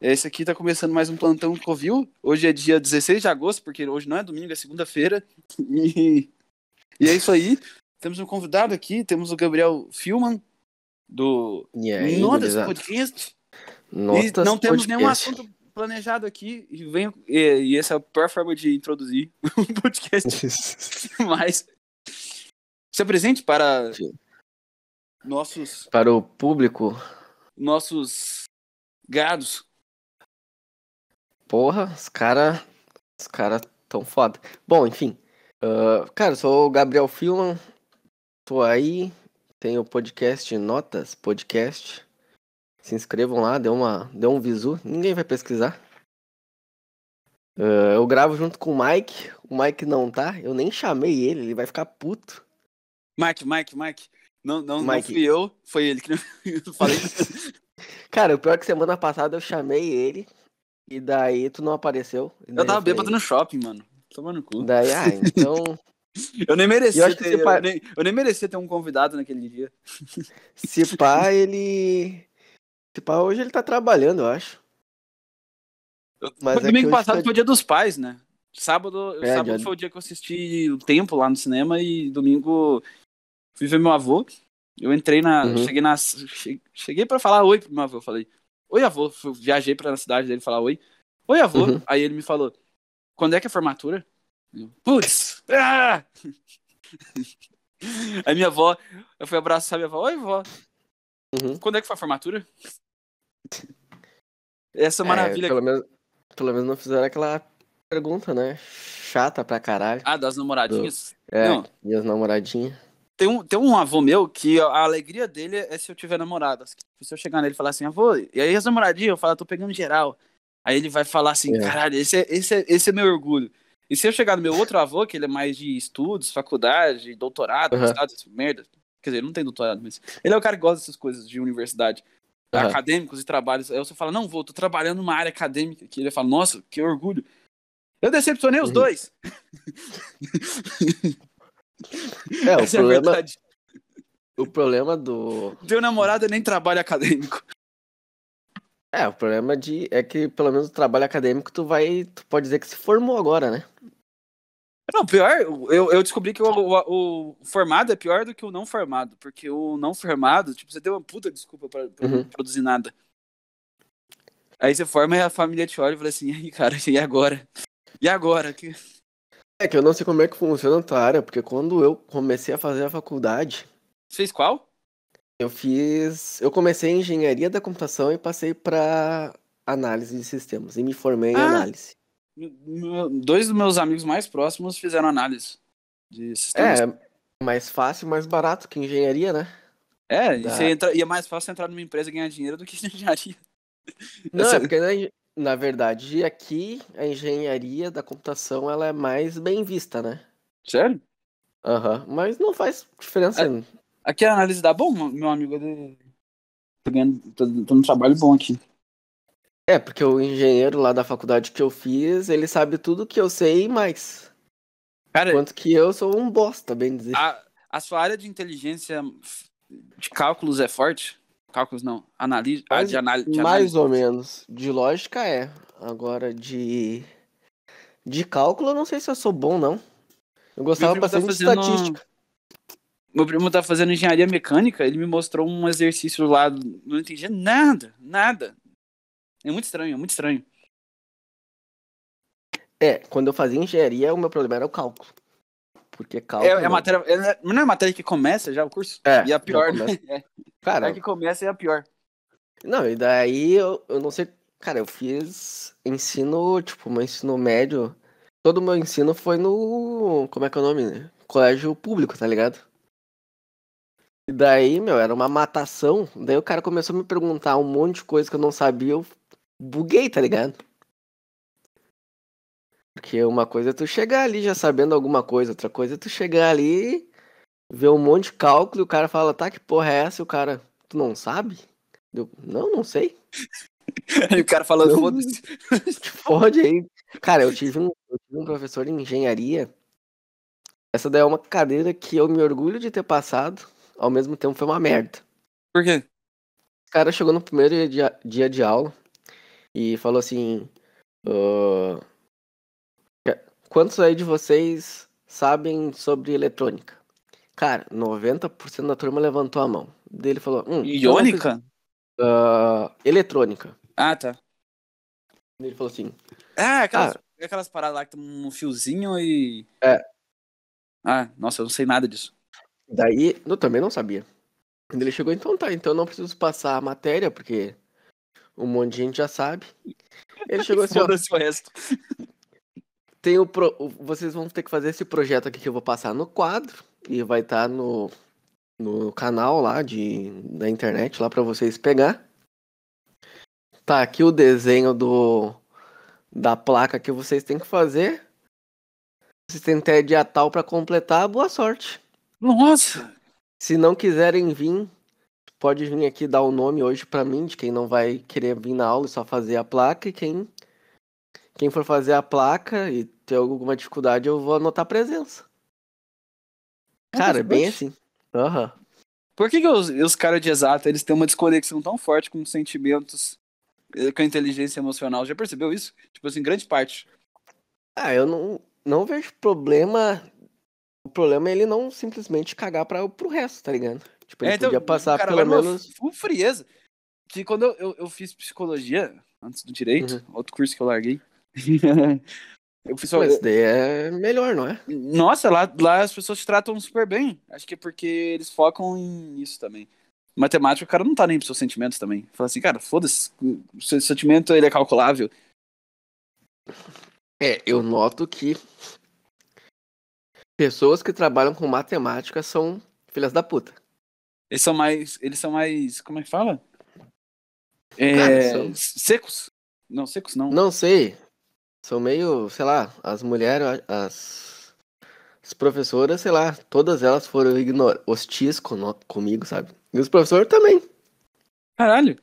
Esse aqui tá começando mais um plantão Covil. Hoje é dia 16 de agosto, porque hoje não é domingo, é segunda-feira. E... e é isso aí. Temos um convidado aqui, temos o Gabriel Filman, do E aí, Nodas gurizada? Podcast. Notas tipo, e não temos ah, podcast. nenhum assunto planejado aqui. E, vem... e, e essa é a pior forma de introduzir um podcast mais. Se apresente para Sim. nossos, Para o público, nossos gados. porra, os cara, os cara tão foda. Bom, enfim, ah, cara, eu sou o Gabriel Filman, tô aí, tenho o podcast Notas Podcast, se inscrevam lá, dê, uma, dê um visu, ninguém vai pesquisar. Ah, eu gravo junto com o Mike, o Mike não tá, eu nem chamei ele, ele vai ficar puto. Mike, Mike, Mike. Não, não, não Mike. fui eu, foi ele que não... eu falei. Cara, o pior é que semana passada eu chamei ele, e daí tu não apareceu. e daí Eu tava falei, bêbado no shopping, mano. Tomando cu. Daí, ah, então, Eu nem Eu merecia acho que ter, você pa- eu, nem, eu nem merecia ter um convidado naquele dia. se pá, ele. Se pá, hoje ele tá trabalhando, eu acho. Mas Mas é que domingo hoje passado tá- foi o dia dos pais, né? Sábado, É, sábado dia- foi o dia que eu assisti o tempo lá no cinema e domingo fui ver meu avô. Eu entrei na. Uhum. Cheguei na. che- Cheguei pra falar oi pro meu avô. Eu falei, oi, avô. Fui- Viajei pra cidade dele falar oi. Oi, avô. Uhum. Aí ele me falou, quando é que é a formatura? Eu, Putz! Ah! Aí minha avó, eu fui abraçar minha avó, oi, vó. Uhum. Quando é que foi a formatura? Essa É, maravilha pelo, menos, pelo menos não fizeram aquela pergunta, né? Chata pra caralho. Ah, das namoradinhas? É, Não. e as namoradinhas. Tem um, tem um avô meu que a alegria dele é se eu tiver namorada. Se eu chegar nele e falar assim, avô, e aí as namoradinhas? Eu falo, tô pegando geral. Aí ele vai falar assim, É. caralho, esse é, esse, é, esse é meu orgulho. E se eu chegar no meu outro avô, que ele é mais de estudos, faculdade, doutorado, Uhum. mestrado, essas merda. Quer dizer, ele não tem doutorado, mas ele é o cara que gosta dessas coisas de universidade, Ah, Aham. acadêmicos e trabalhos. Aí você fala, não, vou, tô trabalhando numa área acadêmica. Que ele fala, nossa, que orgulho. Eu decepcionei os Uhum. dois. É, o Essa é a problema, verdade. o problema do. Teu namorado nem trabalha acadêmico. É, o problema de. É que pelo menos o trabalho acadêmico tu vai. Tu pode dizer que se formou agora, né? Não, pior, eu, eu descobri que o, o, o formado é pior do que o não formado, porque o não formado, tipo, você deu uma puta desculpa pra, pra Uhum. não produzir nada. Aí você forma e a família te olha e fala assim, e aí, cara, e agora? E agora? Que... É que eu não sei como é que funciona a tua área, porque quando eu comecei a fazer a faculdade, Fez qual? Eu fiz. Eu comecei em engenharia da computação e passei pra análise de sistemas. E me formei em Ah. análise. Meu- Dois dos meus amigos mais próximos fizeram análise de sistemas. É, mais fácil, mais barato que engenharia, né? É, e, Tá. você entra, e é mais fácil entrar numa empresa e ganhar dinheiro do que na engenharia. Não, Essa- é porque na, engen- na verdade aqui a engenharia da computação ela é mais bem vista, né? Sério? Aham. Mas não faz diferença. É. Aqui a análise dá bom, meu amigo. ele- Tô, ganhando, tô, tô num trabalho bom aqui. É, porque o engenheiro lá da faculdade que eu fiz, ele sabe tudo que eu sei e mais. Cara, Quanto que eu sou um bosta, bem dizer. A, a sua área de inteligência de cálculos é forte? Cálculos não, analis, a Mais- de, anal, de Mais análise. ou menos. De lógica é. Agora de. De cálculo, eu não sei se eu sou bom, não. Eu gostava primo tá bastante fazendo- de estatística. Meu primo tá fazendo engenharia mecânica, ele me mostrou um exercício lá, não entendi nada, nada. É muito estranho, é muito estranho. É, quando eu fazia engenharia, o meu problema era o cálculo. Porque É, cálculo. é né? matéria, é- não é matéria que começa já o curso? É, e a já pior, né? começa. É, Cara, a que começa é a pior. não, e daí eu, eu não sei. Cara, eu fiz ensino, tipo, meu ensino médio. Todo o meu ensino foi no. Como é que é o nome? né? Colégio público, tá ligado? E daí, meu, era uma matação. Daí o cara começou a me perguntar um monte de coisa que eu não sabia. Eu buguei, tá ligado? Porque uma coisa é tu chegar ali já sabendo alguma coisa, outra coisa é tu chegar ali, ver um monte de cálculo e o cara fala, tá, que porra é essa? E o cara, tu não sabe? Eu, não, não sei. Aí o cara falando, Não. foda-se. Pode aí. Cara, eu tive, um, eu tive um professor de engenharia. Essa daí é uma cadeira que eu me orgulho de ter passado. Ao mesmo tempo foi uma merda. Por quê? O cara chegou no primeiro dia, dia de aula e falou assim: "Ah, Quantos aí de vocês sabem sobre eletrônica? Cara, 90% da turma levantou a mão. Daí ele falou: hum, eu não preciso- Iônica? Ah, eletrônica. Ah, tá. Daí Ele falou assim: Ah, aquelas, aquelas paradas lá que tem um fiozinho e. É. Ah, nossa, eu não sei nada disso. Daí, eu também não sabia. Daí Ele chegou, então tá, então eu não preciso passar a matéria, porque um monte de gente já sabe. Ele chegou assim, ó, Foda-se o resto. tem o pro- o- vocês vão ter que fazer esse projeto aqui que eu vou passar no quadro, e vai estar no, no canal lá de, da internet, lá pra vocês pegar. Tá aqui o desenho do da placa que vocês têm que fazer. Vocês têm até dia tal pra completar, boa sorte. Nossa! Se não quiserem vir, pode vir aqui dar o nome hoje pra mim, de quem não vai querer vir na aula e só fazer a placa. E quem, quem for fazer a placa e ter alguma dificuldade, eu vou anotar a presença. Ah, Cara, é bem assim. Aham. Por que, que os, os caras de exata eles têm uma desconexão tão forte com os sentimentos, eh, com a inteligência emocional? Já percebeu isso? Tipo assim, grande parte. Ah, eu não, não vejo problema. O problema é ele não simplesmente cagar pra, pro resto, tá ligado? Tipo, ele podia passar É, então, cara, pelo vai numa menos. fu- frieza. Que quando eu, eu, eu fiz psicologia, antes do direito, Uhum. outro curso que eu larguei. eu fiz Pô, esse daí é melhor, não é? Nossa, lá, lá as pessoas te tratam super bem. Acho que é porque eles focam em isso também. Matemática, o cara não tá nem pros seus sentimentos também. Fala assim, cara, foda-se, o seu sentimento ele é calculável. É, eu noto que pessoas que trabalham com matemática são filhas da puta. Eles são mais. Eles são mais. Como é que fala? É, Cara, são- Secos? Não, secos não. Não sei, são meio, sei lá, as mulheres, a- as, as professoras, sei lá, todas elas foram ignor hostis cono- comigo, sabe? E os professores também. Caralho.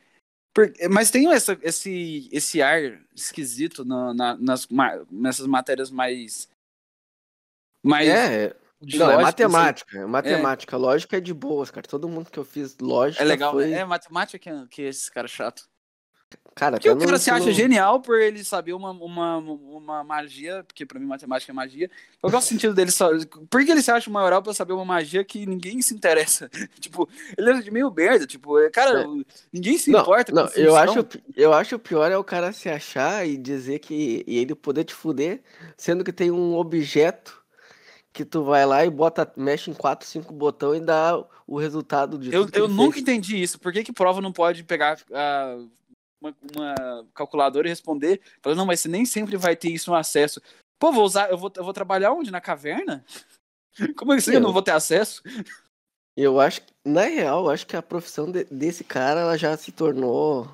Por- mas tem essa, esse, esse ar esquisito na- na- nas, ma- nessas matérias mais. Mais. assim. é, de não, é lógica, matemática, é matemática. Lógica é de boas, cara. Todo mundo que eu fiz assim. lógica É legal, foi... né? É matemática que, que esse cara é chato. Cara, Porque até o no cara se acha ensino- genial por ele saber uma, uma, uma magia, porque pra mim matemática é magia. Qual que é o sentido dele? Só... Por que ele se acha o maioral pra saber uma magia que ninguém se interessa? tipo, ele é de meio merda, tipo, é, cara, É. ninguém se Não, importa. com não, eu função. acho, eu acho o pior é o cara se achar e dizer que e ele poder te fuder, sendo que tem um objeto que tu vai lá e bota, mexe em quatro, cinco botão e dá o resultado de Eu, tudo que eu ele nunca fez. entendi isso. Por que, que prova não pode pegar ah, uma, uma calculadora e responder? Falando, não, mas você nem sempre vai ter isso no acesso. Pô, vou usar, eu vou, eu vou trabalhar onde? Na caverna? Como é que eu Eu- não vou ter acesso? Eu acho, que- na real, eu acho que a profissão de- desse cara ela já se tornou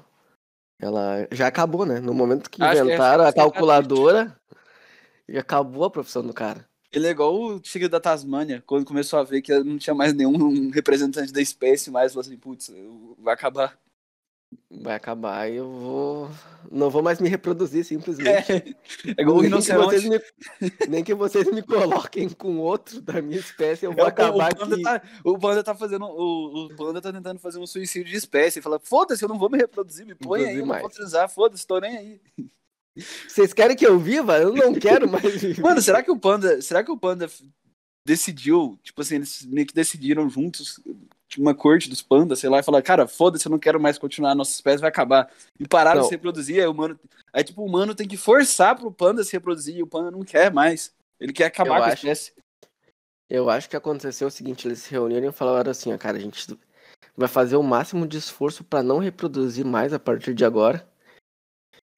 ela já acabou, né? No momento que Acho que- acho que inventaram a essa é a triste. calculadora, já acabou a profissão do cara. Ele é igual o Tigre da Tasmânia, quando começou a ver que não tinha mais nenhum representante da espécie, mais falou assim, putz, eu- vai acabar. Vai acabar e eu vou não vou mais me reproduzir simplesmente. É, é igual o nem, que vocês rinoceronte. me, nem que vocês me coloquem com outro da minha espécie, eu É, vou o- acabar o, panda aqui. tá, o panda tá fazendo. O, o panda tá tentando fazer um suicídio de espécie. Ele fala, foda-se, eu não vou me reproduzir, me põe aí, Reproduzir eu não mais. vou transar, foda-se, tô nem aí. Vocês querem que eu viva? Eu não quero mais viver. Mano, será que o panda. Será que o panda f- decidiu? Tipo assim, eles meio que decidiram juntos. tipo, Uma corte dos pandas, sei lá, e falaram, cara, foda-se, eu não quero mais continuar, nossa espécie vai acabar. E pararam Não. de se reproduzir, aí o humano. Aí, tipo, o humano tem que forçar pro panda se reproduzir e o panda não quer mais. Ele quer acabar Eu com a acho. espécie. Eu acho que aconteceu o seguinte, eles se reuniram e falaram assim, ó, cara, a gente vai fazer o máximo de esforço pra não reproduzir mais a partir de agora.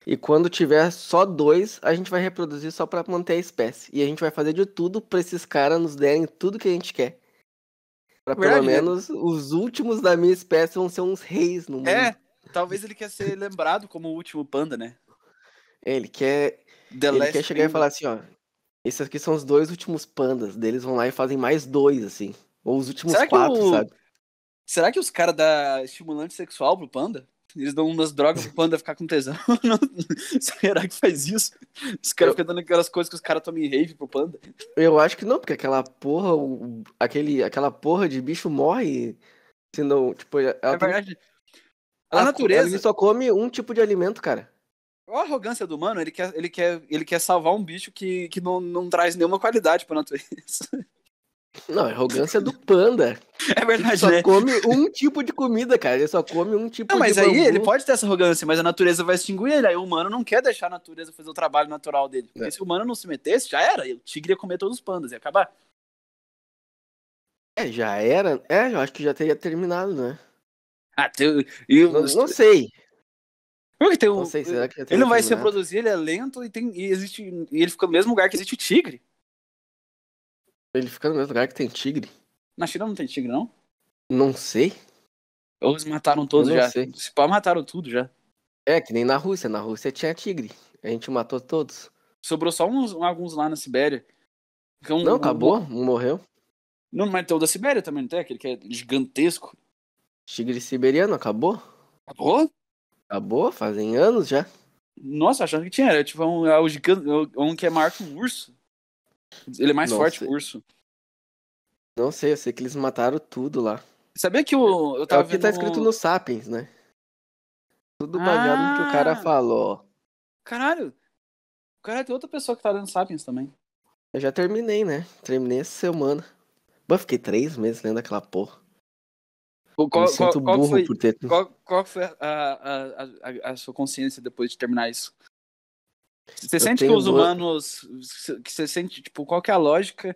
E quando tiver só dois, a gente vai reproduzir só pra manter a espécie. E a gente vai fazer de tudo pra esses caras nos derem tudo que a gente quer. Pra pelo Verdade, né? menos os últimos da minha espécie vão ser uns reis no mundo. É, talvez ele quer ser lembrado como o último panda, né? Ele quer The Ele last quer chegar e panda. falar assim, ó. Esses aqui são os dois últimos pandas. Deles vão lá e fazem mais dois, assim. Ou os últimos Será que quatro, o- sabe? Será que os caras dão estimulante sexual pro panda? Eles dão umas drogas pro panda ficar com tesão? Não- Será que faz isso? Os caras Eu- ficam dando aquelas coisas que os caras tomam em rave pro panda. Eu acho que não, porque aquela porra, o- aquele, aquela porra de bicho morre. Se não, tipo, ela, É tem- verdade. ela A co- natureza- ela só come um tipo de alimento, cara. Olha a arrogância do mano, ele quer, ele quer, ele quer salvar um bicho que, que não, não traz nenhuma qualidade pra natureza. Não, a arrogância do panda. É Ele verdade, só né? come um tipo de comida, cara. Ele só come um tipo Não, de mas aí bambu. ele pode ter essa arrogância, mas a natureza vai extinguir ele. Aí o humano não quer deixar a natureza fazer o trabalho natural dele. Porque É. se o humano não se metesse, já era. E O tigre ia comer todos os pandas, ia acabar. É, já era. É, eu acho que já teria terminado, né? Ah, tem, e, Não, não sei. Como que tem um, Não sei, é será que já Ele teria não vai se terminado? reproduzir, ele é lento e, tem, e existe. E ele fica no mesmo lugar que existe o tigre. Ele fica no mesmo lugar que tem tigre? Na China não tem tigre, não? Não sei. Ou eles mataram todos Eu não já? sei. Se pá, mataram tudo já. É, que nem na Rússia. Na Rússia tinha tigre. A gente matou todos. Sobrou só uns, alguns lá na Sibéria. Que é um- Não, um- acabou. Um morreu. Não, mas tem o da Sibéria também, não tem? Aquele que é gigantesco. Tigre siberiano, acabou? Acabou? Acabou, fazem anos já. Nossa, achando que tinha. Era tipo um, é o gigan- é um que é maior que um urso. Ele é mais Nossa. forte que o urso. Não sei, eu sei que eles mataram tudo lá. Sabia que o. Eu É tava o que tá escrito um- no Sapiens, né? Tudo baseado no que o cara Ah! falou. Caralho! Caralho, tem outra pessoa que tá lendo Sapiens também. Eu já terminei, né? Terminei essa semana. Bah, fiquei três meses lendo aquela porra. Qual, Me qual, sinto qual que é burro foi, por ter. qual, qual foi a, a, a- a- a sua consciência depois de terminar isso? Você Eu sente que tenho os boa- humanos. Que você sente, tipo, qual que é a lógica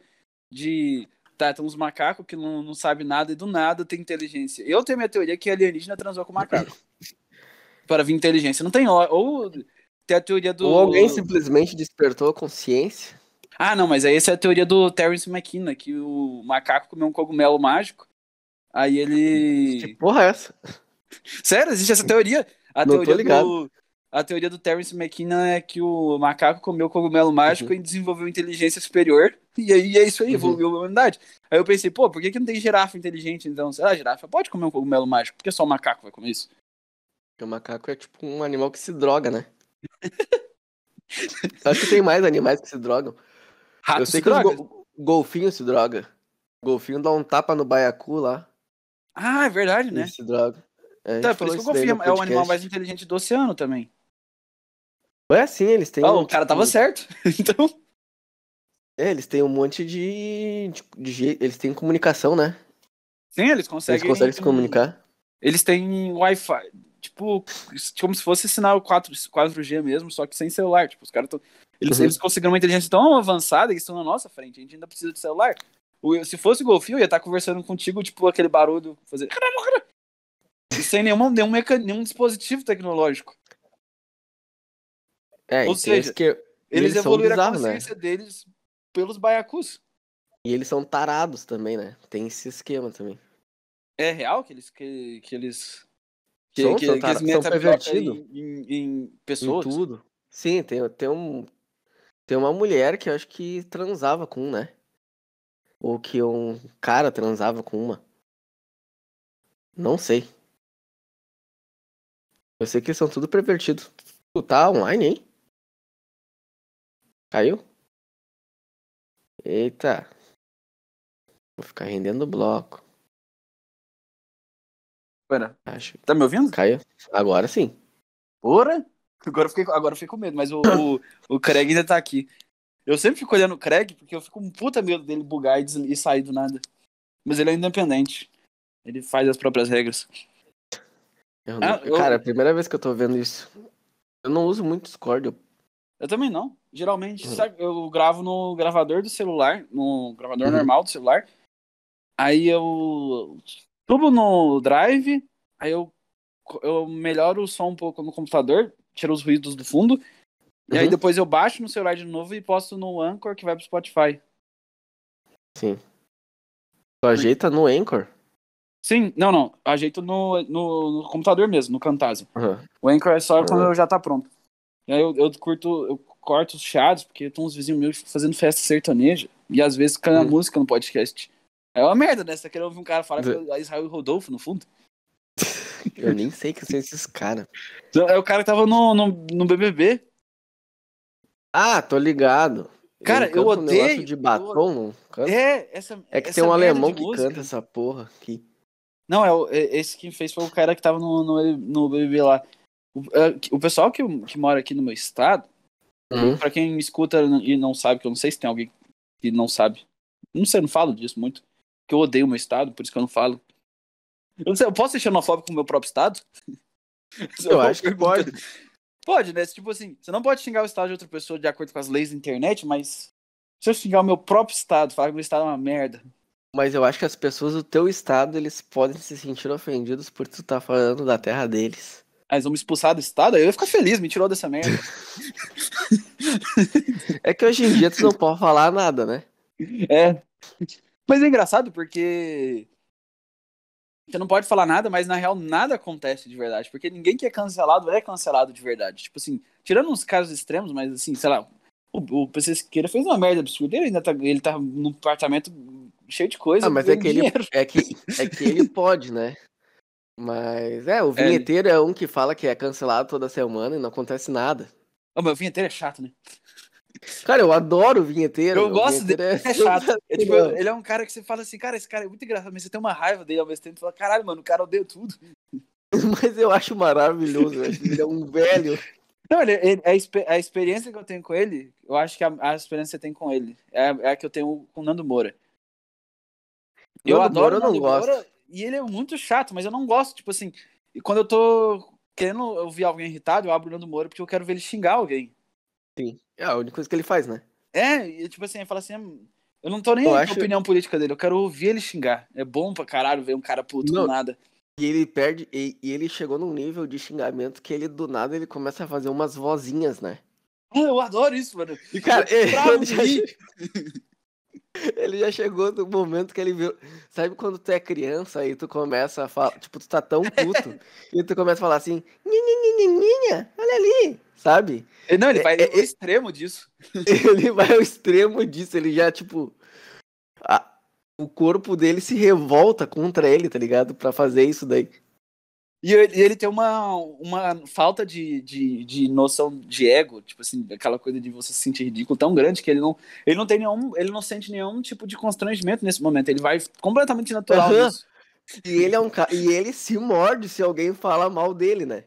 de. Tá, tem uns macacos que não, não sabem nada e do nada tem inteligência. Eu tenho minha teoria que alienígena transou com macaco. para vir inteligência. Não tem. hora- Ou tem a teoria do. Ou alguém simplesmente despertou a consciência. Ah, não, mas aí essa é a teoria do Terence McKenna, que o macaco comeu um cogumelo mágico. Aí ele. Que porra é essa? Sério, existe essa teoria? A Não tô teoria ligado. do. A teoria do Terence McKenna é que o macaco comeu cogumelo mágico e desenvolveu inteligência superior. E aí é isso aí, Uhum. evoluiu a humanidade. Aí eu pensei, pô, por que, que não tem girafa inteligente então? Será que a girafa pode comer um cogumelo mágico? Por que só o macaco vai comer isso? Porque o macaco é tipo um animal que se droga, né? Acho que tem mais animais que se drogam. Rato Eu sei Ah, se que os droga. go- golfinhos se droga. Golfinho dá um tapa no baiacu lá Ah, é verdade, né? e se droga. É, a gente Tá, por falou isso que eu daí confio, no é o animal podcast. mais inteligente do oceano também. É assim, eles têm. Ah, um, o cara tipo, tava certo. Então. É, eles têm um monte de. de, de je- eles têm comunicação, né? Sim, eles Eles conseguem. conseguem se comunicar. Eles têm Wi-Fi. Tipo, como se fosse sinal 4, 4G mesmo, só que sem celular. Tipo, os caras tão- Eles, Uhum. eles conseguiram uma inteligência tão avançada que estão na nossa frente. A gente ainda precisa de celular. O- Se fosse o Golfinho, eu ia estar conversando contigo, tipo, aquele barulho. Fazer... E sem nenhum, nenhum, meca... nenhum dispositivo tecnológico. É, Ou e tem seja, os que- Eles, Eles são evoluíram bizarros, a né? consciência deles pelos baiacus. E eles são tarados também, né? Tem esse esquema também. É real que eles. Que, que eles... Que, São- que, são que tara- eles são metam a piroca pervertido. em, em, em Em pessoas. tudo. Sim, tem, tem um. Tem uma mulher que eu acho que transava com um, né? Ou que um cara transava com uma. Não sei. Eu sei que eles são tudo pervertidos. Tu tá online, hein? Caiu? Eita. Vou ficar rendendo bloco. Pera, Acho. tá me ouvindo? Caiu? Agora sim. Porra! Agora eu fiquei, agora eu fiquei com medo, mas o, o, o Craig ainda tá aqui. Eu sempre fico olhando o Craig porque eu fico com um puta medo dele bugar e, des- e sair do nada. Mas ele é independente. Ele faz as próprias regras. Eu Ah, não- Cara, eu- é a primeira vez que eu tô vendo isso. Eu não uso muito Discord. eu- Eu também não. Geralmente, Uhum. sabe, eu gravo no gravador do celular, no gravador Uhum. normal do celular. Aí eu subo no drive, aí eu, eu melhoro o som um pouco no computador, tiro os ruídos do fundo. E aí Uhum. depois eu baixo no celular de novo e posto no Anchor que vai pro Spotify. Tu ajeita no Anchor? Sim, não, não. Ajeito no, no, no computador mesmo, no Camtasia. Aham. O Anchor é só quando Ah. eu já tá pronto. E aí eu, eu curto, eu corto os chiados, porque tem uns vizinhos meus que ficam fazendo festa sertaneja. E às vezes canta Hum. música no podcast. É uma merda, né? Você tá querendo ouvir um cara falar que é Israel Rodolfo, no fundo. Eu nem sei que são esses caras. Então, É o cara que tava no, no, no BBB. Ah, tô ligado. Ele Cara, eu canta um negócio odeio, de eu batom, não canta? É, essa É que essa tem um merda alemão de que música. canta essa porra aqui. Não, é, o- é- esse que fez foi o cara que tava no, no, no BBB lá. O, é, o pessoal que, que mora aqui no meu estado, Uhum. pra quem me escuta e não sabe, que eu não sei se tem alguém que não sabe. Não sei, eu não falo disso muito. Porque eu odeio o meu estado, por isso que eu não falo. Eu não sei, eu posso ser xenofóbico com o meu próprio estado? é Eu acho que pode. Pode, né? Tipo assim, você não pode xingar o estado de outra pessoa de acordo com as leis da internet, mas se eu xingar o meu próprio estado, falar que o meu estado é uma merda. Mas eu acho que as pessoas do teu estado, eles podem se sentir ofendidos por tu tá falando da terra deles. Ah, eles vão me expulsar do estado, aí eu ia ficar feliz, me tirou dessa merda. É que hoje em dia tu não pode falar nada, né? É. Mas é engraçado porque você não pode falar nada, mas na real nada acontece de verdade, porque ninguém que é cancelado é cancelado de verdade. Tipo assim, tirando uns casos extremos, mas assim, sei lá, o, o PC Siqueira fez uma merda absurda, ele ainda tá, ele tá num apartamento cheio de coisa, Ah, mas é ganhando que, ele, dinheiro. é, que, é que ele pode, né? Mas é, o É. vinheteiro é, um que fala que é cancelado toda semana e não acontece nada. Ah, mas o vinheteiro é chato, né? Cara, eu adoro o vinheteiro. Eu o gosto vinheteiro É chato. É tipo, Não. ele é um cara que você fala assim, cara, esse cara é muito engraçado, mas você tem uma raiva dele ao mesmo tempo, você fala, caralho, mano, o cara odeia tudo. Mas eu acho maravilhoso. Eu acho que ele é um velho. Não, ele, ele- a, expe- a experiência que eu tenho com ele, eu acho que a, a experiência que você tem com ele é, a- é a que eu tenho com o Nando Moura. Eu Nando adoro Moura, eu o não Nando gosto. Moura e ele é muito chato, mas eu não gosto, tipo assim, e quando eu tô querendo ouvir alguém irritado, eu abro o Nando Moura porque eu quero ver ele xingar alguém. É a única coisa que ele faz, né? É, e tipo assim, ele fala assim, eu não tô nem Eu aí com a acho- opinião política dele, eu quero ouvir ele xingar. É bom pra caralho ver um cara puto Não. com nada. E ele perde. E, e ele chegou num nível de xingamento que ele, do nada, ele começa a fazer umas vozinhas, né? Ah, eu adoro isso, mano. E, cara, Eu ele, travo ele de já, rir. che- ele já chegou no momento que ele viu. Sabe quando tu é criança e tu começa a falar. Tipo, tu tá tão puto. e tu começa a falar assim. Ninha, olha ali. Sabe? Ele- Não, ele É- vai é- ao extremo disso. Ele vai ao extremo disso. Ele já, tipo. a- o corpo dele se revolta contra ele, tá ligado? Pra fazer isso daí. E ele, e ele tem uma, uma falta de, de, de noção de ego, tipo assim, aquela coisa de você se sentir ridículo tão grande que ele não, ele não tem nenhum, ele não sente nenhum tipo de constrangimento nesse momento. Ele vai completamente natural Aham. nisso. E ele é um cara. E ele se morde se alguém fala mal dele, né?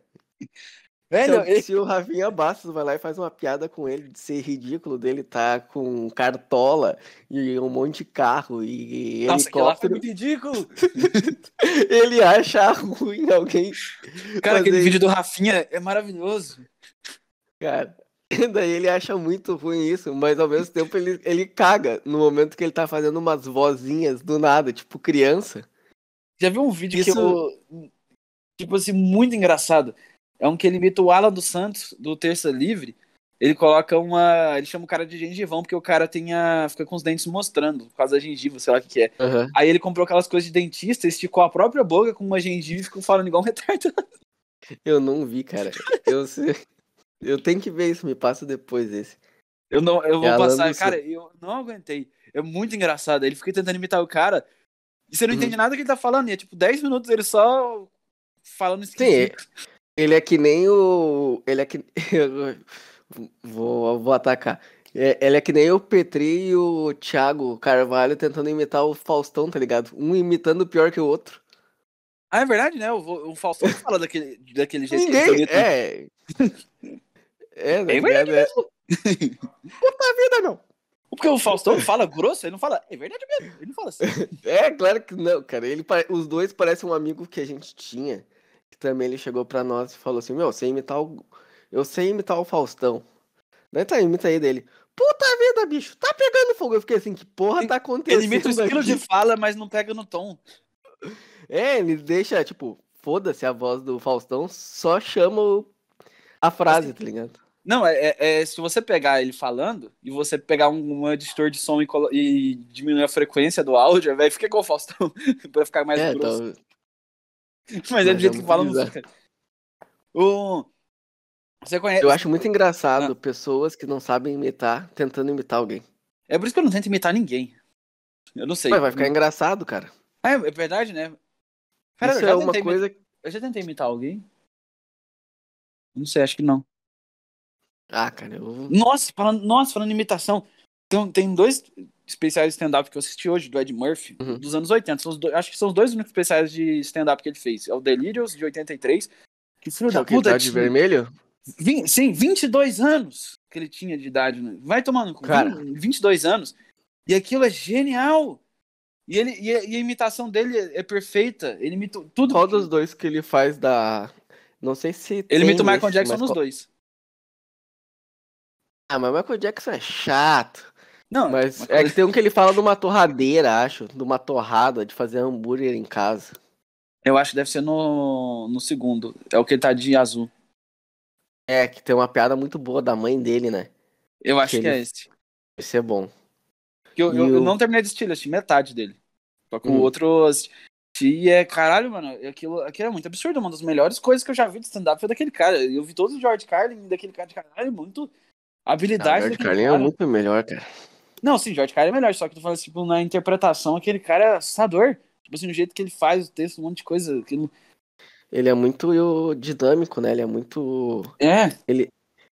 É, se, não, alguém- ele- se o Rafinha Bastos vai lá e faz uma piada com ele de ser ridículo, dele tá com cartola e um monte de carro e nossa, aquilo lá foi helicóptero, muito ridículo. ele acha ruim alguém, Cara, aquele Mas ele- vídeo do Rafinha é maravilhoso. cara. Daí ele acha muito ruim isso, mas ao mesmo tempo ele, ele caga no momento que ele tá fazendo umas vozinhas do nada, tipo criança. Já viu um vídeo que Isso- eu. Tipo assim, muito engraçado. É um que ele imita o Alan dos Santos, do Terça Livre. Ele coloca uma. Ele chama o cara de gengivão, porque o cara tem a. fica com os dentes mostrando, por causa da gengiva, sei lá o que, que é. Aí ele comprou aquelas coisas de dentista, esticou a própria boca com uma gengiva e ficou falando igual um retardado. Eu não vi, cara. Eu, se- eu tenho que ver isso, me passa depois esse. Eu não, eu vou É Alan passar. dos Cara, eu não aguentei. É muito engraçado. Ele fica tentando imitar o cara. E você não Uhum. entende nada que ele tá falando. E é tipo 10 minutos ele só falando esquisito. Ele é que nem o. Ele é que. Eu vou, vou atacar. É, ele é que nem o Petri e o Thiago Carvalho tentando imitar o Faustão, tá ligado? Um imitando pior que o outro. Ah, é verdade, né? O, Vo- o Faustão não fala daquele, daquele jeito que eles Ninguém. imitam. É. É, tá É verdade ligado? É vida, não. Porque o Faustão fala grosso, ele não fala. É verdade mesmo. Ele não fala assim. É, claro que não, cara. Ele, pare- os dois parecem um amigo que a gente tinha. Que também ele chegou pra nós e falou assim: Meu, eu sei imitar o. Eu sei imitar o Faustão. Daí tá, imita aí dele. Puta vida, bicho, tá pegando fogo. Eu fiquei assim, que porra tá acontecendo? Ele imita o estilo aqui? de fala, mas não pega no tom. É, ele deixa, tipo, foda-se a voz do Faustão, só chama o- a frase, tá ligado? Não, é, é- é- se você pegar ele falando e você pegar um, um editor de som e, colo- e diminuir a frequência do áudio, velho, fica igual o Faustão, pra ficar mais é, grosso. tá- Mas é do mas jeito é que fala, muito não fica. O... Você conhece. Eu acho muito Ah. engraçado pessoas que não sabem imitar, tentando imitar alguém. É por isso que eu não tento imitar ninguém. Eu não sei. Mas vai ficar engraçado, cara. Ah, é verdade, né? Cara, Isso eu já é uma tentei coisa Eu já tentei imitar alguém? Não sei, acho que não. Ah, cara, eu. Nossa, falando, nossa, falando em imitação. Tem, um, tem dois especiais de stand-up que eu assisti hoje, do Ed Murphy, Uhum. dos anos 80. São os dois- acho que são os dois únicos especiais de stand-up que ele fez. É o Delirious, de 83, Que filho Tinha da o que puta. tá de tinha vermelho? vin- sim, 22 anos que ele tinha de idade. Né? Vai tomando com Cara. 22 anos. E aquilo é genial. E, ele, e, a, e a imitação dele é, é perfeita. Ele imita tudo. Qual dos dois que ele faz da. Não sei se. Ele imita o Michael esse, Jackson mas nos qual- dois. Ah, mas o Michael Jackson é chato. Não, Mas Michael é que tem um que ele fala de uma torradeira, acho. De uma torrada, de fazer hambúrguer em casa. Eu acho que deve ser no, no segundo. É o que ele tá de azul. É, que tem uma piada muito boa da mãe dele, né? Eu acho que, Que é ele- esse. Isso é bom. Que eu, E eu, eu o- não terminei de assistir, eu assisti metade dele. Só que o Hum. outro eu assisti e é caralho, mano. Aquilo, aquilo é muito absurdo. Uma das melhores coisas que eu já vi de stand-up foi daquele cara. Eu vi todos o George Carlin daquele cara de caralho, é muito habilidade. George daquele Carlin é cara. muito melhor, cara. Não, sim, George Carlin é melhor, só que tu fala assim, tipo, na interpretação, aquele cara é assustador. Tipo assim, o jeito que ele faz o texto, um monte de coisa. Aquilo... Ele é muito dinâmico, né? Ele é muito. É,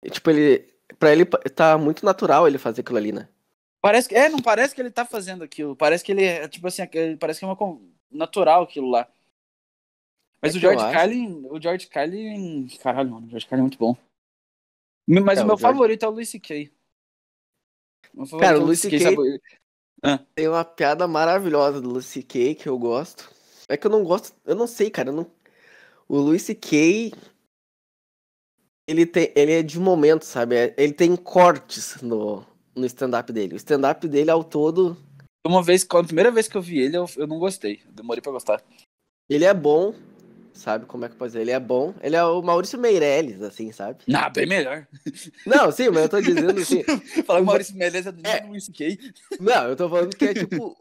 Tipo, ele. Pra ele tá muito natural ele fazer aquilo ali, né? Parece que, é, não parece que ele tá fazendo aquilo. Parece que ele é, tipo assim, aquele- parece que é uma con- natural aquilo lá. Mas É o que eu George acho. Carlin, o George Carlin, caralho, mano, o George Carlin é muito bom. Me- Mas É, o meu o George- favorito é o Luis C.K. Meu favorito Cara, é o Louis sabe? Tem uma piada maravilhosa do Lucy Kay que eu gosto. É que eu não gosto, eu não sei, cara. eu não- O Lucy Kay. Ele, tem, ele é de momento, sabe? É- Ele tem cortes no, no stand-up dele. O stand-up dele ao todo, Uma vez, quando- a primeira vez que eu vi ele, eu, eu não gostei. Eu demorei pra gostar. ele é bom, sabe? Como é que eu posso dizer? Ele é bom. Ele é o Maurício Meirelles, assim, sabe? Ah, bem melhor. Não, sim, mas eu tô dizendo assim. Falar que o O- Maurício Meirelles é do É. nível do Luis C.K. Não, eu tô falando que é tipo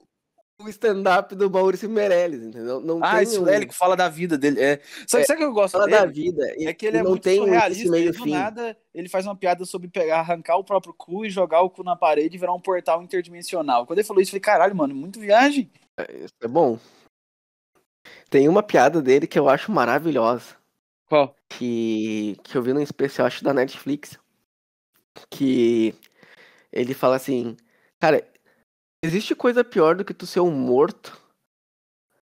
o stand-up do Maurício Meirelles, entendeu? Não Ah, tem esse um- é ele que fala da vida dele. É. Sabe, É, sabe o que eu gosto Fala dele? da vida. É que ele é não muito tem um esse surrealista, meio e do fim. nada ele faz uma piada sobre pegar, arrancar o próprio cu e jogar o cu na parede e virar um portal interdimensional. Quando ele falou isso, eu falei, caralho, mano, muito viagem. Isso é bom. Tem uma piada dele que eu acho maravilhosa, Qual? que, que eu vi num especial, acho, da Netflix, que ele fala assim, cara, existe coisa pior do que tu ser um morto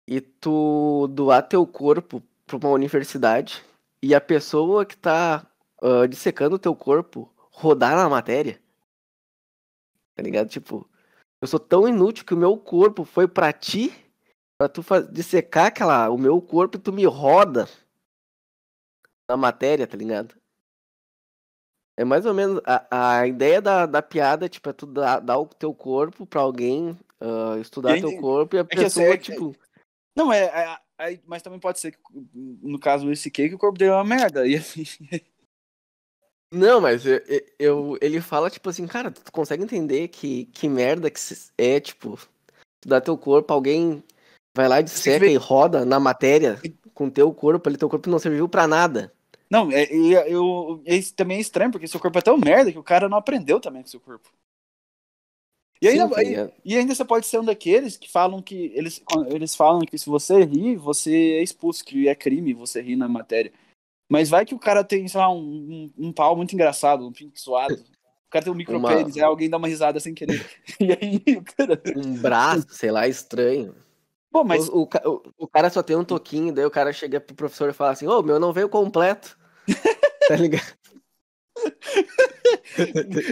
e tu doar teu corpo pra uma universidade e a pessoa que tá ah, dissecando o teu corpo rodar na matéria? Tá ligado? Tipo, eu sou tão inútil que o meu corpo foi pra ti, pra tu fa- dissecar aquela, o meu corpo e tu me roda na matéria, tá ligado? É mais ou menos a, a ideia da, da piada, tipo, é tu dar, dar o teu corpo pra alguém ah, estudar Eu teu entendi. corpo e a que assim, pessoa, é que- tipo. Não, é. é- é- mas também pode ser que, no caso do SK, que o corpo dele é uma merda. E assim, Não, mas eu, eu- eu- ele fala, tipo assim, cara, tu consegue entender que, que merda que se- é, tipo, tu dá teu corpo, alguém vai lá e disseca ver- e roda na matéria com teu corpo, ali teu corpo não serviu pra nada. não, é, e eu, esse também é estranho, porque seu corpo é tão merda que o cara não aprendeu também com seu corpo. E ainda, Sim, tá e- ligado? E ainda você pode ser um daqueles que falam que. Eles, eles falam que se você rir, você é expulso, que é crime você rir na matéria. Mas vai que o cara tem, sei lá, um, um, um pau muito engraçado, um pinto suado. O cara tem um micro Uma- pênis, aí alguém dá uma risada sem querer. E aí, o cara. um braço, sei lá, estranho. Pô, mas. O, o ca- o- o cara só tem um toquinho, daí o cara chega pro professor e fala assim, ô, meu não veio completo. tá ligado?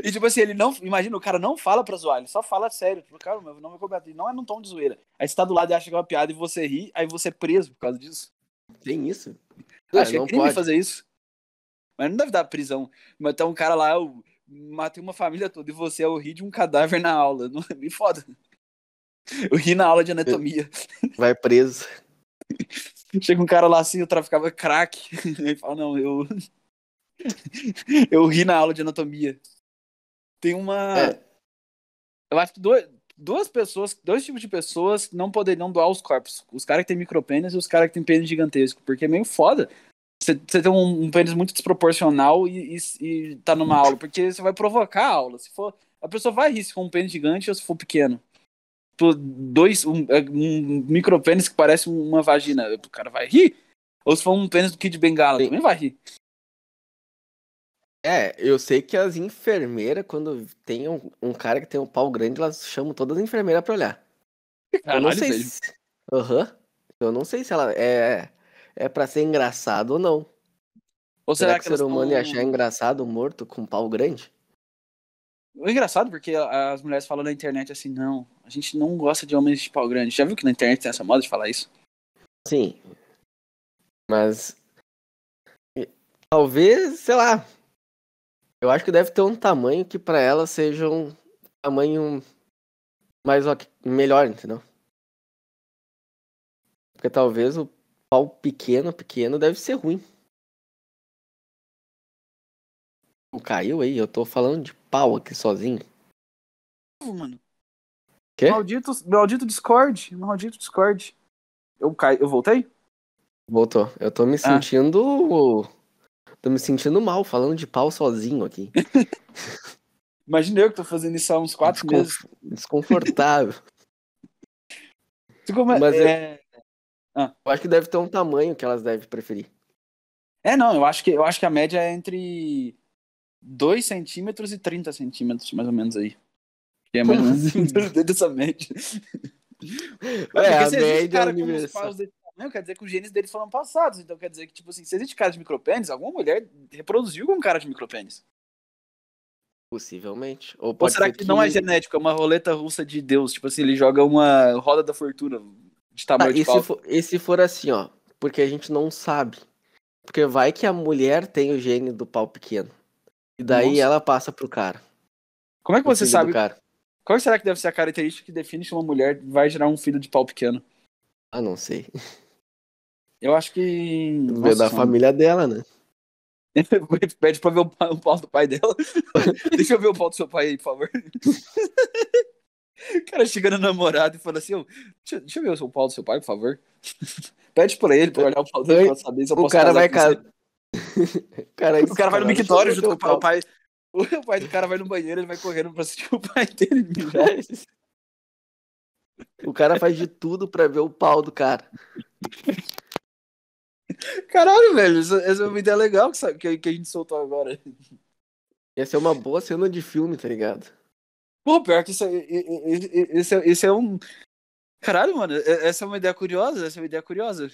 E tipo assim, ele não. Imagina, o cara não fala pra zoar, ele só fala sério. Tipo, cara, meu nome é Roberto. E não é num tom de zoeira. Aí você tá do lado e acha que é uma piada e você ri, aí você é preso por causa disso. Tem isso? Acho que é não crime pode. fazer isso. Mas não deve dar prisão. Mas tá um cara lá, eu matei uma família toda e você é o ri de um cadáver na aula. Não é bem foda. Eu ri na aula de anatomia. Vai preso. Chega um cara lá assim, eu traficava crack. Ele fala, não, eu. Eu ri na aula de anatomia. Tem uma. É. Eu acho que dois, duas pessoas, dois tipos de pessoas não poderiam doar os corpos. Os caras que têm micropênis e os caras que têm pênis gigantesco. Porque é meio foda. Você você ter um, um pênis muito desproporcional e, e, e tá numa aula. Porque você vai provocar a aula. Se for, a pessoa vai rir se for um pênis gigante ou se for pequeno. Tipo, dois, um, é, um micropênis que parece uma vagina. O cara vai rir. Ou se for um pênis do Kid Bengala, Sim. também vai rir. É, eu sei que as enfermeiras, quando tem um, um cara que tem um pau grande, elas chamam todas as enfermeiras pra olhar. eu não Caralho, sei velho. se. Aham. Eu não sei se ela é, é pra ser engraçado ou não. Ou Será, será, que o elas ser humano ia tão- achar engraçado um morto com um pau grande? É engraçado porque as mulheres falam na internet assim, não, a gente não gosta de homens de pau grande. Já viu que na internet tem essa moda de falar isso? Sim. Mas. e- Talvez, sei lá. Eu acho que deve ter um tamanho que pra ela seja um tamanho mais ok- melhor, entendeu? Porque talvez o pau pequeno, pequeno deve ser ruim. Não Caiu aí, eu tô falando de pau aqui sozinho. Mano. Quê? Maldito, maldito Discord, maldito Discord. Eu caí, eu voltei? Voltou. Eu tô me Ah. sentindo. Tô me sentindo mal falando de pau sozinho aqui. Imagina eu que tô fazendo isso há uns quatro Descon- meses. Desconfortável. Tu come- Mas eu- é... Eu acho que deve ter um tamanho que elas devem preferir. é, não, eu acho que eu acho que a média é entre 2 centímetros e 30 centímetros, mais ou menos aí. Que é mais ou Como menos dentro dessa média. Porque É, a se existe média cara com os universal. paus desse tamanho, quer dizer que os genes deles foram passados. Então quer dizer que, tipo assim, se existe cara de micropênis, alguma mulher reproduziu com cara de micropênis. Possivelmente. Ou Ou pode será ser que, não é genético, é uma roleta russa de Deus? Tipo assim, ele joga uma roda da fortuna de Tá, tamanho e, de se pau. for, e se for assim, ó? Porque a gente não sabe. Porque vai que a mulher tem o gene do pau pequeno. E daí Nossa. ela passa pro cara. Como é que pro você filho do sabe? Cara. Qual será que deve ser a característica que define se uma mulher vai gerar um filho de pau pequeno? Ah, não sei. Eu acho que. Veio da família dela, né? família. Pede pra ver o pa- o pau do pai dela. Deixa eu ver o pau do seu pai aí, por favor. O cara chega no namorado e fala assim: "Ô, deixa, deixa eu ver o seu pau do seu pai, por favor. Pede pra ele pra olhar o pau dele pra saber se eu O posso cara casar vai com você. casar. cara, é O cara vai no mictório junto com o pau. pai. O pai do cara vai no banheiro, ele vai correndo pra assistir o pai dele. mijar. O cara faz de tudo pra ver o pau do cara. Caralho, velho, essa, essa é uma ideia legal que, sa- que, que a gente soltou agora. Ia ser uma boa cena de filme, tá ligado? Pô, pior que isso, é- e- e- e- esse, é- esse é um. Caralho, mano, é- essa é uma ideia curiosa, essa é uma ideia curiosa.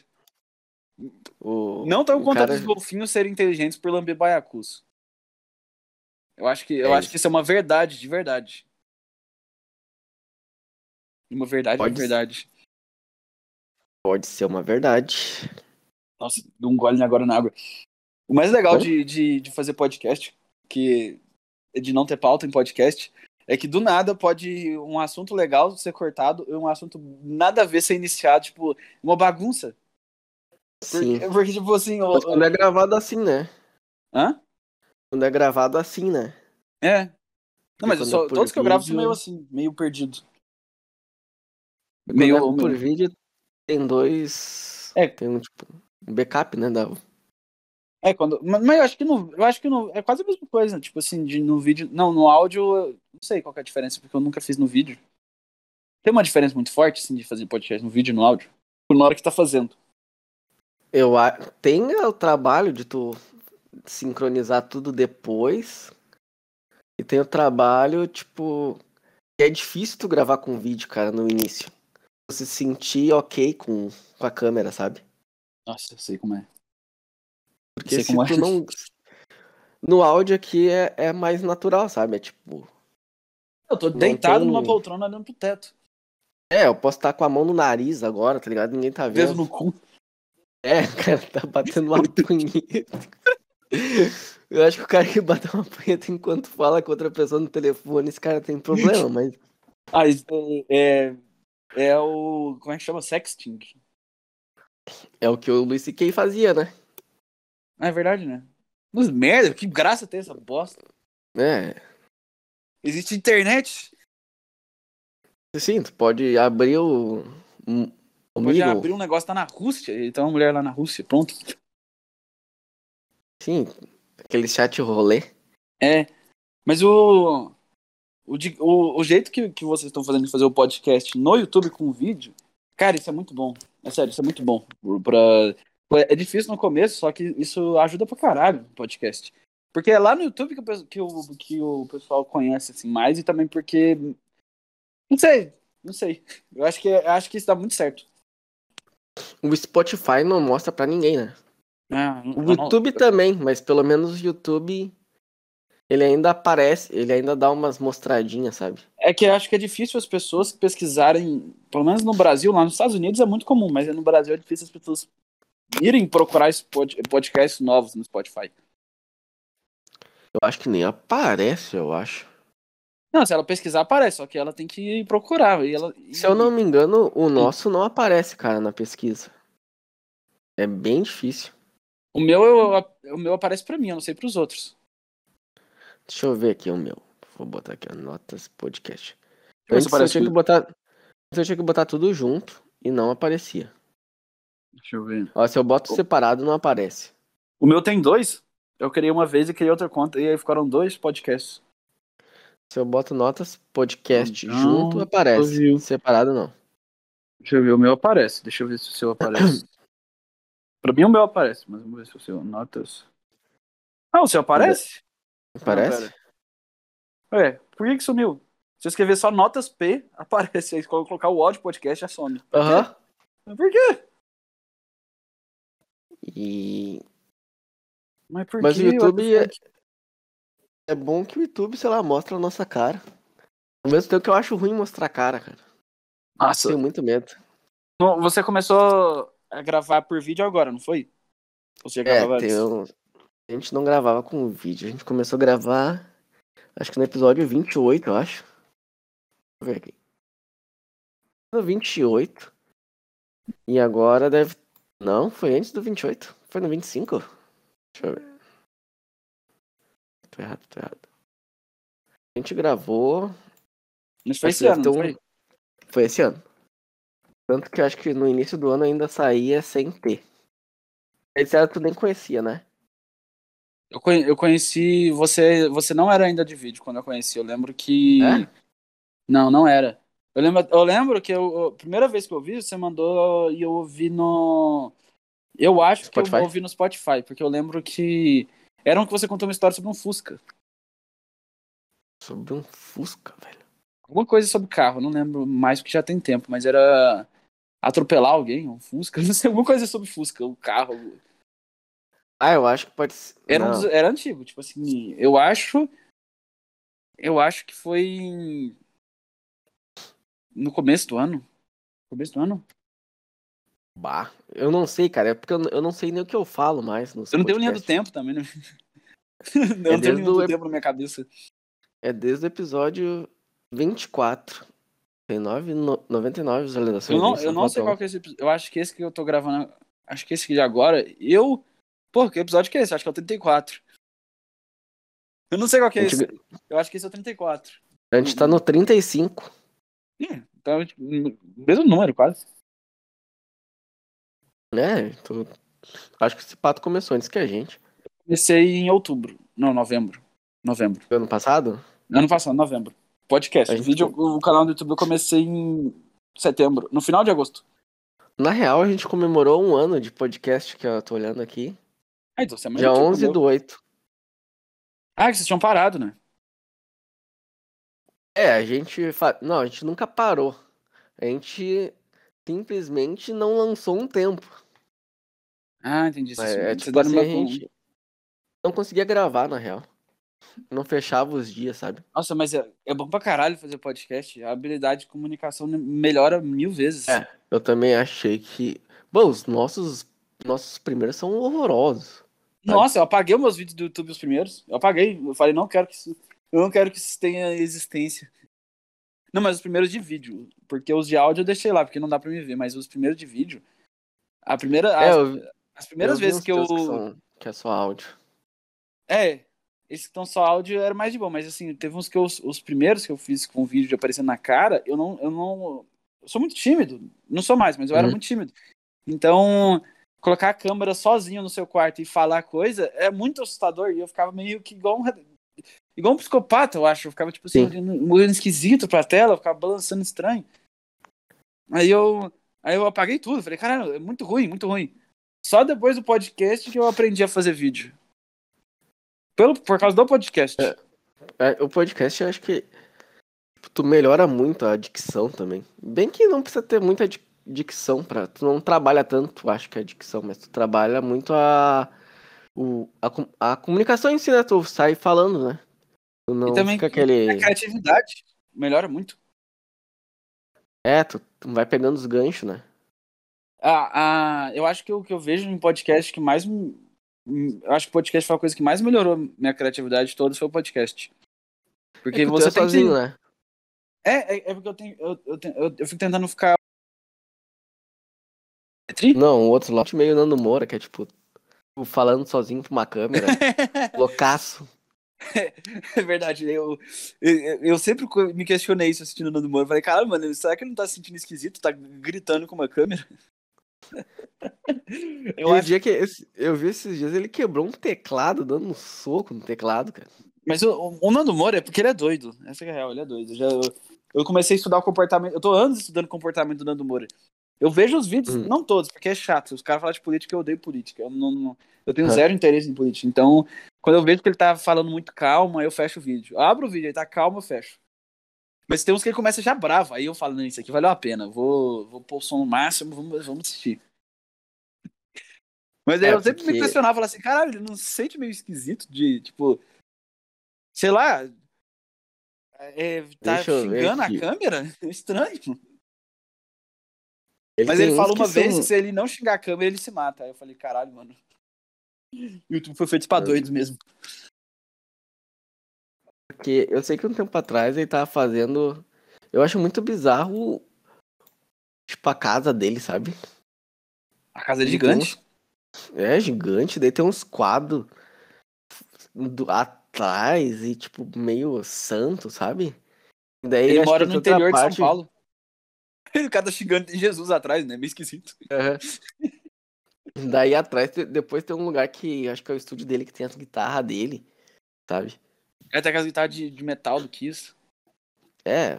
O, Não tão o contra cara- dos golfinhos serem inteligentes por lamber baiacus. Eu acho que, eu É acho que isso é uma verdade, de verdade. Uma verdade Pode de ser. verdade. Pode ser uma verdade. Nossa, dou um gole agora na água. O mais legal Pode? de, de, de fazer podcast, que é de não ter pauta em podcast, é que do nada pode um assunto legal ser cortado e um assunto nada a ver ser iniciado, tipo, uma bagunça. Sim. Porque, porque tipo assim, o- Mas quando é gravado assim, né? hã? Quando é gravado assim, né? É. Não, mas Quando eu é só, por todos que eu gravo são vídeo- meio assim, meio perdido. Quando Meio- né? é por meio- vídeo tem dois. É. Tem um tipo. Um backup, né? Da... É, quando. Mas, mas eu acho que no. Eu acho que no. É quase a mesma coisa. Tipo assim, de, no vídeo. Não, no áudio, eu não sei qual que é a diferença, porque eu nunca fiz no vídeo. Tem uma diferença muito forte, assim, de fazer podcast no vídeo e no áudio. Por na hora que tá fazendo. Eu a... Tem é o trabalho de tu sincronizar tudo depois. E tem o trabalho, tipo. que É difícil tu gravar com vídeo, cara, no início. Você se sentir ok com, com a câmera, sabe? Nossa, eu sei como é. Porque Sei se como é. tu não. No áudio aqui é, é mais natural, sabe? É tipo. Eu tô Não deitado tem- numa poltrona olhando pro teto. É, eu posso estar com a mão no nariz agora, tá ligado? Ninguém tá Dedo vendo. no cu. É, o cara tá batendo uma punheta. Eu acho que o cara que bate uma punheta enquanto fala com outra pessoa no telefone, esse cara tem problema, mas. Ah, isso é. É é o. Como é que chama? Sexting. É o que o Luiz C.K. fazia, né? Ah, é verdade, né? Mas merda, que graça tem essa bosta. É. Existe internet. Sim, tu pode abrir o. um- O Pode Miro. abrir um negócio, tá na Rússia. Então uma mulher lá na Rússia, pronto. Sim, aquele chat rolê. É. Mas o. O, de- o, o jeito que, que vocês estão fazendo de fazer o podcast no YouTube com vídeo, cara, isso é muito bom. É sério, isso é muito bom. Pra, é difícil no começo, só que isso ajuda pra caralho o podcast. Porque é lá no YouTube que o, pe- que o, que o pessoal conhece assim, mais e também porque. Não sei, não sei. Eu acho que, eu acho que isso dá muito certo. O Spotify não mostra pra ninguém, né? Ah, não- O YouTube também, mas pelo menos o YouTube ele ainda aparece, ele ainda dá umas mostradinhas, sabe? É que eu acho que é difícil as pessoas pesquisarem, pelo menos no Brasil, lá nos Estados Unidos é muito comum, mas no Brasil é difícil as pessoas irem procurar esses pod- podcasts novos no Spotify. Eu acho que nem aparece, eu acho. Não, se ela pesquisar, aparece, só que ela tem que procurar. E ela, Se eu não me engano, o nosso não aparece, cara, na pesquisa. É bem difícil. O meu, eu- o meu aparece pra mim, eu não sei pros outros. Deixa eu ver aqui o meu. Vou botar aqui, ó, notas podcast. Deixa eu ver Antes se eu aparece tinha que tudo. botar, antes eu tinha que botar tudo junto e não aparecia. Deixa eu ver. Ó, se eu boto separado não aparece. O meu tem dois. Eu criei uma vez e criei outra conta, e aí ficaram dois podcasts. Se eu boto notas podcast Não, junto viu. aparece. Separado não. Deixa eu ver, o meu aparece. Deixa eu ver se o seu aparece. pra mim, o meu aparece, mas vamos ver se o seu. Notas. Ah, o seu aparece? Aparece? Ué, É, por que que sumiu? Se eu escrever só notas P, aparece. Aí quando eu colocar o áudio podcast, já some. Aham. Mas por quê? E Mas, por Mas quê? o YouTube What the fuck? é bom que o YouTube, sei lá, mostra a nossa cara. Ao mesmo tempo que eu acho ruim mostrar a cara, cara. Nossa, Tenho muito medo. não, você começou a gravar por vídeo agora, não foi? Ou Você já É, gravava tem antes? um- a gente não gravava com vídeo. A gente começou a gravar, acho que no episódio 28, eu acho. Deixa eu ver aqui. No 28. E agora deve. Não, foi antes do 28. Foi no 25. Deixa eu ver. Tô errado, tô errado. A gente gravou. Mas foi acho que esse ano, deve não ter um- foi? Foi esse ano. Tanto que eu acho que no início do ano ainda saía sem ter. Esse era tu nem conhecia, né? Eu, conhe- eu conheci você. Você não era ainda de vídeo quando eu conheci. Eu lembro que. É? Não, não era. Eu lembro, eu lembro que eu, a primeira vez que eu vi, você mandou e eu ouvi no. Eu acho que Spotify? eu ouvi no Spotify, porque eu lembro que. Era um que você contou uma história sobre um Fusca. Sobre um Fusca, velho. Alguma coisa sobre carro, não lembro mais porque já tem tempo, mas era atropelar alguém, um Fusca, não sei, alguma coisa sobre Fusca, o carro. Ah, eu acho que pode ser. Era, um Não, dos- era antigo, tipo assim, eu acho. Eu acho que foi em- no começo do ano. Começo do ano? bah. Eu não sei, cara. É porque eu, n- eu não sei nem o que eu falo mais. Nos Eu não tenho linha do podcasts. tempo também, né? Eu É não tenho desde linha o do ep- tempo na minha cabeça. É desde o episódio 24. Tem 9, no, 99 Eu visualizações. não, hein? eu Só não sei falta qual que é esse episódio. Eu acho que esse que eu tô gravando. Acho que esse de agora. Eu. Pô, que episódio que é esse? Acho que é o 34. Eu não sei qual que é A gente- esse. Eu acho que esse é o 34. um. A gente tá no 35. Ih, Então, tipo, mesmo número, quase. né? Tô- Acho que esse pato começou antes que a gente. Comecei em outubro. Não, novembro. Novembro. Ano passado? Ano passado, novembro. Podcast. A gente- Vídeo, o canal do YouTube eu comecei em setembro. No final de agosto. Na real, a gente comemorou um ano de podcast que eu tô olhando aqui. Ah, então você é mais Dia antigo que o 11 meu. do 8. Ah, que vocês tinham parado, né? É, a gente. fa- Não, a gente nunca parou. A gente simplesmente não lançou um tempo. Ah, entendi. É, Vocês, é vocês tipo deram assim, uma- a gente não conseguia gravar, na real. Não fechava os dias, sabe? Nossa, mas é, é bom pra caralho fazer podcast. A habilidade de comunicação melhora mil vezes. É. Eu também achei que. Bom, os nossos, nossos primeiros são horrorosos. Nossa, eu apaguei os meus vídeos do YouTube os primeiros. Eu apaguei. Eu falei, não quero que isso, eu não quero que isso tenha existência. Não, mas os primeiros de vídeo, porque os de áudio eu deixei lá, porque não dá pra me ver, mas os primeiros de vídeo, a primeira é, as, eu, as primeiras vi vezes uns que eu teus são- que é só áudio. É, esses que estão só áudio era mais de boa, mas assim, teve uns que eu, os primeiros que eu fiz com vídeo de aparecer na cara, eu não, eu não, eu sou muito tímido, não sou mais, mas eu era Uhum. muito tímido. Então, colocar a câmera sozinho no seu quarto e falar coisa é muito assustador e eu ficava meio que igual um, igual um psicopata, eu acho, eu ficava tipo assim, Sim. olhando olhando esquisito pra tela, eu ficava balançando estranho. Aí eu, aí eu apaguei tudo, falei, caralho, é muito ruim, muito ruim. Só depois do podcast que eu aprendi a fazer vídeo. Pelo, por causa do podcast. É. É, o podcast, eu acho que tipo, tu melhora muito a dicção também. Bem que não precisa ter muita di- dicção pra. Tu não trabalha tanto, acho que é dicção, mas tu trabalha muito a. O, a, com- a comunicação em si, né? Tu sai falando, né? Tu não e também fica aquele. a criatividade melhora muito. É, tu, tu vai pegando os ganchos, né? Ah, ah, eu acho que o que eu vejo em podcast que mais. me- me- Eu acho que o podcast foi a coisa que mais melhorou minha criatividade toda foi o podcast. Porque É que tu você é tem que- sozinho, né? É, é, é porque eu tenho. Eu, eu, tenho- eu, eu fico tentando ficar. Tri? Não, o outro lá, meio Nando Moura, que é tipo, tu falando sozinho pra uma câmera, loucaço. É verdade, eu, eu, eu sempre co- me questionei isso assistindo o Nando Moura. Eu Falei, cara, mano, será que ele não tá se sentindo esquisito? Tá gritando com uma câmera? E Eu o acho, dia que esse- eu vi esses dias, ele quebrou um teclado, dando um soco no teclado, cara. mas o, o- o Nando Moura é porque ele é doido. Essa que é a real, ele é doido. Eu, já- eu, eu comecei a estudar o comportamento. Eu tô anos estudando o comportamento do Nando Moura. Eu vejo os vídeos, Hum. não todos, porque é chato. Os caras falam de política, eu odeio política. Eu, não, não- eu tenho Hã. zero interesse em política. Então, quando eu vejo que ele tá falando muito calmo, aí eu fecho o vídeo. Eu abro o vídeo, ele tá calmo, eu fecho. Mas tem uns que ele começa já bravo. Aí eu falo, não, isso aqui valeu a pena. Vou, vou pôr o som no máximo, vamos, vamos assistir. Mas aí É, eu sempre me porque- impressionava, falava assim, caralho, ele não se sente meio esquisito de, tipo, sei lá, é, tá Deixa eu ver xingando a aqui. câmera? Estranho. Mas ele tem falou uns que uma vez são- que se ele não xingar a câmera, ele se mata. Aí eu falei, caralho, mano. O YouTube foi feito pra Mano. doidos mesmo. Porque eu sei que um tempo atrás ele tava fazendo. Eu acho muito bizarro. Tipo, a casa dele, sabe? A casa é Ele gigante. É gigante, daí tem uns quadros do- atrás e, tipo, meio santo, sabe? Daí Ele acho que mora no tem outra interior de parte- São Paulo. Ele cara tá xingando tem Jesus atrás, né? Meio esquisito. Aham. Daí atrás, te- depois tem um lugar que acho que é o estúdio dele que tem as guitarras dele, sabe? Aí tem aquelas guitarras de, de metal do Kiss. É.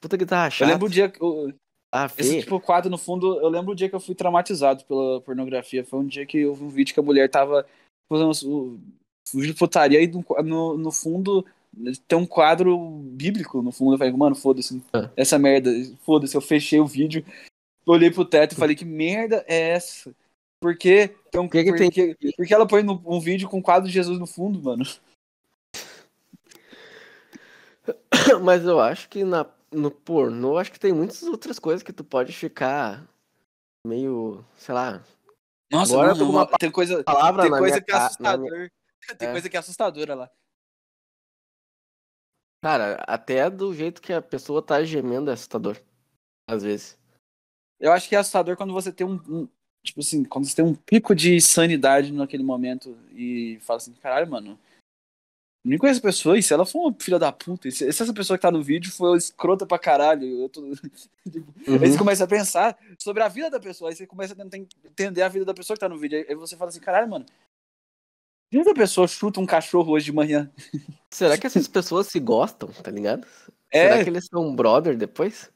Puta guitarra Eu chata. lembro o dia que. eu- Ah, Esse feia. tipo quadro no fundo, eu lembro o dia que eu fui traumatizado pela pornografia. Foi um dia que eu vi um vídeo que a mulher tava fazendo um su- fugindo de putaria e no, no- no fundo tem um quadro bíblico no fundo. Eu falei, mano, foda-se, É. essa merda, foda-se, eu fechei o vídeo, olhei pro teto e falei, que merda é essa? Por quê? Então, que que por tem- que- por que ela põe no- um vídeo com o quadro de Jesus no fundo, mano? Mas eu acho que na, no pornô, acho que tem muitas outras coisas que tu pode ficar meio, sei lá, Nossa, Agora não, tem alguma não, tem coisa, palavra tem na coisa minha que é ca- na minha- assustadora. Tem É. coisa que é assustadora lá. Cara, até do jeito que a pessoa tá gemendo é assustador. Às vezes. Eu acho que é assustador quando você tem um, um- Tipo assim, quando você tem um pico de sanidade naquele momento e fala assim, caralho, mano. Nem conheço a pessoa, e se ela for uma filha da puta, e se se essa pessoa que tá no vídeo foi escrota pra caralho, eu tô... Uhum. aí você começa a pensar sobre a vida da pessoa, aí você começa a tentar entender a vida da pessoa que tá no vídeo, aí- aí você fala assim, caralho, mano, se essa pessoa chuta um cachorro hoje de manhã, Será que essas pessoas se gostam, tá ligado? Será é, que eles são brother depois?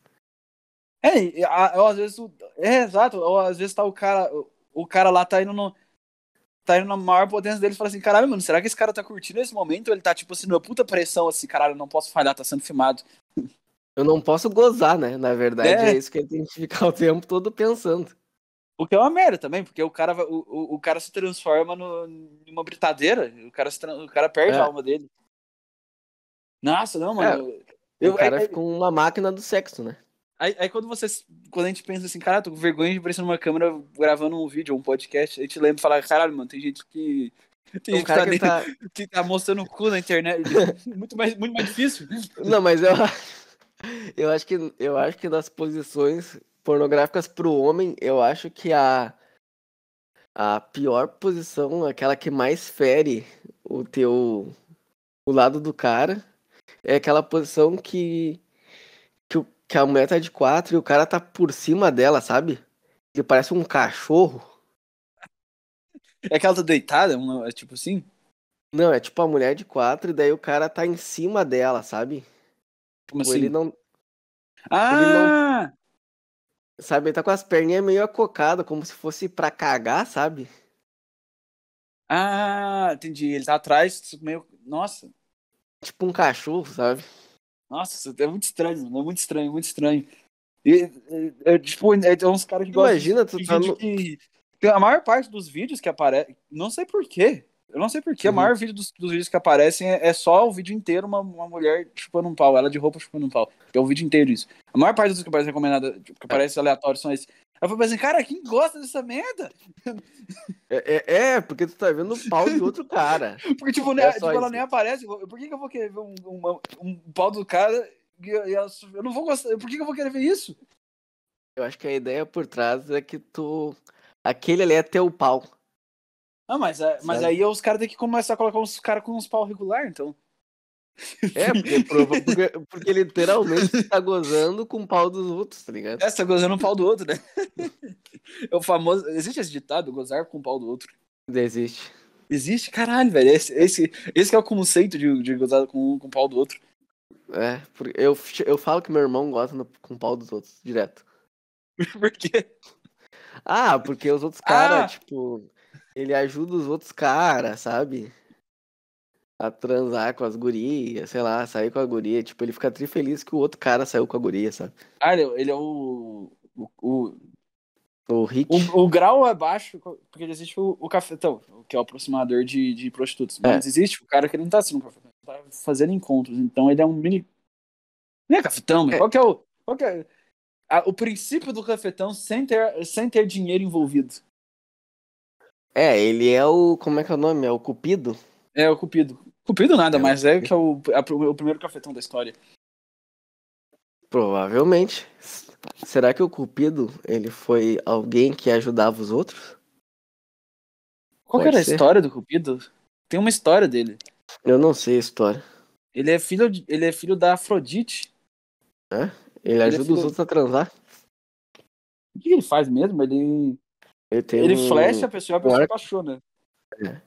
É, e a- ou às vezes. o- É, exato. Ou às vezes tá o cara. o- O cara lá tá indo no. Tá indo na maior potência dele e fala assim: caralho, mano, será que esse cara tá curtindo esse momento? Ele tá, tipo assim, numa puta pressão, assim, caralho, não posso falhar, tá sendo filmado. Eu não posso gozar, né? Na verdade, É. é, isso que ele tem que ficar o tempo todo pensando. O que é uma merda também, porque o cara, vai- o, o, o cara se transforma no, numa britadeira. O cara, se tran- o cara perde É. a alma dele. Nossa, não, mano. eu, o cara aí- fica uma máquina do sexo, né? Aí, aí quando você. Quando a gente pensa assim, cara, tô com vergonha de aparecer numa câmera gravando um vídeo ou um podcast, a gente lembra e fala, caralho, mano, tem gente que. Tem Um gente que cara tá, que nem- tá- que tá mostrando o cu na internet. muito, mais, muito mais difícil. Não, mas eu eu acho que eu acho que nas posições pornográficas pro homem, eu acho que a a pior posição, aquela que mais fere o teu o lado do cara, é aquela posição que que, o- que a mulher tá de quatro e o cara tá por cima dela, sabe? Que parece um cachorro. É que ela tá deitada, um- é tipo assim. Não, é tipo a mulher de quatro e daí o cara tá em cima dela, sabe? Como Ou assim? Ele não Ah! Sabe, ele tá com as perninhas meio acocadas, como se fosse pra cagar, sabe? Ah, entendi. Ele tá atrás, meio. Nossa, Tipo um cachorro, sabe? nossa, é muito estranho, mano. É muito estranho, muito estranho. E, e, é, tipo, é, é uns caras que gostam de Imagina, tu tá vídeo no. que- que A maior parte dos vídeos que aparecem. Não sei porquê. Eu não sei porquê. Uhum. A maior vídeo dos, dos vídeos que aparecem é, é só o vídeo inteiro uma, uma mulher chupando um pau. Ela de roupa chupando um pau. É o vídeo inteiro isso. A maior parte dos que aparecem recomendados, tipo, que aparecem aleatórios, são esses. Aí eu falei assim, cara, quem gosta dessa merda? É, é, é, porque tu tá vendo o pau de outro cara. Porque, tipo, né, É só tipo ela isso. nem aparece. Por que, que eu vou querer ver um, uma- um pau do cara e eu, e ela- eu não vou gostar? Por que, que eu vou querer ver isso? Eu acho que a ideia por trás é que tu. Aquele ali é teu pau. Ah, mas, é- mas Sabe? aí os caras têm que começar a colocar uns caras com uns pau regular, então. É, porque, prova- porque, porque literalmente tu tá gozando com o pau dos outros, tá ligado? É, você tá gozando um pau do outro, né? É o famoso. Existe esse ditado, gozar com o pau do outro? Desiste. Existe, caralho, velho. Esse, esse, esse que é o conceito de, de gozar com, com o pau do outro. É, porque eu, f- eu falo que meu irmão gosta no- com o pau dos outros, direto. Por quê? Ah, porque os outros caras, Ah! tipo, ele ajuda os outros caras, sabe? A transar com as gurias, sei lá, sair com a guria. Tipo, ele fica tri feliz que o outro cara saiu com a guria, sabe? Ah, ele, ele é o. O, o, O Rick. o, o grau é baixo, porque existe o, o cafetão, que é o aproximador de, de prostitutos. É. Mas existe o cara que não tá sendo cafetão, ele tá fazendo encontros. Então ele é um mini. Não é cafetão, mas É. qual que é o. Qual que é a- o princípio do cafetão sem ter, sem ter dinheiro envolvido? É, ele é o. Como é que é o nome? É o Cupido? É, o Cupido. Cupido nada, É, o mas é que é o, a- o primeiro cafetão da história. Provavelmente. S- Será que o Cupido, ele foi alguém que ajudava os outros? Qual que Pode era a ser. história do Cupido? Tem uma história dele. Eu não sei a história. Ele é filho, de- ele é filho da Afrodite. Ele é ajuda os filho- outros a transar. O que ele faz mesmo? Ele, Ele, tem ele um- flecha a pessoa e a pessoa um se arco. apaixona. É.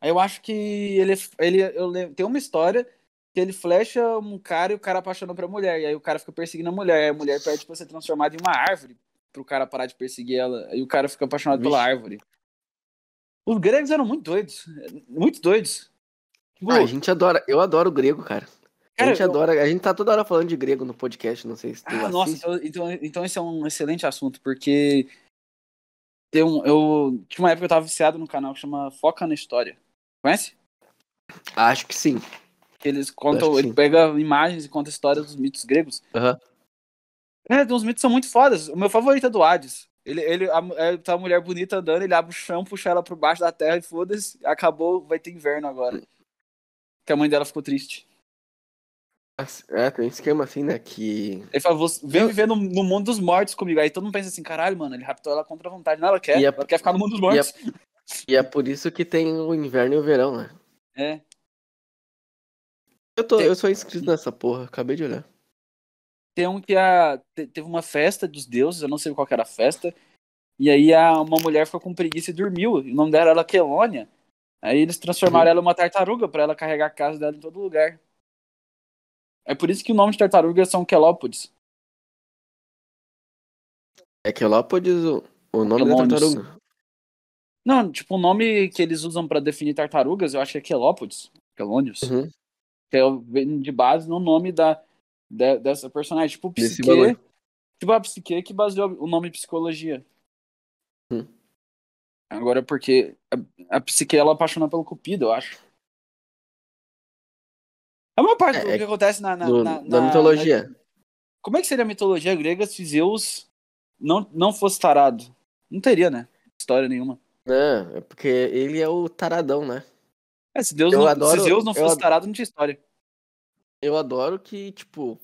Aí eu acho que ele, ele eu lembro, tem uma história que ele flecha um cara e o cara apaixonou pra mulher. E aí o cara fica perseguindo a mulher. E a mulher pede pra ser transformada em uma árvore pro cara parar de perseguir ela. E o cara fica apaixonado pela Vixe. árvore. Os gregos eram muito doidos. Muito doidos. Tipo, Ah, a gente adora. Eu adoro grego, cara. cara, a gente eu- adora. A gente tá toda hora falando de grego no podcast, não sei se tu Ah, assiste. nossa, então, então, então esse é um excelente assunto, porque tem um, eu tinha uma época que eu tava viciado num canal que chama Foca na História. Conhece? Acho que sim. Que eles Acho contam, que ele sim. pega imagens e conta histórias dos mitos gregos. Aham. É, tem uns mitos que são muito fodas. O meu favorito é do Hades. Ele, ele, a, mu- é, tá uma mulher bonita andando, ele abre o chão, puxa ela pro baixo da terra e foda-se, acabou, vai ter inverno agora. Que a mãe dela ficou triste. É, tem um esquema assim, né? Que. Ele fala, "Você- vem Eu- viver no, no mundo dos mortos comigo. Aí todo mundo pensa assim, caralho, mano, ele raptou ela contra a vontade. Não, ela quer, E é- ela quer ficar no mundo dos mortos. E é por isso que tem o inverno e o verão, né? É. Eu, tô, Tem- eu sou inscrito nessa porra, acabei de olhar. Tem um que a, te- teve uma festa dos deuses, eu não sei qual que era a festa. E aí a, uma mulher ficou com preguiça e dormiu. E o nome dela era Quelônia. Aí eles Uhum. transformaram ela em uma tartaruga pra ela carregar a casa dela em todo lugar. É por isso que o nome de tartaruga são Quelópodes. É Quelópodes, o, o nome da Quelônios. tartaruga. Não, tipo, o nome que eles usam pra definir tartarugas, eu acho que é Quelópodes. Quelônios. Uhum. Que é, o- vem de base no nome da, de- dessa personagem. Tipo, Desse Psique. bagulho. Tipo, a Psique que baseou o nome em psicologia. Hum. Agora, porque a, a Psique, ela apaixona pelo Cupido, eu acho. A maior parte É, do é que acontece na... na, do- na- da na- mitologia. na- Como é que seria a mitologia grega se Zeus não, não fosse tarado? Não teria, né? História nenhuma. Não, é porque ele é o taradão, né? É, se, Deus Eu não, adoro- se Zeus não eu fosse ad- tarado, não tinha história. Eu adoro que, tipo,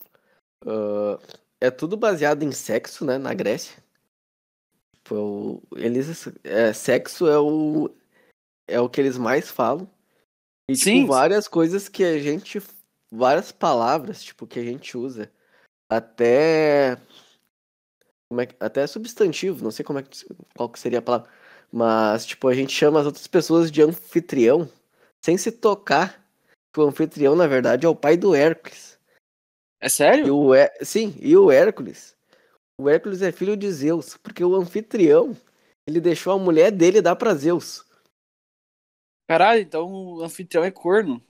ah, é tudo baseado em sexo, né, na Grécia. Tipo, é o- eles, é, sexo é o, é o que eles mais falam. E, tipo, Sim. várias coisas que a gente, várias palavras, tipo, que a gente usa. Até, como é que- até substantivo, não sei como é que, qual que seria a palavra. Mas, tipo, a gente chama as outras pessoas de anfitrião, sem se tocar. que O anfitrião, na verdade, é o pai do Hércules. É sério? E o Hé- Sim, e o Hércules. O Hércules é filho de Zeus, porque o anfitrião, ele deixou a mulher dele dar pra Zeus. Caralho, então o anfitrião é corno.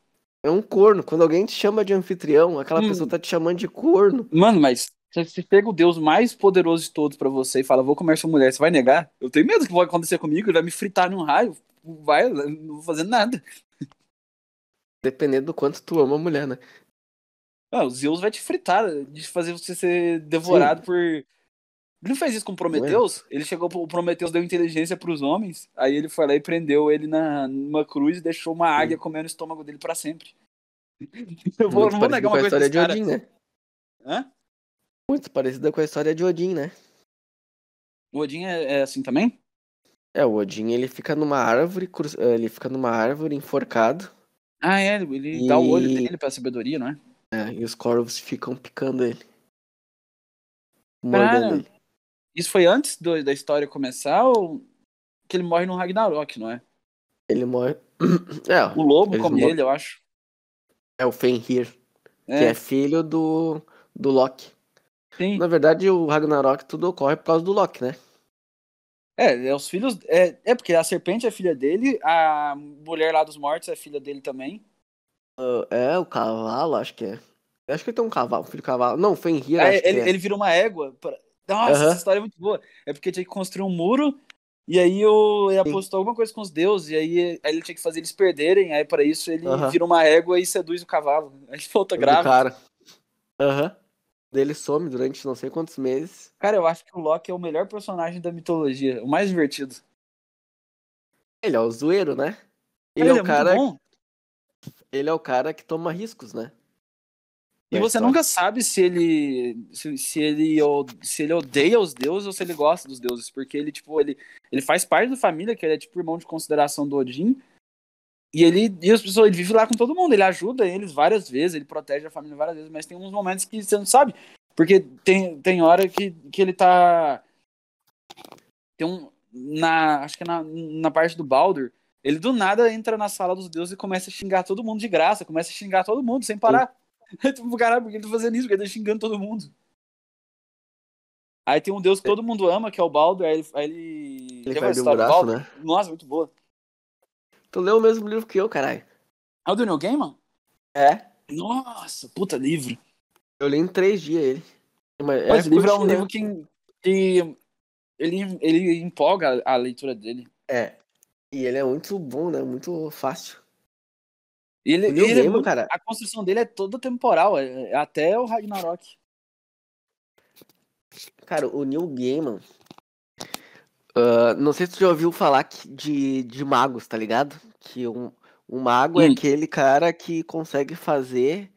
É um corno. Quando alguém te chama de anfitrião, aquela Hum. pessoa tá te chamando de corno. Mano, mas Se você pega o Deus mais poderoso de todos pra você e fala, vou comer sua mulher, você vai negar? Eu tenho medo que vai acontecer comigo, ele vai me fritar num raio, vai, não vou fazer nada. Dependendo do quanto tu ama a mulher, né? Ah, o Zeus vai te fritar, de fazer você ser devorado por. Ele não fez isso com Prometeus? Ele chegou, o Prometeus deu inteligência pros homens, aí ele foi lá e prendeu ele na, numa cruz e deixou uma águia comendo o estômago dele pra sempre. Eu vou, não Muito vou parecido negar com uma a coisa história desse de cara. Odin, né? Hã? Muito parecida com a história de Odin, né? O Odin é, é assim também? É, o Odin ele fica numa árvore, cruz- eh, ele fica numa árvore enforcado, Ah, é, ele E- dá o olho dele pra sabedoria, não é? né? E os corvos ficam picando ele. Caralho. Mordendo ele. Isso foi antes do- da história começar ou que ele morre no Ragnarok, não é? Ele morre. É, O lobo Eles come morrem. ele, eu acho. é o Fenrir, que É, é filho do, do Loki. sim. Na verdade, o Ragnarok tudo ocorre por causa do Loki, né? É, é os filhos. É, é, porque a serpente é filha dele, a mulher lá dos mortos é filha dele também. É, o cavalo, acho que é. Eu acho que ele tem um cavalo, um filho de cavalo. Não, Fenrir, Ah, acho ele, que é. ele vira uma égua. pra- Nossa, Aham. essa história é muito boa. É porque tinha que construir um muro. E aí o, ele Sim. apostou alguma coisa com os deuses, e aí, aí ele tinha que fazer eles perderem, aí para isso ele Aham. vira uma égua e seduz o cavalo. Aí volta do grávida. cara. Aham. Daí Ele some durante não sei quantos meses. Cara, eu acho que o Loki é o melhor personagem da mitologia, o mais divertido. Ele é o zoeiro, né? Cara, Ele é o muito cara, bom. ele é o cara que toma riscos, né? E Então, Da você história. nunca sabe se ele se, se ele o- se ele odeia os deuses ou se ele gosta dos deuses, porque ele tipo ele, ele faz parte da família, que ele é tipo irmão de consideração do Odin. E ele e as pessoas ele vive lá com todo mundo, ele ajuda eles várias vezes, ele protege a família várias vezes, mas tem uns momentos que você não sabe, porque tem, tem hora que, que ele tá tem um na acho que é na, na parte do Baldur, ele do nada entra na sala dos deuses e começa a xingar todo mundo de graça, começa a xingar todo mundo sem parar. Aí tu, Caralho, por que ele tá fazendo isso? Porque ele tá xingando todo mundo. Aí tem um deus que todo mundo ama, que é o Baldur, aí ele. Aí ele... Ele Já vai vai abrir o citar do braço, Baldur? né? Nossa, muito boa. Tu leu o mesmo livro que eu, caralho. É o do Neil Gaiman? É. Nossa, puta livro. Eu li em três dias ele. Mas Mas o livro é um curtinho, né? livro que, que ele, ele empolga a, a leitura dele. É. E ele é muito bom, né? Muito fácil. E Ele, O Neil ele é Gaiman, muito- cara. A construção dele é toda temporal, é- é até o Ragnarok. Cara, o Neil Gaiman. ah, não sei se tu já ouviu falar que- de, de magos, tá ligado? Que um, um mago é Hum. aquele cara que consegue fazer.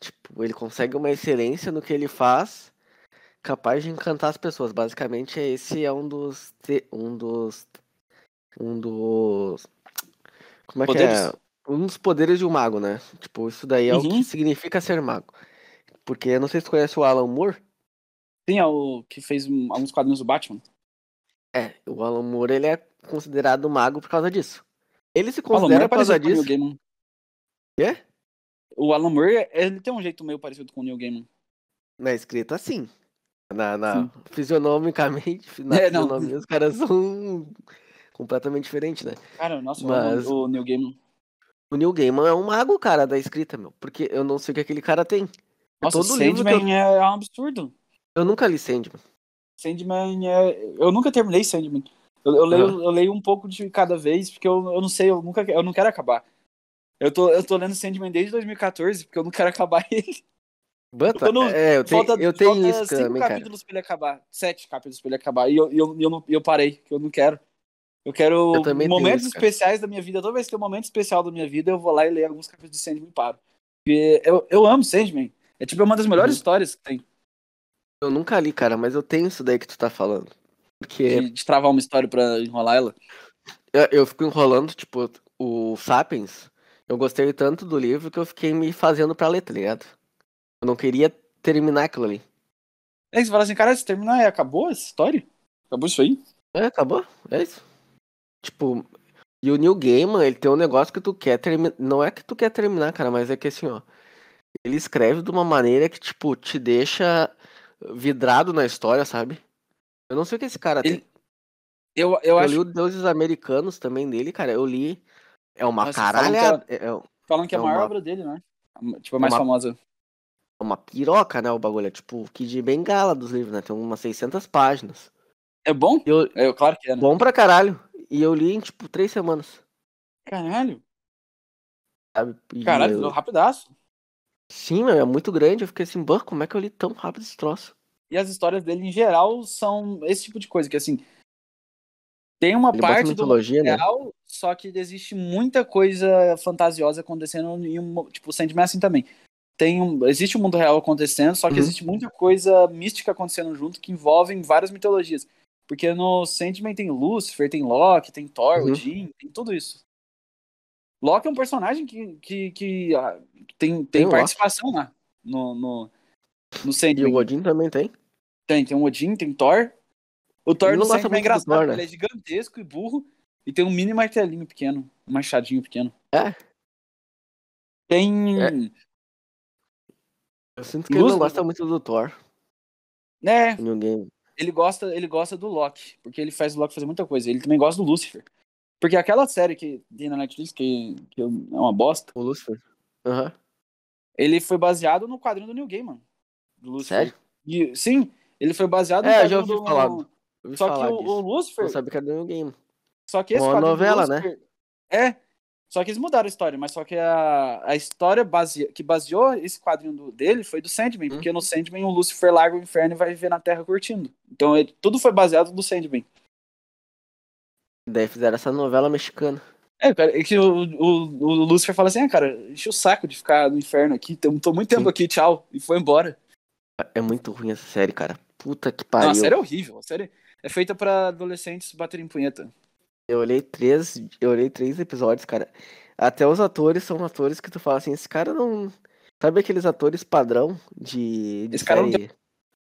Tipo, ele consegue uma excelência no que ele faz, capaz de encantar as pessoas. Basicamente, esse é um dos. te- Um dos. Um dos. Como é Poderes? que é? Um dos poderes de um mago, né? Tipo, isso daí é o Uhum. que significa ser mago. Porque eu não sei se tu conhece o Alan Moore. Sim, é o que fez um- alguns quadrinhos do Batman. É, o Alan Moore ele é considerado mago por causa disso. Ele se O Alan Moore considera é por causa parecido com o Neil disso. Gaiman. Quê? O Alan Moore, ele tem um jeito meio parecido com o Neil Gaiman. Na escrita, sim. Na, na- Sim. Fisionomicamente, na É, não. fisionomia, os caras são completamente diferentes, né? Cara, nossa, Mas- o, o Neil Gaiman. O Neil Gaiman é um mago, cara, da escrita, meu. Porque eu não sei o que aquele cara tem. Nossa, todo livro que Sandman é um absurdo. Eu nunca li Sandman. Sandman é. Eu nunca terminei Sandman. Eu, eu leio, Aham. eu leio um pouco de cada vez, porque eu, eu não sei, eu nunca eu não quero acabar. Eu tô, eu tô lendo Sandman desde 2014, porque eu não quero acabar ele. Bata, Eu não- é, eu tenho, Falta, eu tenho falta isso cinco também, cara. capítulos pra ele acabar. Sete capítulos pra ele acabar. E eu, e eu, e eu, não- e eu parei, que eu não quero. Eu quero Eu também tenho momentos isso, cara. especiais da minha vida. Toda vez que tem um momento especial da minha vida, eu vou lá e leio alguns capítulos de Sandman e paro. Porque eu, eu amo Sandman. É tipo uma das melhores Uhum. histórias que tem. Eu nunca li, cara, mas eu tenho isso daí que tu tá falando. Porque de, de travar uma história pra enrolar ela. Eu, eu fico enrolando, tipo, o Sapiens. Eu gostei tanto do livro que eu fiquei me fazendo pra ler, tá ligado? Eu não queria terminar aquilo ali. É que você fala assim, cara, se terminar, é, acabou essa história? Acabou isso aí? É, acabou? É isso. Tipo, e o Neil Gaiman, ele tem um negócio que tu quer terminar. Não é que tu quer terminar, cara, mas é que assim, ó. Ele escreve de uma maneira que, tipo, te deixa vidrado na história, sabe? Eu não sei o que esse cara Ele- tem. Eu, eu Eu, acho. li o Deuses Americanos também dele, cara. Eu li. É uma Nossa, falam que caralhada. É, é Falam que é a Não, maior mas- obra dele, né? Tipo, a mais Uma- famosa. uma piroca, né? O bagulho é tipo Kid Bengala dos livros, né? Tem umas 600 páginas. É bom? E eu- É, claro que é, né? bom pra caralho. E eu li em, tipo, três semanas. Caralho, Sabe? E caralho, eu- deu rapidaço. Sim, meu, é muito grande. Eu fiquei assim, "Bah, como é que eu li tão rápido esse troço? E as histórias dele, em geral, são esse tipo de coisa, que assim. Tem uma Ele bota parte do mitologia, né? real, só que existe muita coisa fantasiosa acontecendo em um. Tipo, o Sandman é assim também. Tem um, existe o mundo real acontecendo, só que Uhum. existe muita coisa mística acontecendo junto que envolvem várias mitologias. Porque no Sandman tem Lúcifer, tem Loki, tem Thor, Uhum. Odin, tem tudo isso. Loki é um personagem que, que, que, ah, tem, tem, Tem o Loki. participação lá no, no, no E o Sandman. Odin também tem. Tem, tem um Odin, tem Thor. O Thor Ele no não gosta Sandman é muito do engraçado, Thor, né? ele é gigantesco e burro e tem um mini martelinho pequeno, um machadinho pequeno. É. Tem. É. Eu sinto que ele Luz- não gosta muito do Thor Né, no game. ele gosta, ele gosta do Loki, porque ele faz o Loki fazer muita coisa. Ele também gosta do Lucifer. Porque aquela série que tem na Netflix, que, que é uma bosta, O Lúcifer. Aham. ele foi baseado no quadrinho do New Gaiman. Do Lucifer. Sério? E- sim, ele foi baseado no É, eu já quadrinho ouvi do- falar do- Eu ouvi Só falar que o, disso. o Lucifer, Não sabe que é do game. Só que esse Uma quadrinho do novela, né? Lucifer- É. Só que eles mudaram a história, mas só que a, a história base, que baseou esse quadrinho do- dele foi do Sandman, porque Uhum. no Sandman o Lucifer larga o inferno e vai viver na Terra curtindo. Então ele- tudo foi baseado no Sandman. Daí fizeram essa novela mexicana. É, cara, é que o, o, o Lucifer fala assim, ah, cara, enche o saco de ficar no inferno aqui, tô, tô muito tempo Sim. aqui, tchau. E foi embora. É muito ruim essa série, cara. Puta que Não, pariu. a série é horrível, a série é feita pra adolescentes baterem punheta. Eu olhei três, eu olhei três episódios, cara. Até os atores são atores que tu fala assim, esse cara não. Sabe aqueles atores padrão de, de Esse cara não série?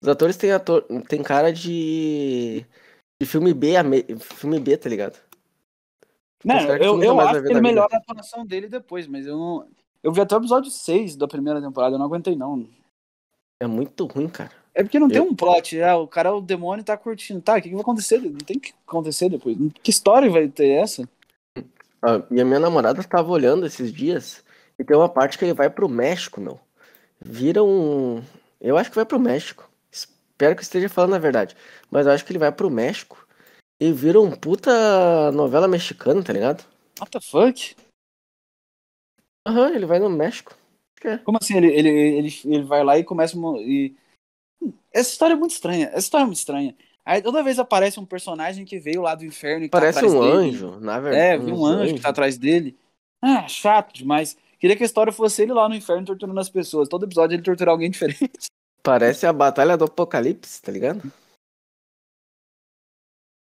Os atores têm ator, tem cara de de filme B, ame- filme B, tá ligado? Não, Esse cara que tu eu, nunca eu mais acho vai ver que ele na vida. melhora a atuação dele depois, mas eu não. Eu vi até o episódio 6 da primeira temporada, eu não aguentei, não. É muito ruim, cara. É porque não tem Eu- um plot, é, o cara é o demônio e tá curtindo. Tá, o que, que vai acontecer? Não tem o que acontecer depois. Que história vai ter essa? Ah, e a minha namorada tava olhando esses dias e tem uma parte que ele vai pro México, meu. Vira um. Eu acho que vai pro México. Espero que eu esteja falando a verdade. Mas eu acho que ele vai pro México e vira um puta novela mexicana, tá ligado? What the fuck? Aham, ele vai no México. Como assim? Ele, ele, ele, ele vai lá e começa uma, e... Essa história é muito estranha. Essa história é muito estranha. Aí toda vez aparece um personagem que veio lá do inferno e que Parece tá atrás um dele. anjo, né? na verdade. É, vi um anjo que tá atrás dele. Ah, chato demais. Queria que a história fosse ele lá no inferno torturando as pessoas. Todo episódio ele torturar alguém diferente. Parece a Batalha do Apocalipse, tá ligado?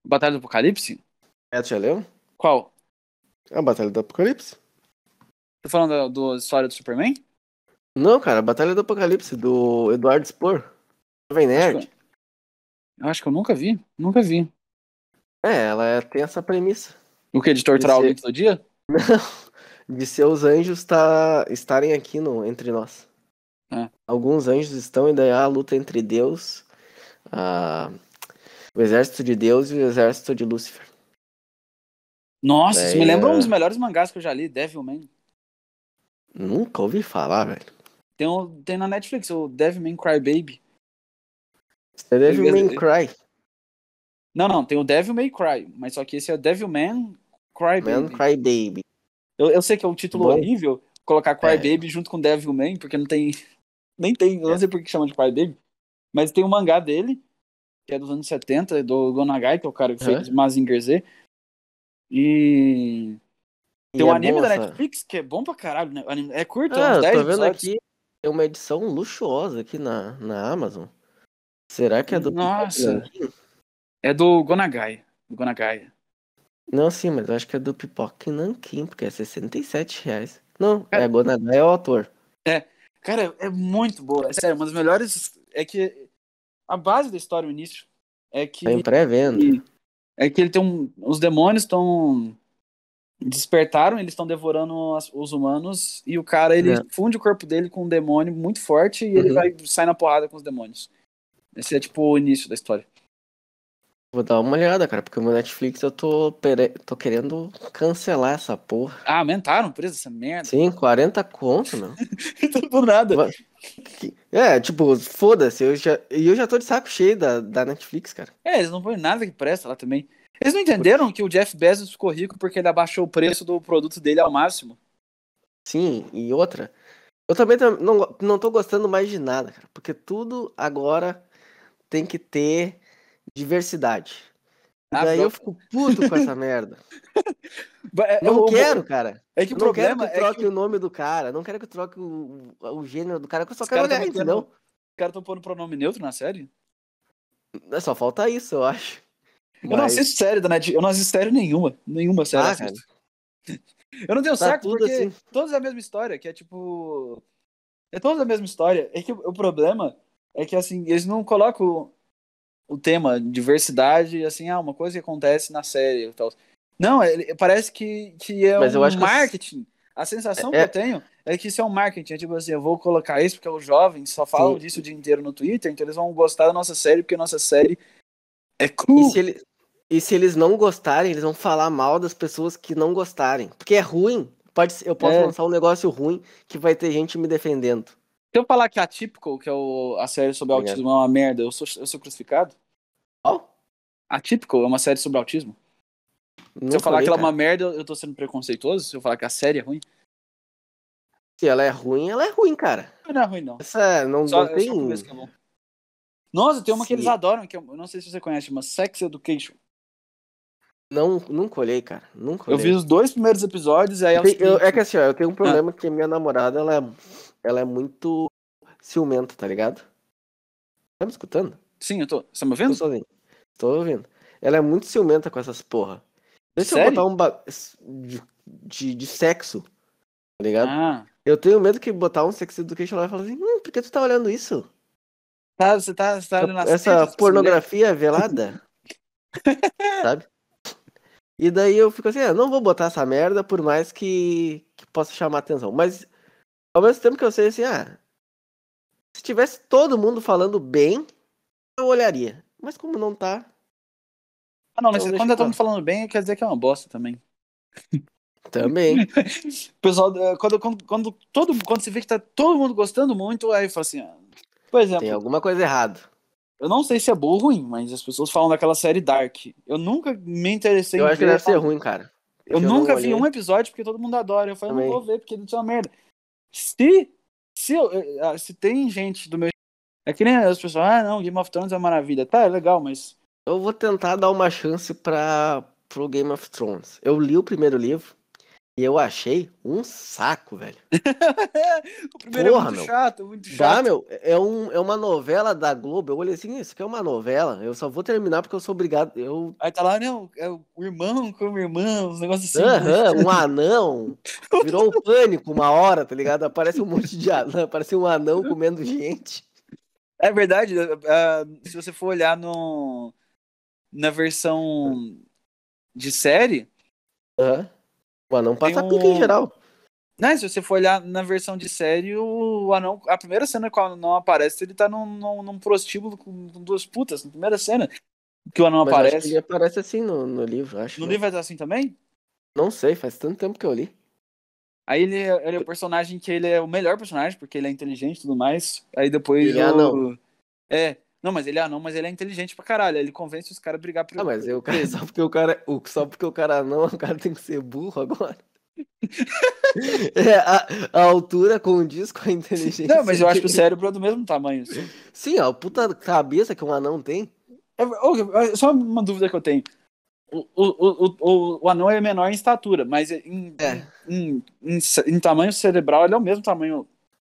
Batalha do Apocalipse? É, tu já leu? Qual? A Batalha do Apocalipse? Tá falando da, do- história do Superman? Não, cara, a Batalha do Apocalipse, do Eduardo Spohr. Jovem Nerd. Acho Eu acho que eu nunca vi. Nunca vi. É, ela é- tem essa premissa. O que? De torturar Esse- alguém todo dia? de seus anjos tá, estarem aqui no, entre nós. É. Alguns anjos estão e daí há a luta entre Deus, a- o exército de Deus e o exército de Lúcifer. Nossa, isso me Daí, lembra é. um dos melhores mangás que eu já li, Devilman. Nunca ouvi falar, velho. Tem, um, tem na Netflix, o Devilman Crybaby. Você deve ligado? Man Cry, Não, não, tem o Devil May Cry, mas só que esse é Devilman Crybaby. Man Cry Baby. Eu, eu sei que é um título Bom. horrível colocar Cry É. Baby junto com Devilman, porque não tem. Nem tem, É. eu não sei por que chama de Cry Baby, mas tem um mangá dele, que é dos anos 70, do Gonagai, que é o cara que Aham. fez Mazinger Z. E. Tem E um é anime bom da essa- Netflix, que é bom pra caralho, né? O anime- É curto, é Ah, uns eu 10 tô vendo episódios. aqui, tem uma edição luxuosa aqui na, na Amazon. Será que é do... Nossa. É do Gonagai. Do Gonagai. Não, sim, mas eu acho que é do Pipoca e Nanquim, porque é R$ 67 reais. Não, Cara- é Gonadá, é o autor. Cara, é muito boa. É sério, uma das melhores. É que a base da história, o início, é que. Tá em pré-venda. É que ele tem um. Os demônios estão. Despertaram, eles estão devorando as- os humanos. E o cara, ele É. funde o corpo dele com um demônio muito forte e ele Uhum. vai sair na porrada com os demônios. Esse é tipo o início da história. Vou dar uma olhada, cara, porque o meu Netflix eu tô, pere- tô querendo cancelar essa porra. Ah, aumentaram o preço dessa merda. Sim, 40 conto, meu. do nada. Que- É, tipo, foda-se, eu já, e eu já tô de saco cheio da, da Netflix, cara. É, eles não põem nada que presta lá também. Eles não entenderam que o Jeff Bezos ficou rico porque ele abaixou o preço do produto dele ao máximo. Sim, e outra. Eu também tam- não, go- não tô gostando mais de nada, cara. Porque tudo agora tem que ter diversidade. Ah, Daí eu bro- fico puto com essa merda. É, Não o- quero, cara. É que o Eu não quero problema que é que troque o nome do cara. Não quero que troque o, o gênero do cara. que Eu só Os quero caras olhar, também entendeu? os caras estão pondo pronome neutro na série. É Só falta isso, eu acho. Eu não Mas- assisto série da Netflix. Eu não assisto série nenhuma. Nenhuma série. eu Ah, cara, assisto. eu não tenho tá saco tudo porque assim. todas a mesma história, que é tipo. É todas a mesma história. É que o o problema é que assim, eles não colocam o tema diversidade, assim, ah, uma coisa que acontece na série e tal. Não, é, ele- parece que, que é Mas um eu acho que as- marketing. A sensação É- que eu tenho é que isso é um marketing. É tipo assim, eu vou colocar isso porque os jovens só falam Sim. disso o dia inteiro no Twitter, então eles vão gostar da nossa série porque a nossa série é cool. E se, ele- e se eles não gostarem, eles vão falar mal das pessoas que não gostarem. Porque é ruim. Pode ser- eu posso É. lançar um negócio ruim que vai ter gente me defendendo. Se eu falar que a Atypical, que é o- a série sobre Obrigado. autismo, é uma merda, eu sou, eu sou crucificado? Ó, Atypical é uma série sobre autismo? não Se eu falar falei, que ela é cara. uma merda, eu tô sendo preconceituoso? Se eu falar que a série é ruim? Se ela é ruim, ela é ruim, cara. Não é ruim, não. Essa não, Só, não é só o tem. começo que é bom. Nossa, tem uma que Sim. eles adoram, que eu eu não sei se você conhece, chama Sex Education. Não, nunca olhei, cara. Nunca Eu olhei. vi os Ah. dois primeiros episódios, e aí... aos Tem- eu- é 20. que assim, ó, eu tenho um problema que minha namorada, ela é, ela é muito ciumenta, tá ligado? Tá me escutando? Sim, eu tô... Você tá me Tô ouvindo? sozinho. Tô ouvindo. Ela é muito ciumenta com essas porra. Deixa eu Sério? botar um ba... de, de, de sexo, tá ligado? Ah, Eu tenho medo que botar um sex education lá e falar assim, hum, por que tu tá olhando isso? tá, você tá, você tá olhando as tetas Essa dessa mulher? pornografia velada? Sabe? E daí eu fico assim, ah, não vou botar essa merda, por mais que, que possa chamar atenção. Mas ao mesmo tempo que eu sei assim, ah, se tivesse todo mundo falando bem, eu olharia. Mas como não tá, Ah, não, mas Então, quando deixa eu tô pra lá. falando bem, quer dizer que é uma bosta também. também. O pessoal, eh, quando, quando, quando, todo, quando você vê que tá todo mundo gostando muito, aí fala assim... ah, Por exemplo, Tem alguma coisa errada. Eu não sei se é bom ou ruim, mas as pessoas falam daquela série Dark. Eu nunca me interessei Eu em acho que ver. deve ser ruim, cara. Eu que eu nunca não vi olhei. um episódio porque todo mundo adora. Eu falei, eu Também. não vou ver porque não é uma merda. Se, se, eu- eh, ah, se tem gente do meu. É que nem as pessoas, ah, não, Game of Thrones é uma maravilha. Tá, é legal, mas. Eu vou tentar dar uma chance para pro Game of Thrones. Eu li o primeiro livro e eu achei um saco, velho. o primeiro Porra, é muito meu. chato, muito chato. Dá, meu, é, um, é uma novela da Globo. Eu olhei assim, isso aqui é uma novela. Eu só vou terminar porque eu sou obrigado. Eu. Aí tá lá, não, é o irmão com o irmão, uns negócios assim. Aham, um anão. Virou o pânico uma hora, tá ligado? Aparece um monte de anão, aparece um anão comendo gente. É verdade, eh, ah, se você for olhar no, na versão de série. Aham. O anão passa Tem pica um- em geral. Né, se você for olhar na versão de série, o anão, a primeira cena que o anão aparece, ele tá num, num, num prostíbulo com, com duas putas. Na primeira cena que o anão Mas acho que aparece. ele aparece assim no, no livro, acho. No né? livro vai estar assim também? Não sei, faz tanto tempo que eu li. Aí ele, é- ele é o personagem que ele é o melhor personagem, porque ele é inteligente e tudo mais. Aí depois. Ele é o- anão. É. Não, mas ele é anão, mas ele é inteligente pra caralho. Ele convence os caras a brigar por. Ah, mas aí o cara, só porque o cara, o- só porque o cara não, o cara tem que ser burro agora. É, a, a altura condiz com a inteligência. Não, mas eu acho que o dele. cérebro é do mesmo tamanho. Assim. Sim, ó, puta cabeça que um anão tem. É, ô, é, Só uma dúvida que eu tenho. O, o, o, o, o anão é menor em estatura, mas em, É. em, em, em tamanho cerebral ele é o mesmo tamanho.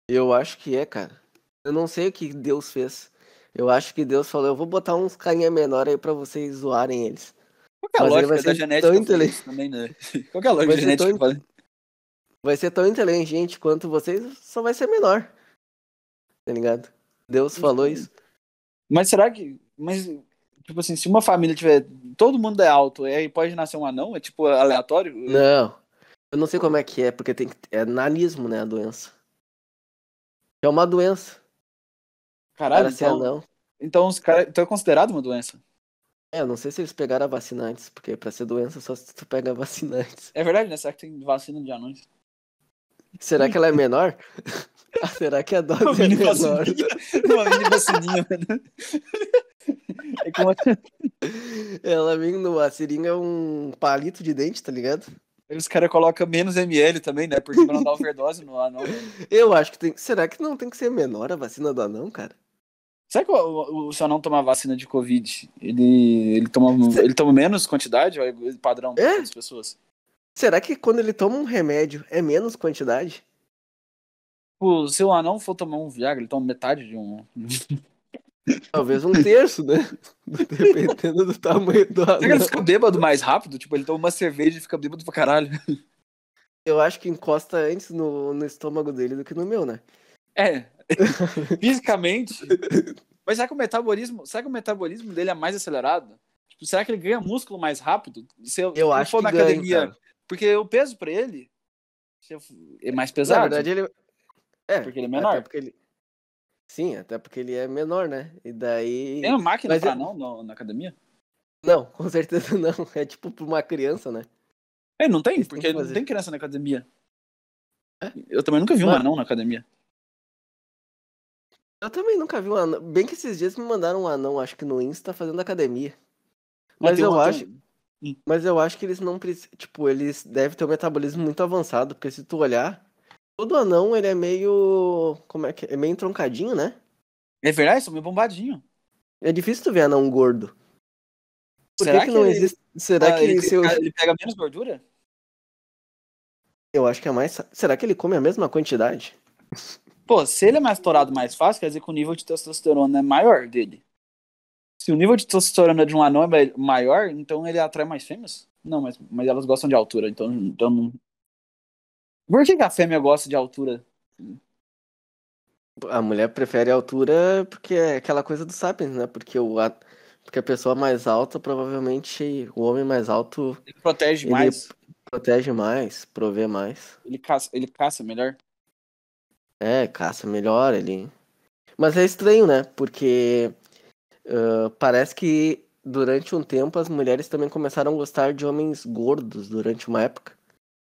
Eu acho que é, cara. Eu não sei o que Deus fez. Eu acho que Deus falou, eu vou botar uns carinha menor aí pra vocês zoarem eles. Qual que é a Mas ele vai lógica ser da genética? tão fazer isso também, né? Qual que é a lógica Vai da ser genética? tão- fazer? Vai ser tão inteligente quanto vocês, só vai ser menor. Tá ligado? Deus falou isso. Mas será que. Mas, tipo assim, se uma família tiver. Todo mundo é alto, e aí pode nascer um anão? É tipo aleatório? Não. Eu não sei como é que é, porque tem que. É nanismo, né? A doença. É uma doença. Caralho, Cara, se é então, não. então os caras. Então é considerado uma doença. É, eu não sei se eles pegaram a vacina antes, porque pra ser doença só se tu pega a vacina antes. É verdade, né? Será que tem vacina de anões? Será que ela é menor? Ah, será que a dose Uma é mini menor? vacilinha. Uma mini vacilinha, mano. É como Ela vem numa seringa, é um palito de dente, tá ligado? Aí os caras colocam menos ml também, né? Porque pra não dar overdose no anão. Eu acho que tem. Será que não tem que ser menor a vacina do anão, cara? Será que o, o, o seu anão toma vacina de Covid? Ele, ele, toma, ele toma menos quantidade? ou É padrão É? das pessoas? Será que quando ele toma um remédio é menos quantidade? Tipo, se o anão for tomar um Viagra, ele toma metade de um. Talvez um terço, né? Dependendo do tamanho do Será que ele anão. fica bêbado mais rápido? Tipo, ele toma uma cerveja e fica bêbado pra caralho. Eu acho que encosta antes no, no estômago dele do que no meu, né? É. Fisicamente. Mas será que o metabolismo. Será que o metabolismo dele é mais acelerado? Tipo, será que ele ganha músculo mais rápido? Se eu, se Eu acho for que na ganha, academia. cara. Porque o peso pra ele se eu f- é mais pesado. Na verdade, ele. É, porque ele é Até menor. porque ele... Sim, até porque ele é menor, né? E daí. Tem um uma máquina Mas pra eu- não no- na academia? Não, com certeza não. É tipo pra uma criança, né? É, não tem, Eles têm porque que não fazer. tem criança na academia. É? Eu também nunca vi um Mano. anão na academia. Eu também nunca vi um anão. Bem que esses dias me mandaram um anão, acho que no Insta, fazendo academia. Mas tem eu um- tem- acho- Mas eu acho que eles não precisam. Tipo, eles devem ter um metabolismo muito avançado, porque se tu olhar, todo anão ele é meio. Como é que é? É meio troncadinho, né? É verdade, são meio bombadinho. É difícil tu ver anão gordo. Por Será que, que não ele- existe. Será ah, que ele, se eu... pega, ele pega menos gordura? eu acho que é mais. Será que ele come a mesma quantidade? Pô, se ele é mais torado mais fácil, quer dizer que o nível de testosterona é maior dele. Se o nível de testosterona de um anão é mai- maior, então ele atrai mais fêmeas? Não, mas, mas elas gostam de altura, então, então não. Por que, que a fêmea gosta de altura? A mulher prefere a altura porque é aquela coisa do sapiens, né? Porque o a... porque a pessoa mais alta, provavelmente o homem mais alto Ele protege Ele- mais, protege mais, provê mais. ele caça, ele caça melhor. É, caça melhor ali. Mas é estranho, né? Porque ah, parece que durante um tempo as mulheres também começaram a gostar de homens gordos durante uma época.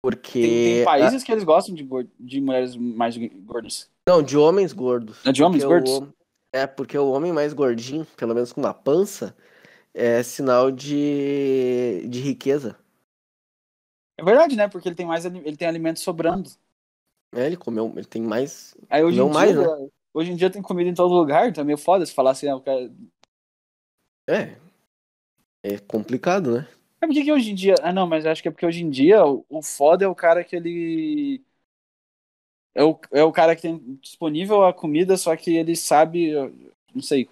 Porque. Tem, tem ah, países que eles gostam de, gor- de mulheres mais gordas. não, de homens gordos. É de homens Porque o gordos? hom- É, porque o homem mais gordinho, pelo menos com uma pança, é sinal de, de riqueza. É verdade, né? Porque ele tem mais ali- ele tem alimento sobrando. É, ele comeu, ele tem mais. Aí hoje em Não mais, né? dia, hoje em dia tem comida em todo lugar, então é meio foda se falar assim, ah, o cara- É. É complicado, né? É porque que hoje em dia. Ah, não, mas acho que é porque hoje em dia o, o foda é o cara que ele. É o, é o cara que tem disponível a comida, só que ele sabe. eu Não sei.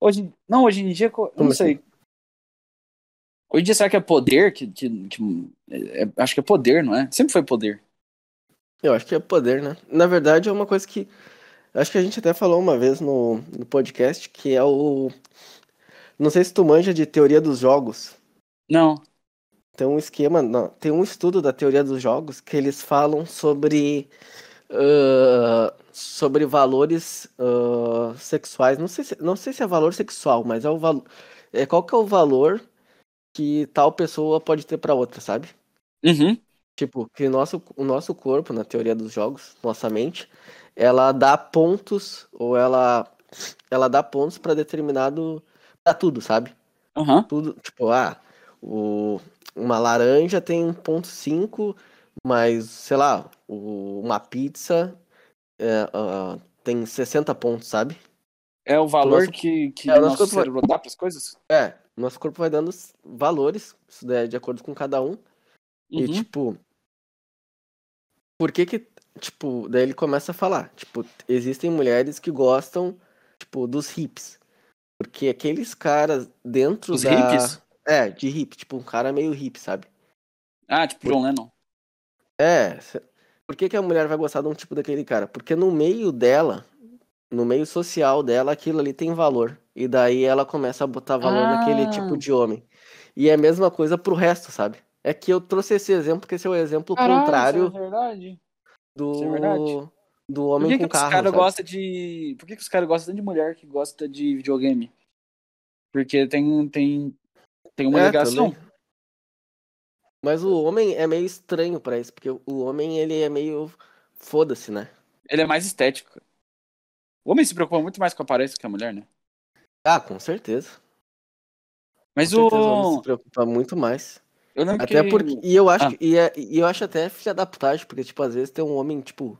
Hoje, não, hoje em dia. co- eu Não Como assim? sei. Hoje em dia, será que é poder? Que, que, que- é- é- acho que é poder, não é? Sempre foi poder. Eu acho que é poder, né? Na verdade, é uma coisa que. Acho que a gente até falou uma vez no, no podcast, que é o. Não sei se tu manja de teoria dos jogos. Não. Tem um esquema. Não, tem um estudo da teoria dos jogos que eles falam sobre. ah, sobre valores ah, sexuais. Não sei, se, não sei se é valor sexual, mas é o valor. É, qual que é o valor que tal pessoa pode ter pra outra, sabe? Uhum. Tipo, que o nosso, o nosso corpo, na teoria dos jogos, nossa mente, ela dá pontos, ou ela, ela dá pontos pra determinado. pra tudo, sabe? Aham. Tudo, tipo, ah, o, uma laranja tem 1,5, mas, sei lá, o- uma pizza é, ah, tem 60 pontos, sabe? É o valor Nosso- que, que É, o o nosso nosso corpo- cérebro dá pras coisas? É, nosso corpo vai dando s- valores, isso daí é de acordo com cada um. E, Uhum. tipo, por que que, tipo, daí ele começa a falar, tipo, existem mulheres que gostam, tipo, dos hips. Porque aqueles caras dentro Os da... hippies? É, de hip, tipo, um cara meio hip, sabe? Ah, tipo John Lennon. É, cê- por que que a mulher vai gostar de um tipo daquele cara? Porque no meio dela, no meio social dela, aquilo ali tem valor. E daí ela começa a botar valor naquele Ah. tipo de homem. E é a mesma coisa pro resto, sabe? É que eu trouxe esse exemplo, porque esse é o exemplo Caralho, contrário... isso é verdade. Isso é do, verdade. Por do que, homem que com os carro. caras sabe? gostam de. Por que, que os caras gostam tanto de mulher que gosta de videogame? Porque tem, tem, tem uma É, ligação. também. Mas o homem é meio estranho pra isso, porque o homem ele é meio foda-se, né? Ele é mais estético. O homem se preocupa muito mais com a aparência que a mulher, né? Ah, com certeza. Mas Com certeza o homem o. se preocupa muito mais. Eu lembro Até que... porque. E eu acho, Ah. que- e, é- e eu acho até filha da putagem, porque, tipo, às vezes tem um homem, tipo.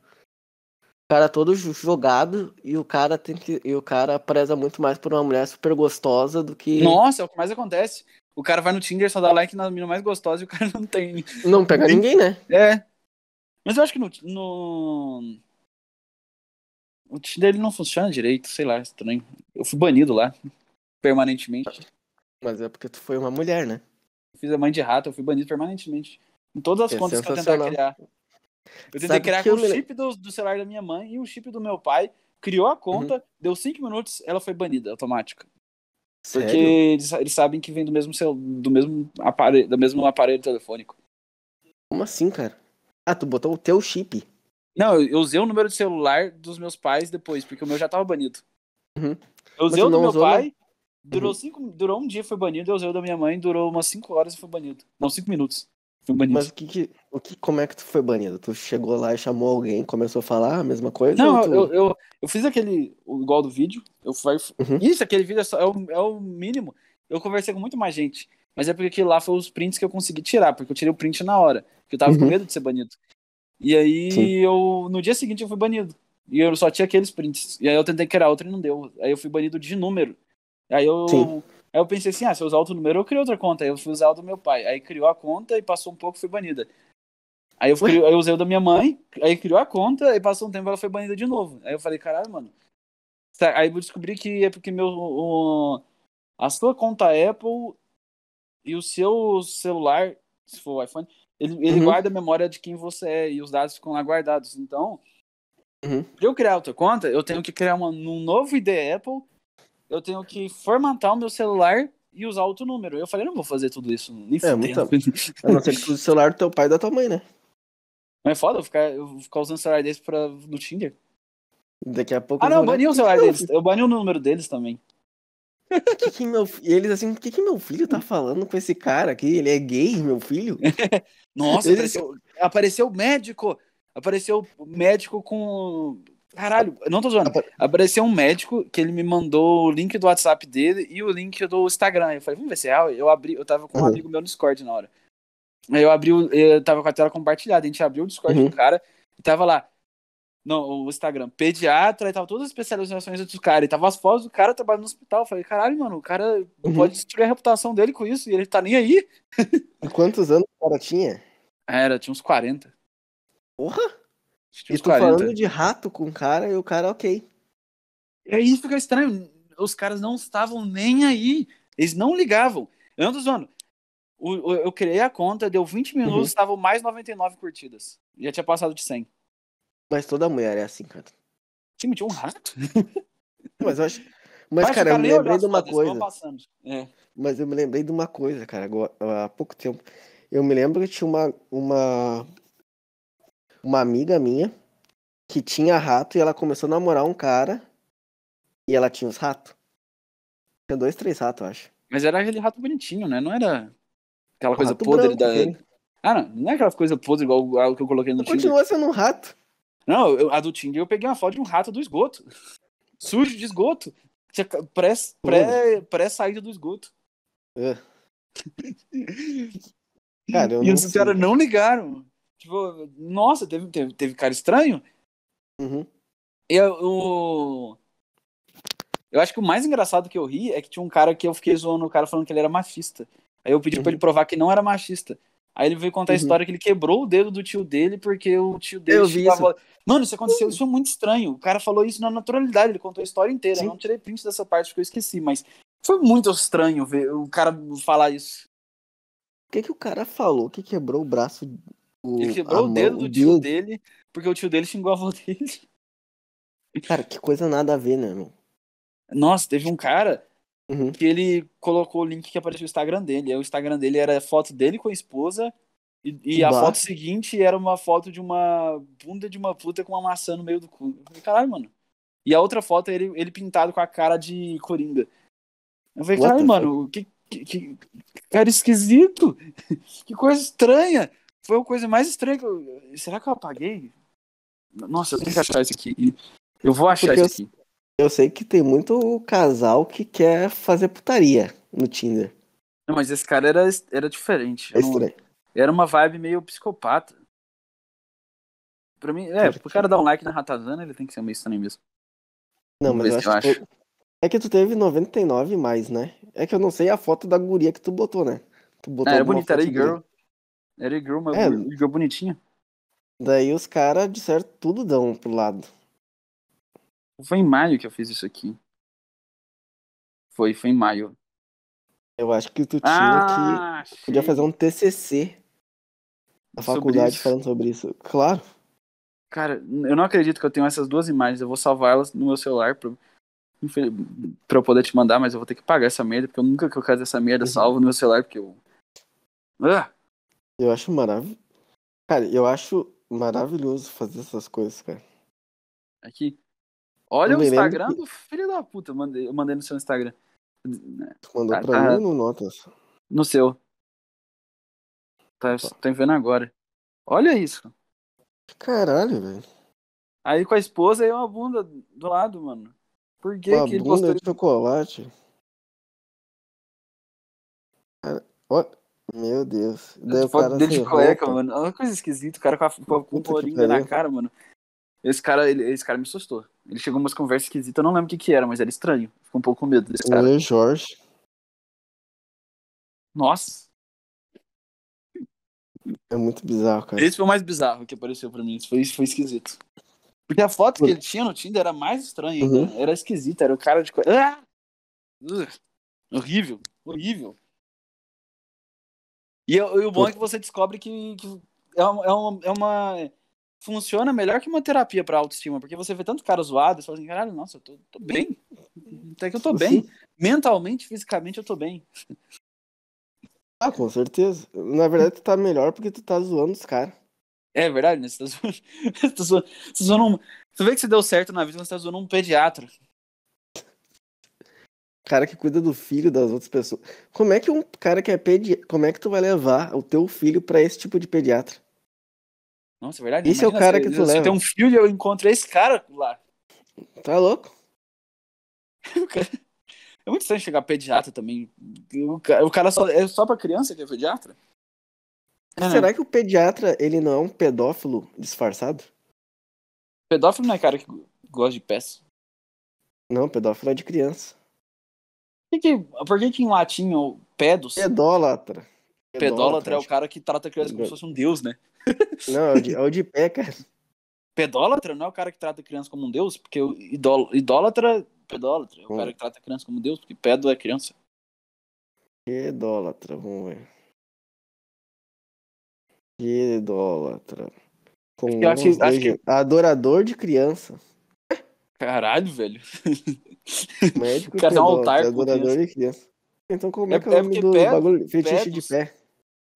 O cara todo jo- jogado e o cara tem que. E o cara preza muito mais por uma mulher super gostosa do que. Nossa, é o que mais acontece. O cara vai no Tinder, só dá like na mina mais gostosa e o cara não tem. Não pega Nem- ninguém, né? É. Mas eu acho que no. no... O Tinder ele não funciona direito, sei lá, é estranho. Eu fui banido lá, permanentemente. Mas é porque tu foi uma mulher, né? Fiz a mãe de rato, eu fui banido permanentemente. Em todas as É contas que eu tentar sensacional. criar. Eu tentei Sabe criar que com eu o me le- chip do, do celular da minha mãe e o chip do meu pai. Criou Uhum. a conta, deu cinco minutos, ela foi banida automática. Porque Sério? eles, eles sabem que vem do mesmo, cel... do, mesmo aparelho, do mesmo aparelho telefônico. Como assim, cara? Ah, tu botou o teu chip. Não, eu eu usei o número de celular dos meus pais depois, porque o meu já tava banido. Uhum. Eu Mas usei tu o do não Uhum. meu usou, pai, durou, cinco, durou um dia foi banido, eu usei o da minha mãe, durou umas 5 horas e foi banido. Não, 5 minutos. Foi banido. Mas o que, que o que como é que tu foi banido? Tu chegou lá e chamou alguém, começou a falar a mesma coisa? não, ou tu- eu, eu, eu fiz aquele o igual do vídeo. Eu fui, Uhum. Isso, aquele vídeo é, só- é o, é o mínimo. Eu conversei com muito mais gente. Mas é porque aquilo lá foi os prints que eu consegui tirar, porque eu tirei o print na hora. Porque eu tava com Uhum. medo de ser banido. E aí Sim. eu. No dia seguinte eu fui banido. E eu só tinha aqueles prints. E aí eu tentei criar outro e não deu. Aí eu fui banido de número. Aí eu. Sim. Aí eu pensei assim, ah, se eu usar outro número, eu crio outra conta. Aí eu fui usar o do meu pai. Aí criou a conta e passou um pouco, foi banida. Aí eu, Ué? criou- aí eu usei o da minha mãe, aí criou a conta, aí passou um tempo ela foi banida de novo. Aí eu falei, caralho, mano. Sa- Aí eu descobri que é porque meu. o- a sua conta Apple e o seu celular, se for o iPhone, ele, ele Uhum. guarda a memória de quem você é e os dados ficam lá guardados. Então, Uhum. pra eu criar outra conta, eu tenho que criar uma, um novo ID Apple, eu tenho que formatar o meu celular e usar outro número. Eu falei, eu não vou fazer tudo isso. Nem É, fudendo. A não ser que tu use o celular do teu pai e da tua mãe, né? Não é foda eu ficar, eu ficar usando o celular desse pra, no Tinder? Daqui a pouco. Ah, eles não, eu vão bani olhar, o "Que que celular meu deles. fi- Eu bani o número deles também. que que meu fi-" E eles assim, o que, que meu filho tá falando com esse cara aqui? Ele é gay, meu filho? Nossa, Eles- apareceu, apareceu médico. Apareceu médico com. Caralho, eu não tô zoando. Apa- Apareceu um médico que ele me mandou o link do WhatsApp dele e o link do Instagram. Eu falei, vamos ver se é real. Eu abri, eu tava com um Uhum. amigo meu no Discord na hora. Aí eu abri, o- eu tava com a tela compartilhada. A gente abriu o Discord Uhum. do cara e tava lá. Não, o Instagram, pediatra e tava todas as especializações do cara. E tava as fotos do cara trabalhando no hospital. Eu falei, caralho, mano, o cara Uhum. pode destruir a reputação dele com isso e ele tá nem aí. E Quantos anos o cara tinha? Ah, Era, tinha uns 40. Porra! Acho que tinha E uns tu 40. falando de rato com o cara e o cara, ok. E aí fica é estranho. Os caras não estavam nem aí. Eles não ligavam. Eu não tô zoando. O- o- eu criei a conta, deu 20 minutos, Uhum. estavam mais 99 curtidas. Já tinha passado de 100. Mas toda mulher é assim, cara. Time, tinha um rato. Mas eu acho. Mas, Acho que cara, o eu me nem olhou lembrei as de uma fotos, eles coisa. vão passando. É. Mas eu me lembrei de uma coisa, cara, agora, há pouco tempo. Eu me lembro que tinha uma, uma, uma amiga minha que tinha rato e ela começou a namorar um cara e ela tinha os ratos. Tinha dois, três ratos, eu acho. Mas era aquele rato bonitinho, né? Não era aquela Um coisa rato podre branco, da. aquele. Ah, não. Não é aquela coisa podre igual a que eu coloquei no Tinder. Continua sendo um rato. Não, eu- a do Tinder eu peguei uma foto de um rato do esgoto. Sujo de esgoto. Tinha ca- pré- pré- Pré-saída do esgoto. Cara, eu E não os sei. caras não ligaram. Tipo, nossa, teve, teve, teve cara estranho. Uhum. E eu, o- eu acho que o mais engraçado que eu ri é que tinha um cara que eu fiquei zoando o cara falando que ele era machista. Aí eu pedi pra Uhum. ele provar que não era machista. Aí ele veio contar a Uhum. história que ele quebrou o dedo do tio dele porque o tio dele Eu vi chegava- Mano, isso aconteceu, isso é muito estranho. O cara falou isso na naturalidade, ele contou a história inteira. Sim. Eu não tirei print dessa parte porque eu esqueci, mas foi muito estranho ver o cara falar isso. O que, que o cara falou que quebrou o braço? O, Ele a quebrou o mão, dedo do tio dedo? dele, porque o tio dele xingou a avó dele. Cara, que coisa nada a ver, né, meu? Nossa, teve um cara Uhum. que ele colocou o link que apareceu no Instagram dele. Aí o Instagram dele era a foto dele com a esposa. E, e a Bah. foto seguinte era uma foto de uma bunda de uma puta com uma maçã no meio do cu. Eu falei, caralho, mano. E a outra foto é ele, ele pintado com a cara de coringa. Eu falei, What caralho, the mano, que, que, que cara esquisito. que coisa estranha. Foi a coisa mais estranha que eu. Será que eu apaguei? Nossa, eu tenho que achar isso aqui. Eu vou achar Porque isso aqui. Eu sei que tem muito casal que quer fazer putaria no Tinder. Não, mas esse cara era, era diferente. É Eu não- estranho. Era uma vibe meio psicopata. Pra mim, é, pro cara dar um like na Ratazana, ele tem que ser meio estranho mesmo. Não, Vamos mas eu ver acho, se eu que tu- É que tu teve 99 mais, né? É que eu não sei a foto da guria que tu botou, né? Tu botou Ah, era alguma bonita, era foto de- e-girl. Era um e-girl, mas É. e-girl bonitinha. Daí os caras disseram tudo dão pro lado. Foi em maio que eu fiz isso aqui. Foi, foi em maio. Eu acho que tu tinha que. Ah, achei. Podia fazer um TCC na Sobre faculdade isso. falando sobre isso. Claro. Cara, eu não acredito que eu tenho essas duas imagens. Eu vou salvar elas no meu celular pra, infel- pra eu poder te mandar, mas eu vou ter que pagar essa merda, porque eu nunca que eu quero essa merda Uhum. salvo no meu celular, porque eu. Ah, Eu acho maravilhoso. Cara, eu acho maravilhoso fazer essas coisas, cara. aqui. Olha Eu o me lembro Instagram do filho da puta. eu mandei- Eu mandei no seu Instagram. Tu mandou Ah, pra tá. mim ou no Notas? No seu. Tá, tá vendo agora. Olha isso. Caralho, velho. Aí com a esposa e uma bunda do lado, mano. Por que, Uma que ele bunda postou de isso? chocolate. Cara, ó, meu Deus. Daí o cara Foto Tipo, dele sem de cueca, roupa. mano. Olha que coisa esquisita. O cara com a, com a com Puta a que coringa na pariu. cara, mano. Esse cara, ele- esse cara me assustou. Ele chegou umas conversas esquisitas, eu não lembro o que que era, mas era estranho. Ficou um pouco com medo desse cara. Olha, Jorge. Nossa. É muito bizarro, cara. Esse foi o mais bizarro que apareceu pra mim. Isso foi, isso foi esquisito. Porque a foto que ele tinha no Tinder era mais estranha ainda. Uhum. Era esquisita, era o cara de cueca. Ah! Ugh. Horrível, horrível. E, o- e o bom é que você descobre que, que é, uma, é, uma, é uma- Funciona melhor que uma terapia pra autoestima, porque você vê tanto cara zoado, você fala assim, caralho, nossa, eu tô, tô bem. Até que eu tô bem. Mentalmente, fisicamente, eu tô bem. Ah, com certeza. Na verdade, tu tá melhor porque tu tá zoando os caras. É verdade, né? Você tá zoando. Você, tá zoando, você, tá zoando um- você vê que você deu certo na vida, mas você tá zoando um pediatra. Cara que cuida do filho das outras pessoas. Como é que um cara que é pediatra. Como é que tu vai levar o teu filho pra esse tipo de pediatra? Nossa, é verdade. Esse é o Imagina cara se- que tu se leva. eu tenho um filho e eu encontro esse cara lá. Tá louco? É muito estranho chegar pediatra também. O ca- o cara só, é só pra criança que é pediatra? É, né? Será que o pediatra, ele não é um pedófilo disfarçado? Pedófilo não é cara que gosta de peça. Não, pedófilo é de criança. Por que, que- por que que em latim o pedos, Pedólatra. pedólatra é o acho. cara que trata a criança como se fosse um deus, né? Não, é o de, é o de pé, cara. Pedólatra não é o cara que trata a criança como um deus, porque o idol, idólatra, pedólatra, é o Hum. cara que trata a criança como deus, porque pedo é criança. Pedólatra, vamos ver. Pedólatra. Com Eu acho que- os dois acho que- gê- Adorador de criança. Caralho, velho. Médico O cara tem um altar pedólatra, com é adorador de criança. Então como é, É- que é o é nome porque do pé- bagulho? Fetiche pedos- de pé.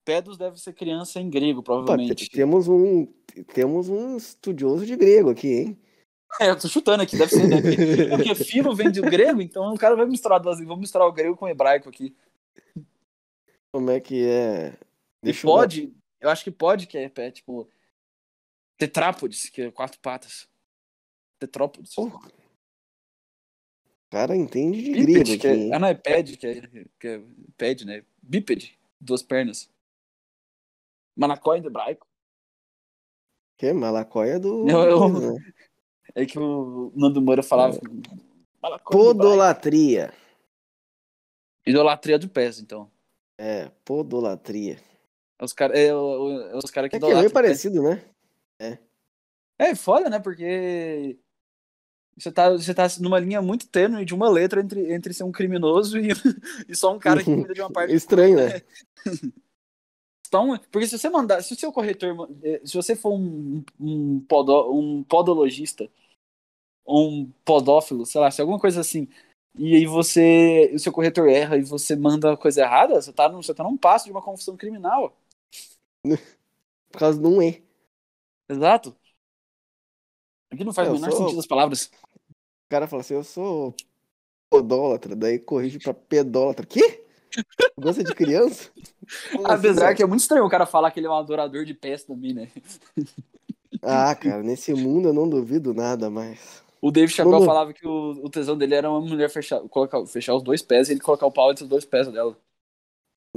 Pedos deve ser criança em grego, Opa, provavelmente. te- temos um, temos um estudioso de grego aqui, hein? É, eu tô chutando aqui, deve ser, né? Porque- Porque filo vem do grego, então o cara vai misturar duas línguas. Vou misturar o grego com o hebraico aqui. Como é que é? e eu ver. pode, eu, acho que pode, que é, é tipo. Tetrápodes, que é quatro patas. Tetrópodes. Pô, O cara entende de grego Bípede, aqui. que é, hein? ah, não, é ped, que é, que é ped, né? Bípede, duas pernas. Manacóide hebraico. Que malacóia do. Não, eu- coisa, né? É que o Nando Moura É. falava. Manacóide hebraico. Podolatria. Idolatria do pés, então. É, podolatria. É os caras é, o- é os cara que É que é idolatram meio o pé. parecido, né? É foda, né? Porque você tá, você tá numa linha muito tênue de uma letra entre, entre ser um criminoso e, e só um cara que cuida de uma parte. Estranho, né? Então, porque se você mandar, se o seu corretor, eh, se você for um, um, podó- um podologista, ou um podófilo, sei lá, se alguma coisa assim, e aí você, o seu corretor erra e você manda a coisa errada, você tá, num, você tá num passo de uma confissão criminal. Por causa de um E. Exato. Aqui não faz o Eu menor sou- sentido as palavras. O cara fala assim, eu sou podólatra, daí corrige pra pedólatra. Quê? Gosta de criança? Como assim, Apesar cara? um que é muito estranho o cara falar que ele é um adorador de pés também, né? Ah, cara, nesse mundo eu não duvido nada mais. O Dave Chappelle Lulu. falava que o, o tesão dele era uma mulher fechar, colocar, fechar os dois pés e ele colocar o pau entre os dois pés dela.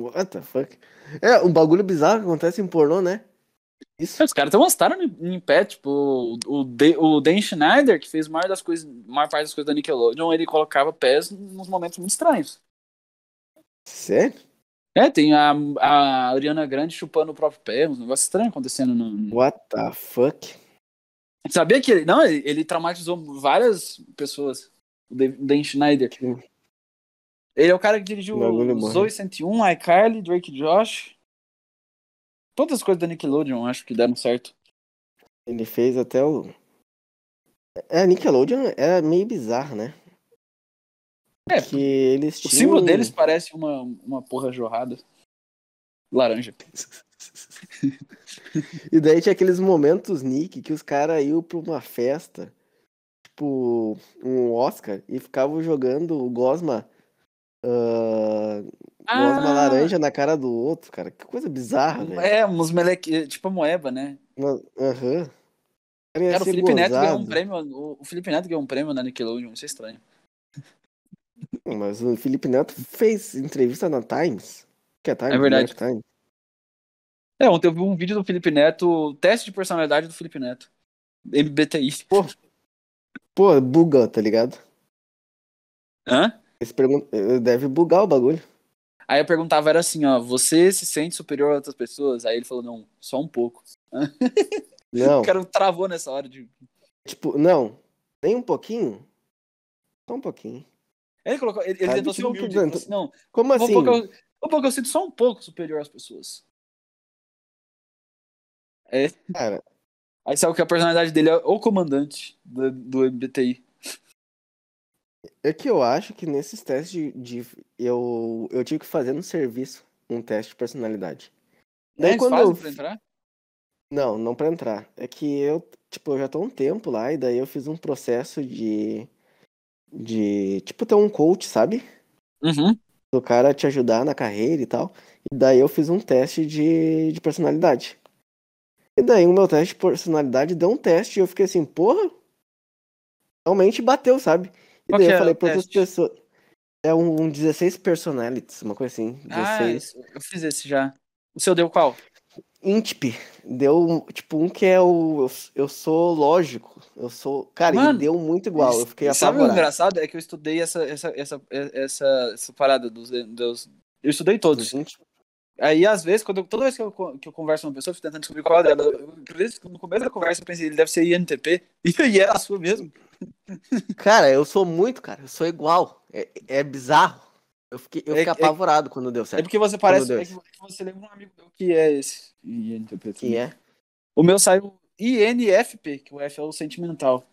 What the fuck? É, um bagulho bizarro que acontece em pornô, né? Isso. É, Os caras têm umas taras em, em pé, tipo, o, o, De- o Dan Schneider, que fez maior, das coisas, maior parte das coisas da Nickelodeon, ele colocava pés nos momentos muito estranhos. Sério? É, tem a, a Ariana Grande chupando o próprio pé, uns negócios estranhos acontecendo no, no- What the fuck? Sabia que ele. Não, ele, ele traumatizou várias pessoas. O Dan- Dan Schneider. Que- Ele é o cara que dirigiu Bagulho bom, Zoe 101, iCarly, Drake e Josh. Todas as coisas da Nickelodeon, acho que deram certo. Ele fez até o. É, a Nickelodeon era meio bizarro, né? É, que eles O tinham. símbolo deles parece uma, uma porra jorrada. Laranja. E daí tinha aqueles momentos, Nick, que os caras iam pra uma festa, tipo, um Oscar, e ficavam jogando o Gosma. ah, Gosma laranja na cara do outro, cara. Que coisa bizarra, velho. É, uns meleque. Tipo a moeba, né? Mas- Aham. Cara, ia Cara, o ser Felipe Neto ganhou um gozado. prêmio. O o Felipe Neto ganhou um prêmio na Nickelodeon, isso é estranho. Mas o Felipe Neto fez entrevista na Times. Que é Times? É verdade. New York Times. É, ontem eu vi um vídeo do Felipe Neto, teste de personalidade do Felipe Neto. MBTI. Pô, buga, tá ligado? Hã? Eles pergun- eh, Deve bugar o bagulho. Aí eu perguntava, era assim, ó, você se sente superior a outras pessoas? Aí ele falou, não, só um pouco. Não, O cara travou nessa hora de. tipo, não. Nem um pouquinho? Só um pouquinho. Ele colocou. Ele, ele Sabe tentou que ser não humilde. precisa, ele falou assim, não, Como um assim? pouco, eu, um pouco eu sinto só um pouco superior às pessoas. Cara, Aí sabe que a personalidade dele é o comandante do, do MBTI. é que eu acho que nesses testes de. de- eu, eu tive que fazer no serviço um teste de personalidade. Daí eles quando fazem eu- É pra entrar? Não, não pra entrar. É que eu, tipo, eu já tô há um tempo lá e daí eu fiz um processo de. De. Tipo, ter um coach, sabe? Uhum. do cara te ajudar na carreira e tal. E daí eu fiz um teste de, de personalidade. E daí o meu teste de personalidade deu um teste e eu fiquei assim, porra, realmente bateu, sabe? E Qual daí que eu era falei o para outras teste? pessoas. É um, um 16 personalities, uma coisa assim. Ah, 16. esse- eu fiz esse já. O seu deu qual? Intip. Deu, tipo, um que é o. Eu, eu sou lógico. Eu sou. Cara, Mano, ele deu muito igual. Eu fiquei E Sabe o apavorado. engraçado? É que eu estudei essa, essa, essa, essa, essa parada dos, dos. Eu estudei todos. Dos íntipos. Aí, às vezes, quando eu- toda vez que eu, con- que eu converso com uma pessoa, eu fico tentando descobrir qual é dela. Eu- Às vezes, no começo da conversa, eu pensei, ele deve ser INTP. E era a sua mesmo. Cara, eu sou muito, cara. Eu sou igual. É, é bizarro. Eu fiquei, eu É- fiquei é- apavorado quando deu É certo. porque você parece. Meu É Deus. que você lembra um amigo meu que é esse. INTP. também. Que é. O meu saiu INFP, que o F é o sentimental.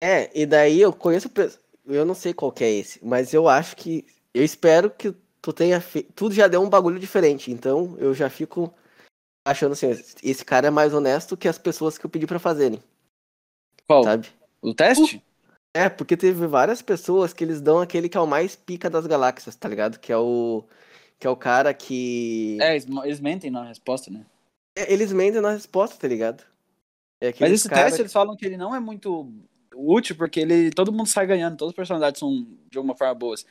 É, e daí eu conheço. pe- Eu não sei qual que é esse, mas eu acho que. Eu espero que tu tenha. Fe... Tudo já deu um bagulho diferente. Então eu já fico achando assim: esse cara é mais honesto que as pessoas que eu pedi pra fazerem, Qual? sabe? O teste? É, porque teve várias pessoas que eles dão aquele que é o mais pica das galáxias, tá ligado? Que é o. Que é o cara que. É, eles, eles mentem na resposta, né? É, Eles mentem na resposta, tá ligado? É Mas aqueles esse cara teste, eles falam que ele não é muito útil, porque ele todo mundo sai ganhando, todas as personalidades são de alguma forma boas.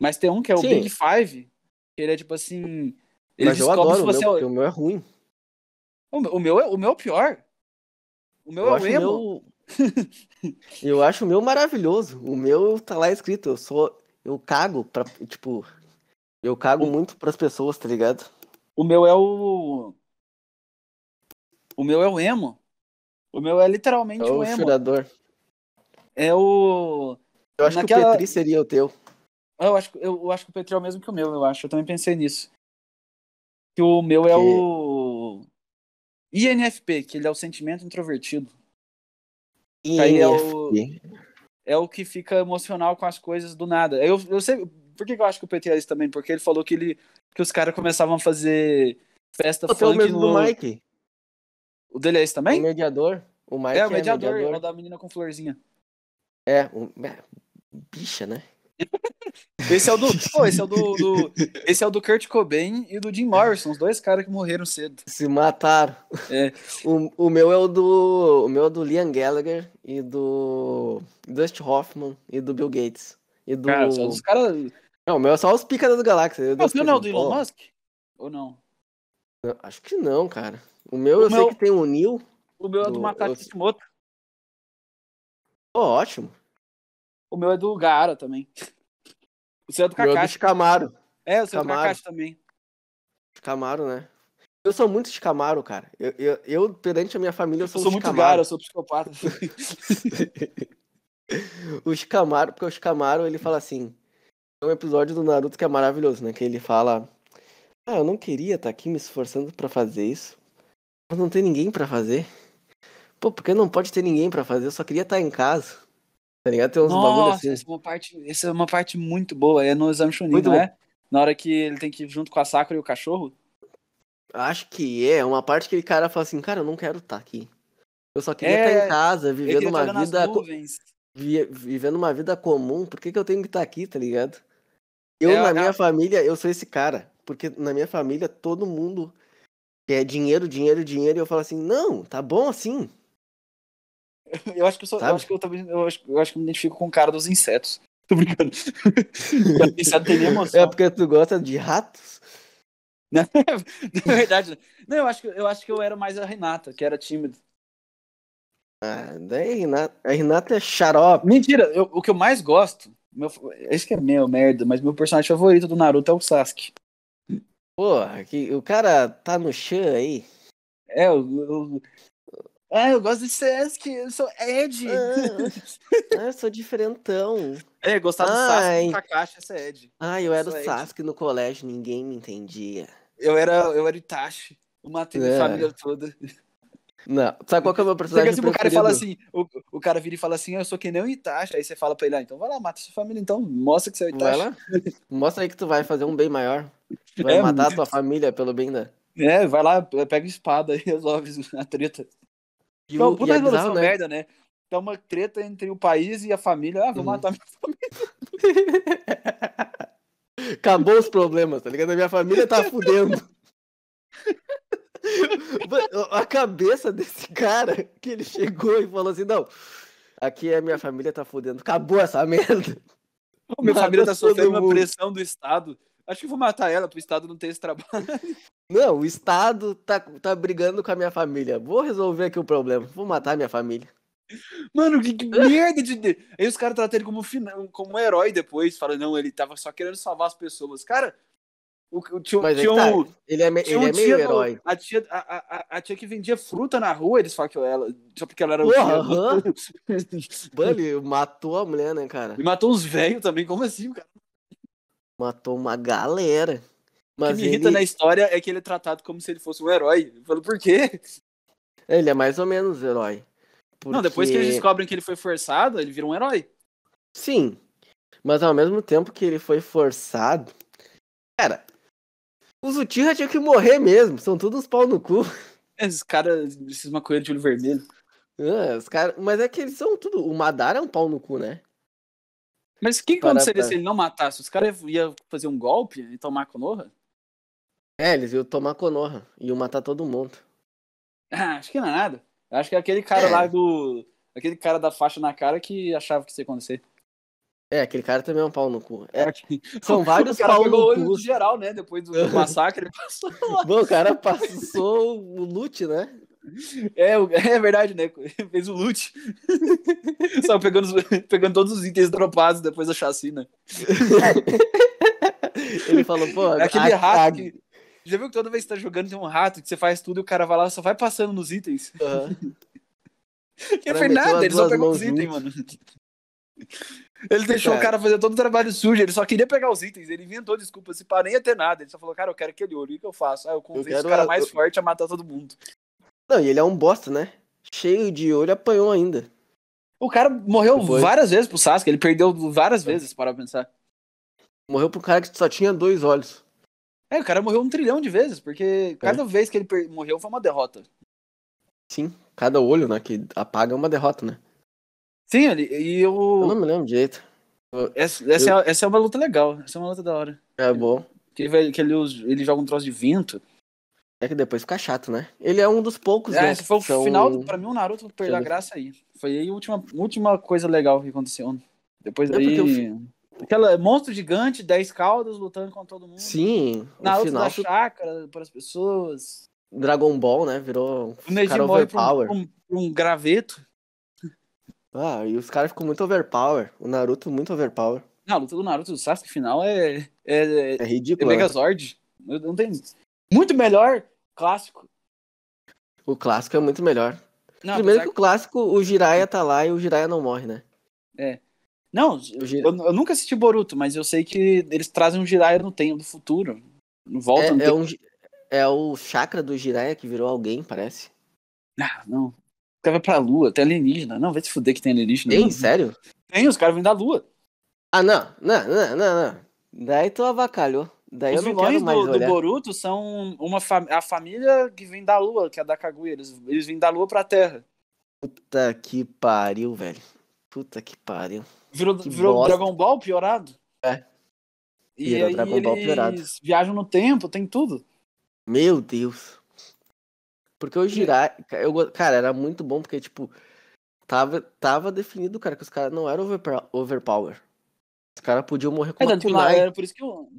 Mas tem um que é o Sim. Big Five, que ele é tipo assim. Ele Mas eu descobre adoro se o você meu, é porque o meu é ruim. O meu, o meu é o meu é o pior. O meu Eu é o acho, o emo. meu... eu acho o meu maravilhoso. O meu tá lá escrito, eu sou... Eu cago pra, tipo... Eu cago muito pras pessoas, tá ligado? O meu é o. O meu é o emo. O meu é literalmente É o o emo. chorador. É o. Eu acho que o Naquela- Petri seria o teu. Eu acho, eu, eu acho que o Petri é o mesmo que o meu, eu acho. Eu também pensei nisso. Que o meu é Que- o. INFP, que ele é o sentimento introvertido. E Aí é INFP. É o que fica emocional com as coisas do nada. Eu, eu sei. Por que que eu acho que o Petri é isso também? Porque ele falou que, ele, que os caras começavam a fazer festa Pô, tem o funk mesmo do no- Mike. O dele é esse O também? mediador. O Mike É, o mediador, é o mediador. da menina com florzinha. É, o... é, bicha, né? Esse é o do. pô, esse é o do, do- Esse é o do Kurt Cobain e do Jim Morrison, os dois caras que morreram cedo. Se mataram. É. O, o meu é o do. O meu é do Liam Gallagher e do. Dusty Hoffman e do Bill Gates. E do. Cara, só os caras. Não, o meu é só os picas das galáxias. Não, eu dou o os teu não é o do picas. Elon Pô, Musk? Ou não? não, Acho que não, cara. O meu O eu meu- sei que tem o Neil. O meu é do Do- Macaco eu- Kishimoto. Pô, ótimo. O meu é do Gaara também. O seu é do O meu é do Kakashi. Shikamaru. É, o seu é do Camaro. Kakashi também. Shikamaru, né? Eu sou muito Shikamaru, cara. Eu, eu, eu, perante a minha família, eu Eu sou, sou um muito Shikamaru. Gaara, eu sou psicopata. O Shikamaru, porque o Shikamaru, ele fala assim. Tem um episódio do Naruto que é maravilhoso, né? Que ele fala: Ah, eu não queria estar aqui me esforçando pra fazer isso. Mas não tem ninguém pra fazer. Pô, porque não pode ter ninguém pra fazer? Eu só queria estar em casa. Tá ligado? Tem uns bagulho Nossa, assim. essa é, uma parte, essa é uma parte muito boa. É no exame Chunin, Muito não é? Na hora que ele tem que ir junto com a Sakura e o cachorro. Acho que é uma parte que o cara fala assim: Cara, eu não quero estar aqui. Eu só queria É, estar em casa, Ele vivendo queria tá uma olhando as vida. co- nuvens. vi- vivendo uma vida comum, por que, que eu tenho que estar aqui, tá ligado? Eu, É, na a- minha família, eu sou esse cara. Porque na minha família, todo mundo quer dinheiro, dinheiro, dinheiro. E eu falo assim, não, tá bom assim. Eu acho que eu sou. Eu Sabe? acho que eu também. Eu acho, eu acho que eu me identifico com o cara dos insetos. Tô brincando. O inseto tem nem É emoção. porque tu gosta de ratos? Na verdade, não. não. Eu acho, que, eu acho que eu era mais a Renata, que era tímida. Ah, daí a Renata, a Renata é xarope. Mentira, eu- o que eu mais gosto. Meu, esse que é meu, merda, mas meu personagem favorito do Naruto é o Sasuke. Porra, que, o cara tá no chão aí. É, eu. eu ah, eu gosto de Sasuke, eu sou Ed. Ah, ah, eu sou diferentão. É, gostar do Ai. Sasuke do Kakashi, essa é Ed. Ah, eu era Sou o Ed. Sasuke no colégio, ninguém me entendia. Eu era, eu era Itachi. Eu matei minha É. família toda. Não, sabe qual que é o meu Porque personagem tipo, o cara preferido? fala assim, o, o cara vira e fala assim, eu sou que nem o Itachi. Aí você fala pra ele, ah, então vai lá, mata sua família, então mostra que você é o Itachi. Vai lá. Mostra aí que tu vai fazer um bem maior. Tu vai É, matar a tua família pelo bem da. É, vai lá, pega a espada e resolve a treta. E Então, o- puta e é revolução bizarro, né? merda, né? Tá uma treta entre o país e a família. Ah, vou Uhum. matar minha família. Acabou os problemas, tá ligado? A minha família tá fudendo. Mano, a cabeça desse cara que ele chegou e falou assim: não, aqui a minha família tá fudendo. Acabou essa merda. Minha Mata família tá todo sofrendo uma mundo. pressão do Estado. Acho que eu vou matar ela pro Estado não ter esse trabalho. Não, o Estado tá, tá brigando com a minha família. Vou resolver aqui o problema. Vou matar a minha família. Mano, que, que merda de. de- Aí os caras tratam ele como, fina- como um herói depois. Falam, não, ele tava só querendo salvar as pessoas. Cara, o, o, tinha, Mas aí tinha que tá, um- ele é, me- Tinha ele um é tia meio no- herói. A tia, a, a, a- a tia que vendia fruta na rua, eles falam que eu ela. Só porque ela era Porra, o aham. tia. Mano, ele matou a mulher, né, cara? E matou uns velhos também, como assim, cara? Matou uma galera. O que Mas me ele, irrita na história é que ele é tratado como se ele fosse um herói. Eu falo, por quê? ele é mais ou menos herói. Não, depois que eles Porque- descobrem que ele foi forçado, ele vira um herói. Sim. Mas ao mesmo tempo que ele foi forçado. Cara, os Uchiha tinham que morrer mesmo. São todos uns pau no cu. Esses caras, esses maconheiros de olho vermelho. Ah, os cara... Mas é que eles são tudo. O Madara é um pau no cu, né? Mas o que que Para- aconteceria para. se ele não matasse? Os caras iam fazer um golpe e tomar a Konoha? É, eles iam tomar Konoha. Iam matar todo mundo. Ah, acho que não é nada. Acho que é aquele cara É. lá do. Aquele cara da faixa na cara que achava que isso ia acontecer. É, aquele cara também é um pau no cu. É, O são vários cara pau pegou o no olho cu. do geral, né? Depois do massacre, ele passou lá. Bom, o cara passou o loot, né? É, o- é verdade, né? Fez o loot. Só pegando, os- pegando todos os itens dropados depois da chacina. Ele falou, pô, É aquele a- rato a- que. Já viu que toda vez que você tá jogando tem um rato que você faz tudo e o cara vai lá só vai passando nos itens? Aham. Não Pra foi meter nada, as ele só duas pegou os mãos itens, mano. Ele deixou o cara fazer todo o trabalho sujo, ele só queria pegar os itens, ele inventou desculpa, se pá, nem ia ter nada. Ele só falou, cara, eu quero aquele ouro, o que eu faço? Ah, eu convenço quero o cara a- mais eu- forte a matar todo mundo. Não, e ele é um bosta, né? Cheio de olho, apanhou ainda. O cara morreu Depois- várias vezes pro Sasuke, ele perdeu várias vezes, para pensar. Morreu pro cara que só tinha dois olhos. É, o cara morreu um trilhão de vezes, porque É. cada vez que ele per- morreu foi uma derrota. Sim, cada olho, né? Que apaga é uma derrota, né? Sim, ele, e Eu eu. não me lembro direito. Essa, essa, é, essa é uma luta legal. Essa é uma luta da hora. É bom. Que ele, vai- que ele, usa- ele joga um troço de vento. É que depois fica chato, né? Ele é um dos poucos, Ah, né? esse foi o que são- final. do- Pra mim, o Naruto perdeu a Sim. graça aí. Foi aí a última, última coisa legal que aconteceu. Depois É daí. porque o Aquela monstro gigante, 10 caudas lutando com todo mundo. Sim, o Naruto final da do chácara para as pessoas. Dragon Ball, né? Virou O Neji cara morre pra um, overpower. pra um- pra um graveto. Ah, e os caras ficam muito overpower. O Naruto muito overpower. Não, a Ah, luta do Naruto do Sasuke final é. É, é, É é ridículo, né? Megazord. Não não tem. Muito melhor clássico. O clássico é muito melhor. Não, Primeiro apesar que o clássico, o Jiraiya tá lá e o Jiraiya não morre, né? Não, O Jiraiya... eu, eu nunca assisti Boruto, mas eu sei que eles trazem um Jiraiya no tempo do futuro. Não volta no É, é tempo. um ji- é o chakra do Jiraiya que virou alguém, parece. Ah, não. O cara vai pra lua, tem alienígena. Não, vai se fuder que tem alienígena. Tem? Sério? Tem, os caras vêm da lua. Ah, não. Não, não, não, não. Daí tu avacalhou. Daí os É, eu não quero vilões mais do, do olhar. Boruto são uma fam- a família que vem da lua, que é da Kaguya. Eles, eles vêm da lua pra terra. Puta que pariu, velho. Puta que pariu. Virou, Que virou bosta. Dragon Ball piorado. É. E Virou aí Dragon Ball eles piorado. viajam no tempo, tem tudo. Meu Deus. Porque É. o Jiraiya... Eu, go- cara, era muito bom porque, tipo... Tava, tava definido, cara, que os caras não eram overpa- overpower. Os caras podiam morrer com É, uma tanto que o Na- kunai. é por isso que o...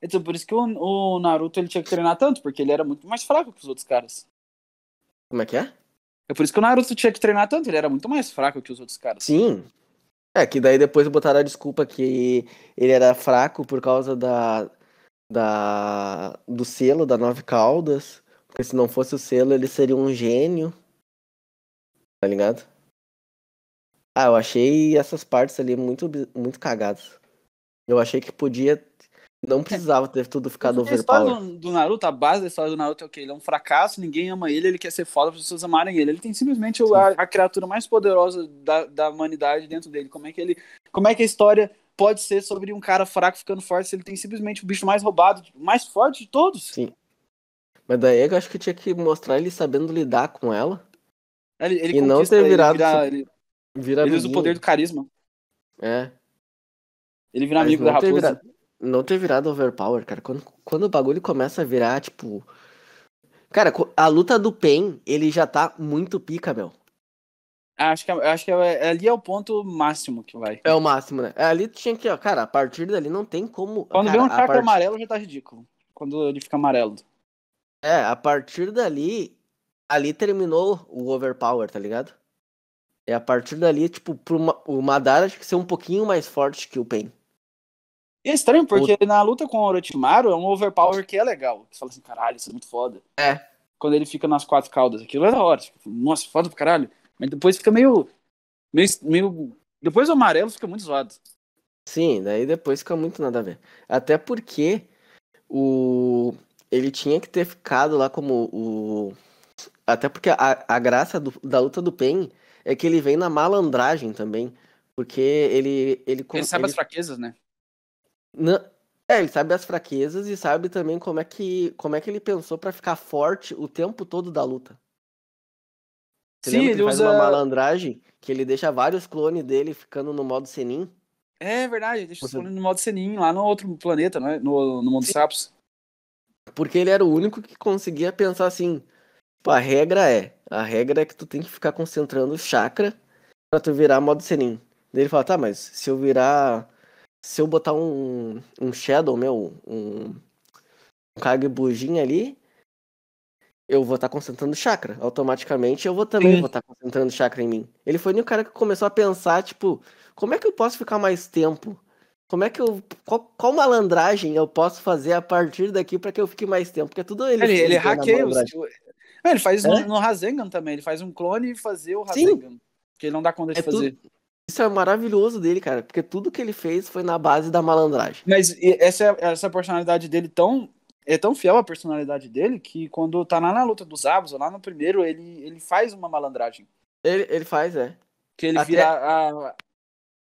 Então, por isso que o, o Naruto ele tinha que treinar tanto, porque ele era muito mais fraco que os outros caras. Como é que é? É por isso que o Naruto tinha que treinar tanto, ele era muito mais fraco que os outros caras. Sim. É, que daí depois botaram a desculpa que ele era fraco por causa da, da do selo da Nove Caudas. Porque se não fosse o selo, ele seria um gênio. Tá ligado? Ah, eu achei essas partes ali muito, bi- muito cagadas. Eu achei que podia. Não precisava ter tudo ficado Porque a história overpower. do, do Naruto, a base da história do Naruto é o quê? Ele é um fracasso, ninguém ama ele, ele quer ser foda para as pessoas amarem ele. Ele tem simplesmente o- a, a criatura mais poderosa da, da humanidade dentro dele. Como é que ele. Como é que a história pode ser sobre um cara fraco ficando forte se ele tem simplesmente o bicho mais roubado, mais forte de todos? Sim. Mas daí eu acho que tinha que mostrar ele sabendo lidar com ela. Ele, ele E não conquista, ter ele virado vira- essa- ele, Vira ele usa o amiguinho. poder do carisma. É. Ele vira Mas amigo da não ter raposa. virado- não ter virado overpower, cara. Quando, quando o bagulho começa a virar, tipo. Cara, co- a luta do Pen, ele já tá muito pica, meu. Ah, Acho que, acho que é- ali é o ponto máximo que vai. É o máximo, né? Ali tu tinha que, ó, cara, a partir dali não tem como. Quando cara, vê um a chakra part- amarelo já tá ridículo. Quando ele fica amarelo. É, a partir dali. Ali terminou o overpower, tá ligado? É a partir dali, tipo, pro Ma- o Madara tinha que ser um pouquinho mais forte que o Pen. E é estranho, porque na luta com o Orochimaru é um overpower que é legal. Você fala assim, caralho, isso é muito foda. É. Quando ele fica nas quatro caudas, aquilo é da hora. Você fica, Nossa, foda pra caralho. Mas depois fica meio. meio, meio... Depois o amarelo fica muito zoado. Sim, daí depois fica muito nada a ver. Até porque o ele tinha que ter ficado lá como o até porque a, a graça do- da luta do Pen é que ele vem na malandragem também, porque ele ele com- ele sabe ele- as fraquezas, né? não- é, ele sabe as fraquezas e sabe também como é que como é que ele pensou pra ficar forte o tempo todo da luta. Você Sim, lembra que ele faz uma usa. malandragem que ele deixa vários clones dele ficando no modo Senin? É verdade, deixa Você- eu no modo Senin, lá no outro planeta, né? No, no Mundo dos Sapos. Porque ele era o único que conseguia pensar assim. Pô, a regra é. A regra é que tu tem que ficar concentrando o chakra pra tu virar modo senin. Daí ele fala, tá, mas se eu virar. Se eu botar um, um Shadow, meu, um, um Kagebujin ali, eu vou estar concentrando chakra. Automaticamente eu vou também Sim. vou estar concentrando chakra em mim. Ele foi o cara que começou a pensar, tipo, como é que eu posso ficar mais tempo? Como é que eu. Qual, qual malandragem eu posso fazer a partir daqui pra que eu fique mais tempo? Porque tudo ele. Ele, ele tem na hackeia os. malandragem. É, ele faz isso É? no, no Rasengan também. Ele faz um clone e fazer o Sim. Rasengan. Que ele não dá conta de É tudo- fazer. Isso é maravilhoso dele, cara. Porque tudo que ele fez foi na base da malandragem. Mas e- essa, essa personalidade dele tão, é tão fiel à personalidade dele que quando tá lá na luta dos Abos, lá no primeiro, ele, ele faz uma malandragem. Ele, ele faz, é. Que ele Até- vira a, a-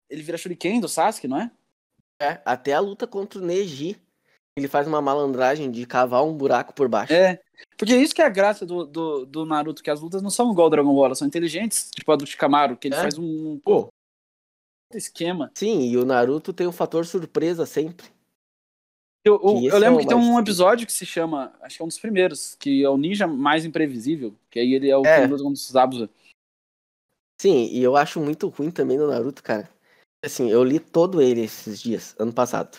Ele vira Shuriken do Sasuke, não é? É, até a luta contra o Neji. Ele faz uma malandragem de cavar um buraco por baixo. É. Porque é isso que é a graça do, do, do Naruto, que as lutas não são igual ao Dragon Ball, elas são inteligentes, tipo a do Shikamaru, que ele É. faz um. Pô. esquema. Sim, e o Naruto tem o fator surpresa sempre. Eu, eu- Que esse eu lembro é o que tem mais- um episódio que se chama, acho que é um dos primeiros, que é o ninja mais imprevisível, que aí ele é o É. que luta contra os Zabuza. Sim, e eu acho muito ruim também do Naruto, cara. Assim, eu li todo ele esses dias, ano passado.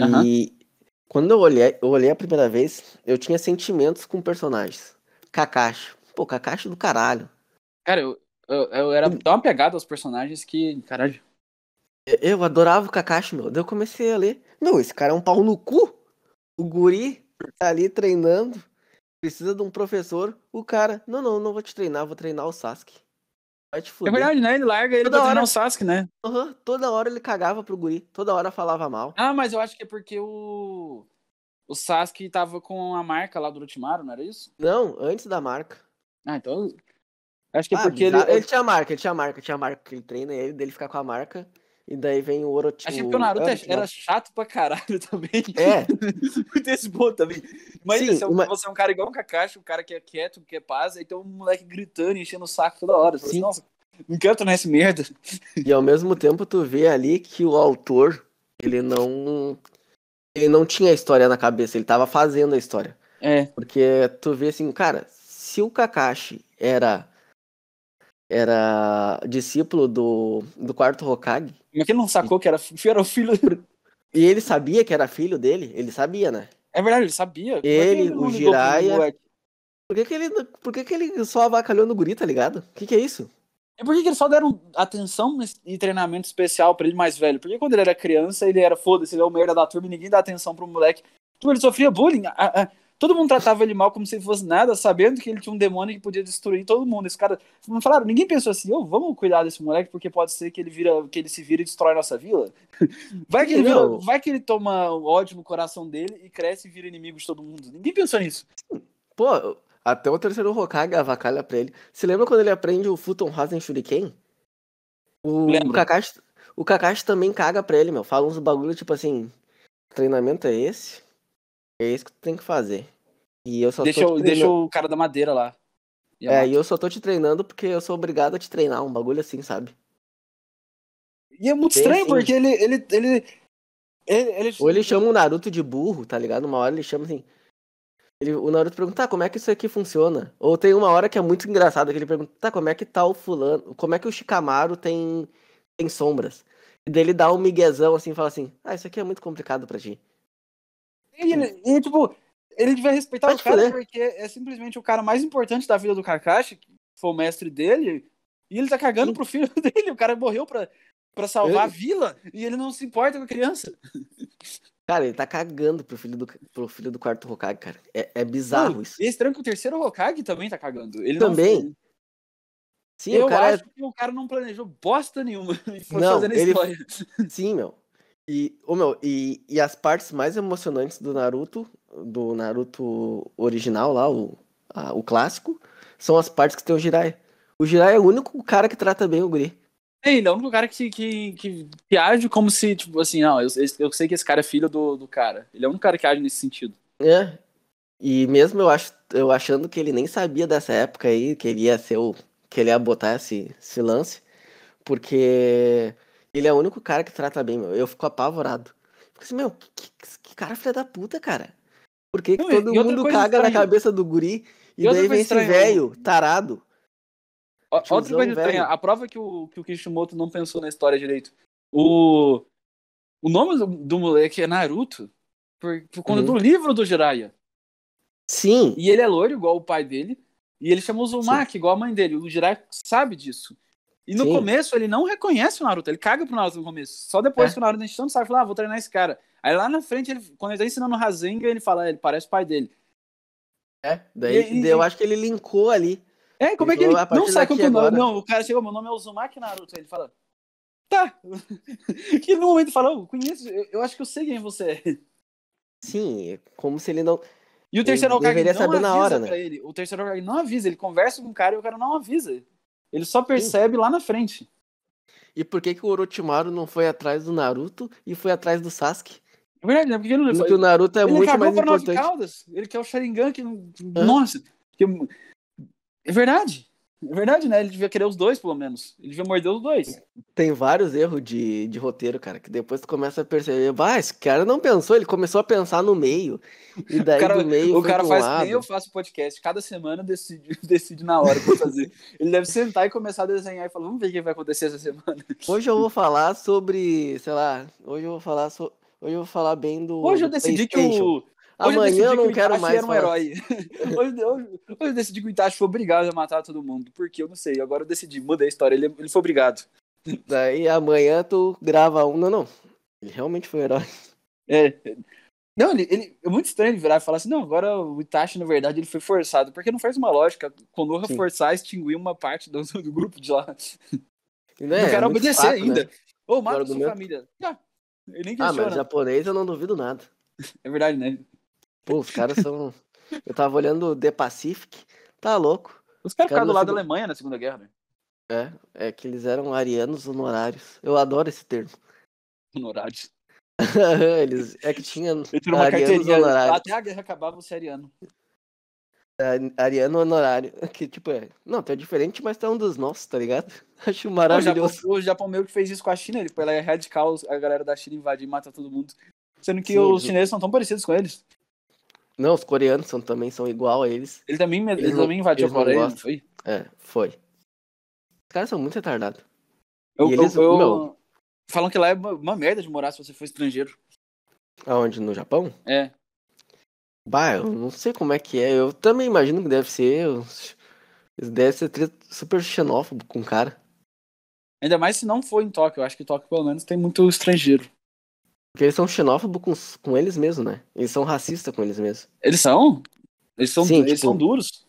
Aham. E quando eu olhei, eu olhei a primeira vez, eu tinha sentimentos com personagens. Kakashi. Pô, Kakashi do caralho. Cara, eu, eu, eu era tão apegado aos personagens que, é caralho, Eu- Eu adorava o Kakashi, meu. Daí eu comecei a ler. Meu, esse cara é um pau no cu. O guri tá ali treinando. Precisa de um professor. O cara, não, não, não vou te treinar, vou treinar o Sasuke. Vai te é fuder. verdade, né? Ele larga ele Toda pra treinar hora. o Sasuke, né? Aham, toda hora ele cagava pro guri. Toda hora falava mal. Ah, mas eu acho que é porque o. O Sasuke tava com a marca lá do Ultimaru, não era isso? Não, antes da marca. Ah, então. eu- Acho que é Ah, porque ele. bizarro. tinha marca, ele tinha marca, tinha marca que ele treina ele, dele ficar com a marca. E daí vem o Orochi. Acho que é porque o Naruto Orochi, era chato pra caralho também. não. tipo É, Tem esse ponto também. Imagina, Sim, se uma- você é um cara igual um Kakashi, um cara que é quieto, que é paz, aí tem um moleque gritando, e enchendo o saco toda hora. Você fala assim, Sim. Nossa, não quero tornar esse merda. e ao mesmo tempo tu vê ali que o autor, ele não. Ele não tinha a história na cabeça, ele tava fazendo a história. É, Porque tu vê assim, cara, se o Kakashi era. Era discípulo do, do quarto Hokage. mas ele não sacou que era, fi- era o filho. E ele sabia que era filho dele? Ele sabia, né? É verdade, ele sabia. Por que Ele, não ligou o pro Jiraiya. moleque? Por que, que ele, por que, que ele só avacalhou no guri, tá ligado? O que, que é isso? E por que, que eles só deram atenção nesse- e treinamento especial pra ele mais velho? Porque quando ele era criança, ele era foda-se, ele é o merda da turma e ninguém dá atenção pro moleque. Tipo, ele sofria bullying. a- a- todo mundo tratava ele mal como se ele fosse nada, sabendo que ele tinha um demônio que podia destruir todo mundo. Esse cara. Não falaram, ninguém pensou assim, ô, vamos cuidar desse moleque, porque pode ser que ele vira, que ele se vira e destrói nossa vila. Vai que ele, vira- Não. vai que ele toma ódio no coração dele e cresce e vira inimigo de todo mundo. Ninguém pensou nisso. Pô, até o terceiro Hokage avacalha pra ele. Você lembra quando ele aprende o Futon Hasen Shuriken? O, Lembro. o Kakashi, o Kakashi também caga pra ele, meu. Fala uns bagulho tipo assim, treinamento é esse? É esse que tu tem que fazer. E eu só Deixa, tô o- te deixa treinando. o cara da madeira lá. É, e eu só tô te treinando porque eu sou obrigado a te treinar, um bagulho assim, sabe? E é muito Bem estranho, assim. porque ele. ele, ele, ele, ele- Ou ele chama o Naruto de burro, tá ligado? Uma hora ele chama assim. Ele, o Naruto pergunta, tá, como é que isso aqui funciona? Ou tem uma hora que é muito engraçado que ele pergunta, tá, como é que tá o fulano, como é que o Shikamaru tem, tem sombras? E daí ele dá um miguezão assim, fala assim, ah, isso aqui é muito complicado pra ti. E, ele- e, tipo, ele vai respeitar Vai o te cara, fuder. porque é simplesmente o cara mais importante da vida do Kakashi, que foi o mestre dele, e ele tá cagando Sim. pro filho dele. O cara morreu pra, pra salvar Ele- a vila, e ele não se importa com a criança. Cara, ele tá cagando pro filho do, pro filho do quarto Hokage, cara. É, é bizarro Não, isso. E é estranho que o terceiro Hokage também tá cagando. Ele Também. Não... Sim, eu o cara é- acho que o cara não planejou bosta nenhuma e foi Não, fazendo a ele- história. Sim, meu. E, ô, meu e, e as partes mais emocionantes do Naruto, do Naruto original lá, o, a- o clássico, são as partes que tem o Jiraiya. O Jiraiya é o único cara que trata bem o guri. É, ele é o único cara que, que, que, que age como se, tipo assim, não, eu, eu sei que esse cara é filho do, do cara. Ele é o único cara que age nesse sentido. É. E mesmo eu, acho, eu achando que ele nem sabia dessa época aí, que ele ia ser o. que ele ia botar esse, esse lance, porque ele é o único cara que trata bem, meu. Eu fico apavorado. Fico assim, meu, que, que- que cara filha da puta, cara. Por que, que Não, e- todo e outra mundo coisa caga na estranha. cabeça do guri e, E outra coisa daí vem esse estranha, né? velho tarado? Ó, Tiozão Outra coisa estranha, velho. a prova que o, que o Kishimoto não pensou na história direito. O, o nome do, do moleque é Naruto, por, por conta Uhum. do livro do Jiraiya. Sim, E ele é loiro, igual o pai dele, e ele chama o Uzumaki, igual a mãe dele. O Jiraiya sabe disso. E no Sim. começo ele não reconhece o Naruto, ele caga pro Naruto no começo. Só depois É. que o Naruto enche tanto sabe, fala, ah, vou treinar esse cara. Aí lá na frente, ele, quando ele tá ensinando o Rasengan, ele fala, "Ah, ele parece o pai dele. é. Daí E- e- eu acho que ele linkou ali. É, como é que Então, ele a partir não sai com daqui o nome? agora- Não, o cara chegou, meu nome é Uzumaki Naruto. Aí ele fala, tá. que no momento fala, eu conheço, eu, eu acho que eu sei quem você é. Sim, é como se ele não. E o terceiro Hokage deveria não saber avisa na hora, né? pra ele. O terceiro Hokage não avisa, ele conversa com o cara e o cara não avisa. Ele só percebe lá na frente. E por que, que o Orochimaru não foi atrás do Naruto e foi atrás do Sasuke? É verdade, né? Porque ele não Sendo que o Naruto é ele muito cagou mais pra nove importante. É. caudas. Ele quer o Sharingan que... não. Hã? Nossa. que- É verdade. É verdade, né? Ele devia querer os dois, pelo menos. Ele devia morder os dois. Tem vários erros de, de roteiro, cara, que depois tu começa a perceber, bah, esse cara não pensou, ele começou a pensar no meio. E daí O cara, do Tá meio. o foi cara pra um faz que lado. nem eu faço podcast. Cada semana decide, decide na hora o que eu vou fazer. Ele deve sentar e começar a desenhar e falar, vamos ver o que vai acontecer essa semana. Hoje eu vou falar sobre, sei lá, hoje eu vou falar so... hoje eu vou falar bem do Hoje eu do decidi que PlayStation. o. Hoje amanhã decidi eu que não o quero Itachi mais era um falar. herói. hoje, hoje- hoje eu decidi que o Itachi foi obrigado a matar todo mundo. Porque eu não sei. Agora eu decidi. Mudei a história. Ele, ele foi obrigado. Daí amanhã tu grava um, não, não. Ele realmente foi um herói. É. Não, ele, ele- é muito estranho ele virar e falar assim, não, agora o Itachi, na verdade, ele foi forçado, porque não faz uma lógica Konoha Sim. forçar a extinguir uma parte do, do grupo de lá. E, não né, quero é muito obedecer fraco, ainda. Né? Ô, mata Agora sua do meu- família. Ah, ele nem Ah, questiona. mas japonês eu não duvido nada. É verdade, né? Pô, os caras são. eu tava olhando The Pacific, tá louco. Os caras Cara, ficaram do na lado da Segunda- Alemanha na Segunda Guerra, né? É, é que eles eram arianos honorários. Eu adoro esse termo. Honorários. eles é que tinha Ele tirou uma Arianos carteirinha. honorários. Até a guerra acabar, você é ariano. a- ariano honorário, que tipo é, não, tu é diferente, mas tu é um dos nossos, tá ligado? Acho O Japão, maravilhoso. o Japão meio que fez isso com a China, ele foi lá e radical, a galera da China invade e mata todo mundo. Sendo que Sim, os eles- chineses são tão parecidos com eles. Não, os coreanos são, também são igual a eles. Ele também, ele Eles não- também invadiu a eles não Coreia, não gostam. foi? É, foi. Os caras são muito retardados. Eu, E eles- eu- eu- meu. Falam que lá é uma, uma merda de morar se você for estrangeiro. Aonde? No Japão? É. Bah, eu não sei como é que é. Eu também imagino que deve ser. uns- Eles devem ser tre- super xenófobo com o cara. Ainda mais se não for em Tóquio. Eu acho que Tóquio, pelo menos, tem muito estrangeiro. Porque eles são xenófobo com, os- com eles mesmos, né? Eles são racistas com eles mesmos. Eles são? Eles são, Sim, eles tipo- são duros.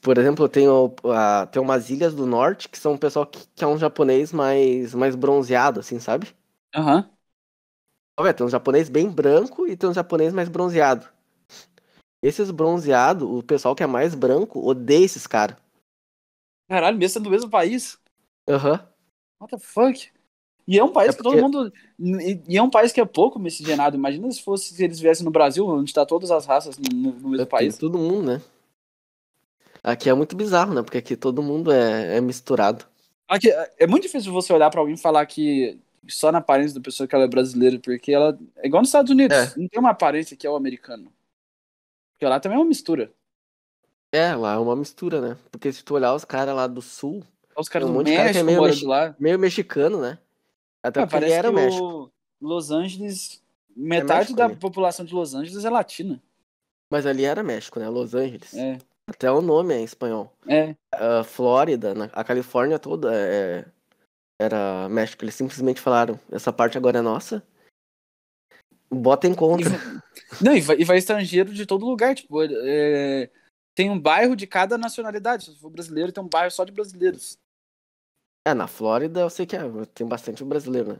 Por exemplo, tem, o, a- tem umas ilhas do norte que são o pessoal que, que é um japonês mais, mais bronzeado, assim, sabe? Aham. Ó, velho, tem um japonês bem branco e tem um japonês mais bronzeado. Esses bronzeados, o pessoal que é mais branco, odeia esses caras. Caralho, mesmo sendo do mesmo país. Aham. What the fuck? E é um país É que porque- todo mundo. E, e é um país que é pouco miscigenado. Imagina se fosse se eles viessem no Brasil, onde tá todas as raças no, no- no mesmo Tem país. Todo mundo, né? Aqui é muito bizarro, né? Porque aqui todo mundo é, é misturado. Aqui, é muito difícil você olhar pra alguém e falar que só na aparência da pessoa que ela é brasileira, porque ela. É igual nos Estados Unidos. É. Não tem uma aparência que é o americano. Porque lá também é uma mistura. É, lá é uma mistura, né? Porque se tu olhar os caras lá do sul, Os caras Tem um do monte de cara que é México meio morando mexi- lá. meio mexicano, né? Até Ah, porque ele parece era que o México. É o Los Angeles. Metade México da ali. população de Los Angeles é latina. Mas ali era México, né? Los Angeles. É. Até o nome é em espanhol. É. a Flórida, na- a Califórnia toda é- era México. Eles simplesmente falaram: essa parte agora é nossa. Bota em E contra. va- é- Não, e vai, e vai estrangeiro de todo lugar. Tipo, é, tem um bairro de cada nacionalidade. Se for brasileiro, tem um bairro só de brasileiros. É, na Flórida eu sei que é, tem bastante brasileiro, né?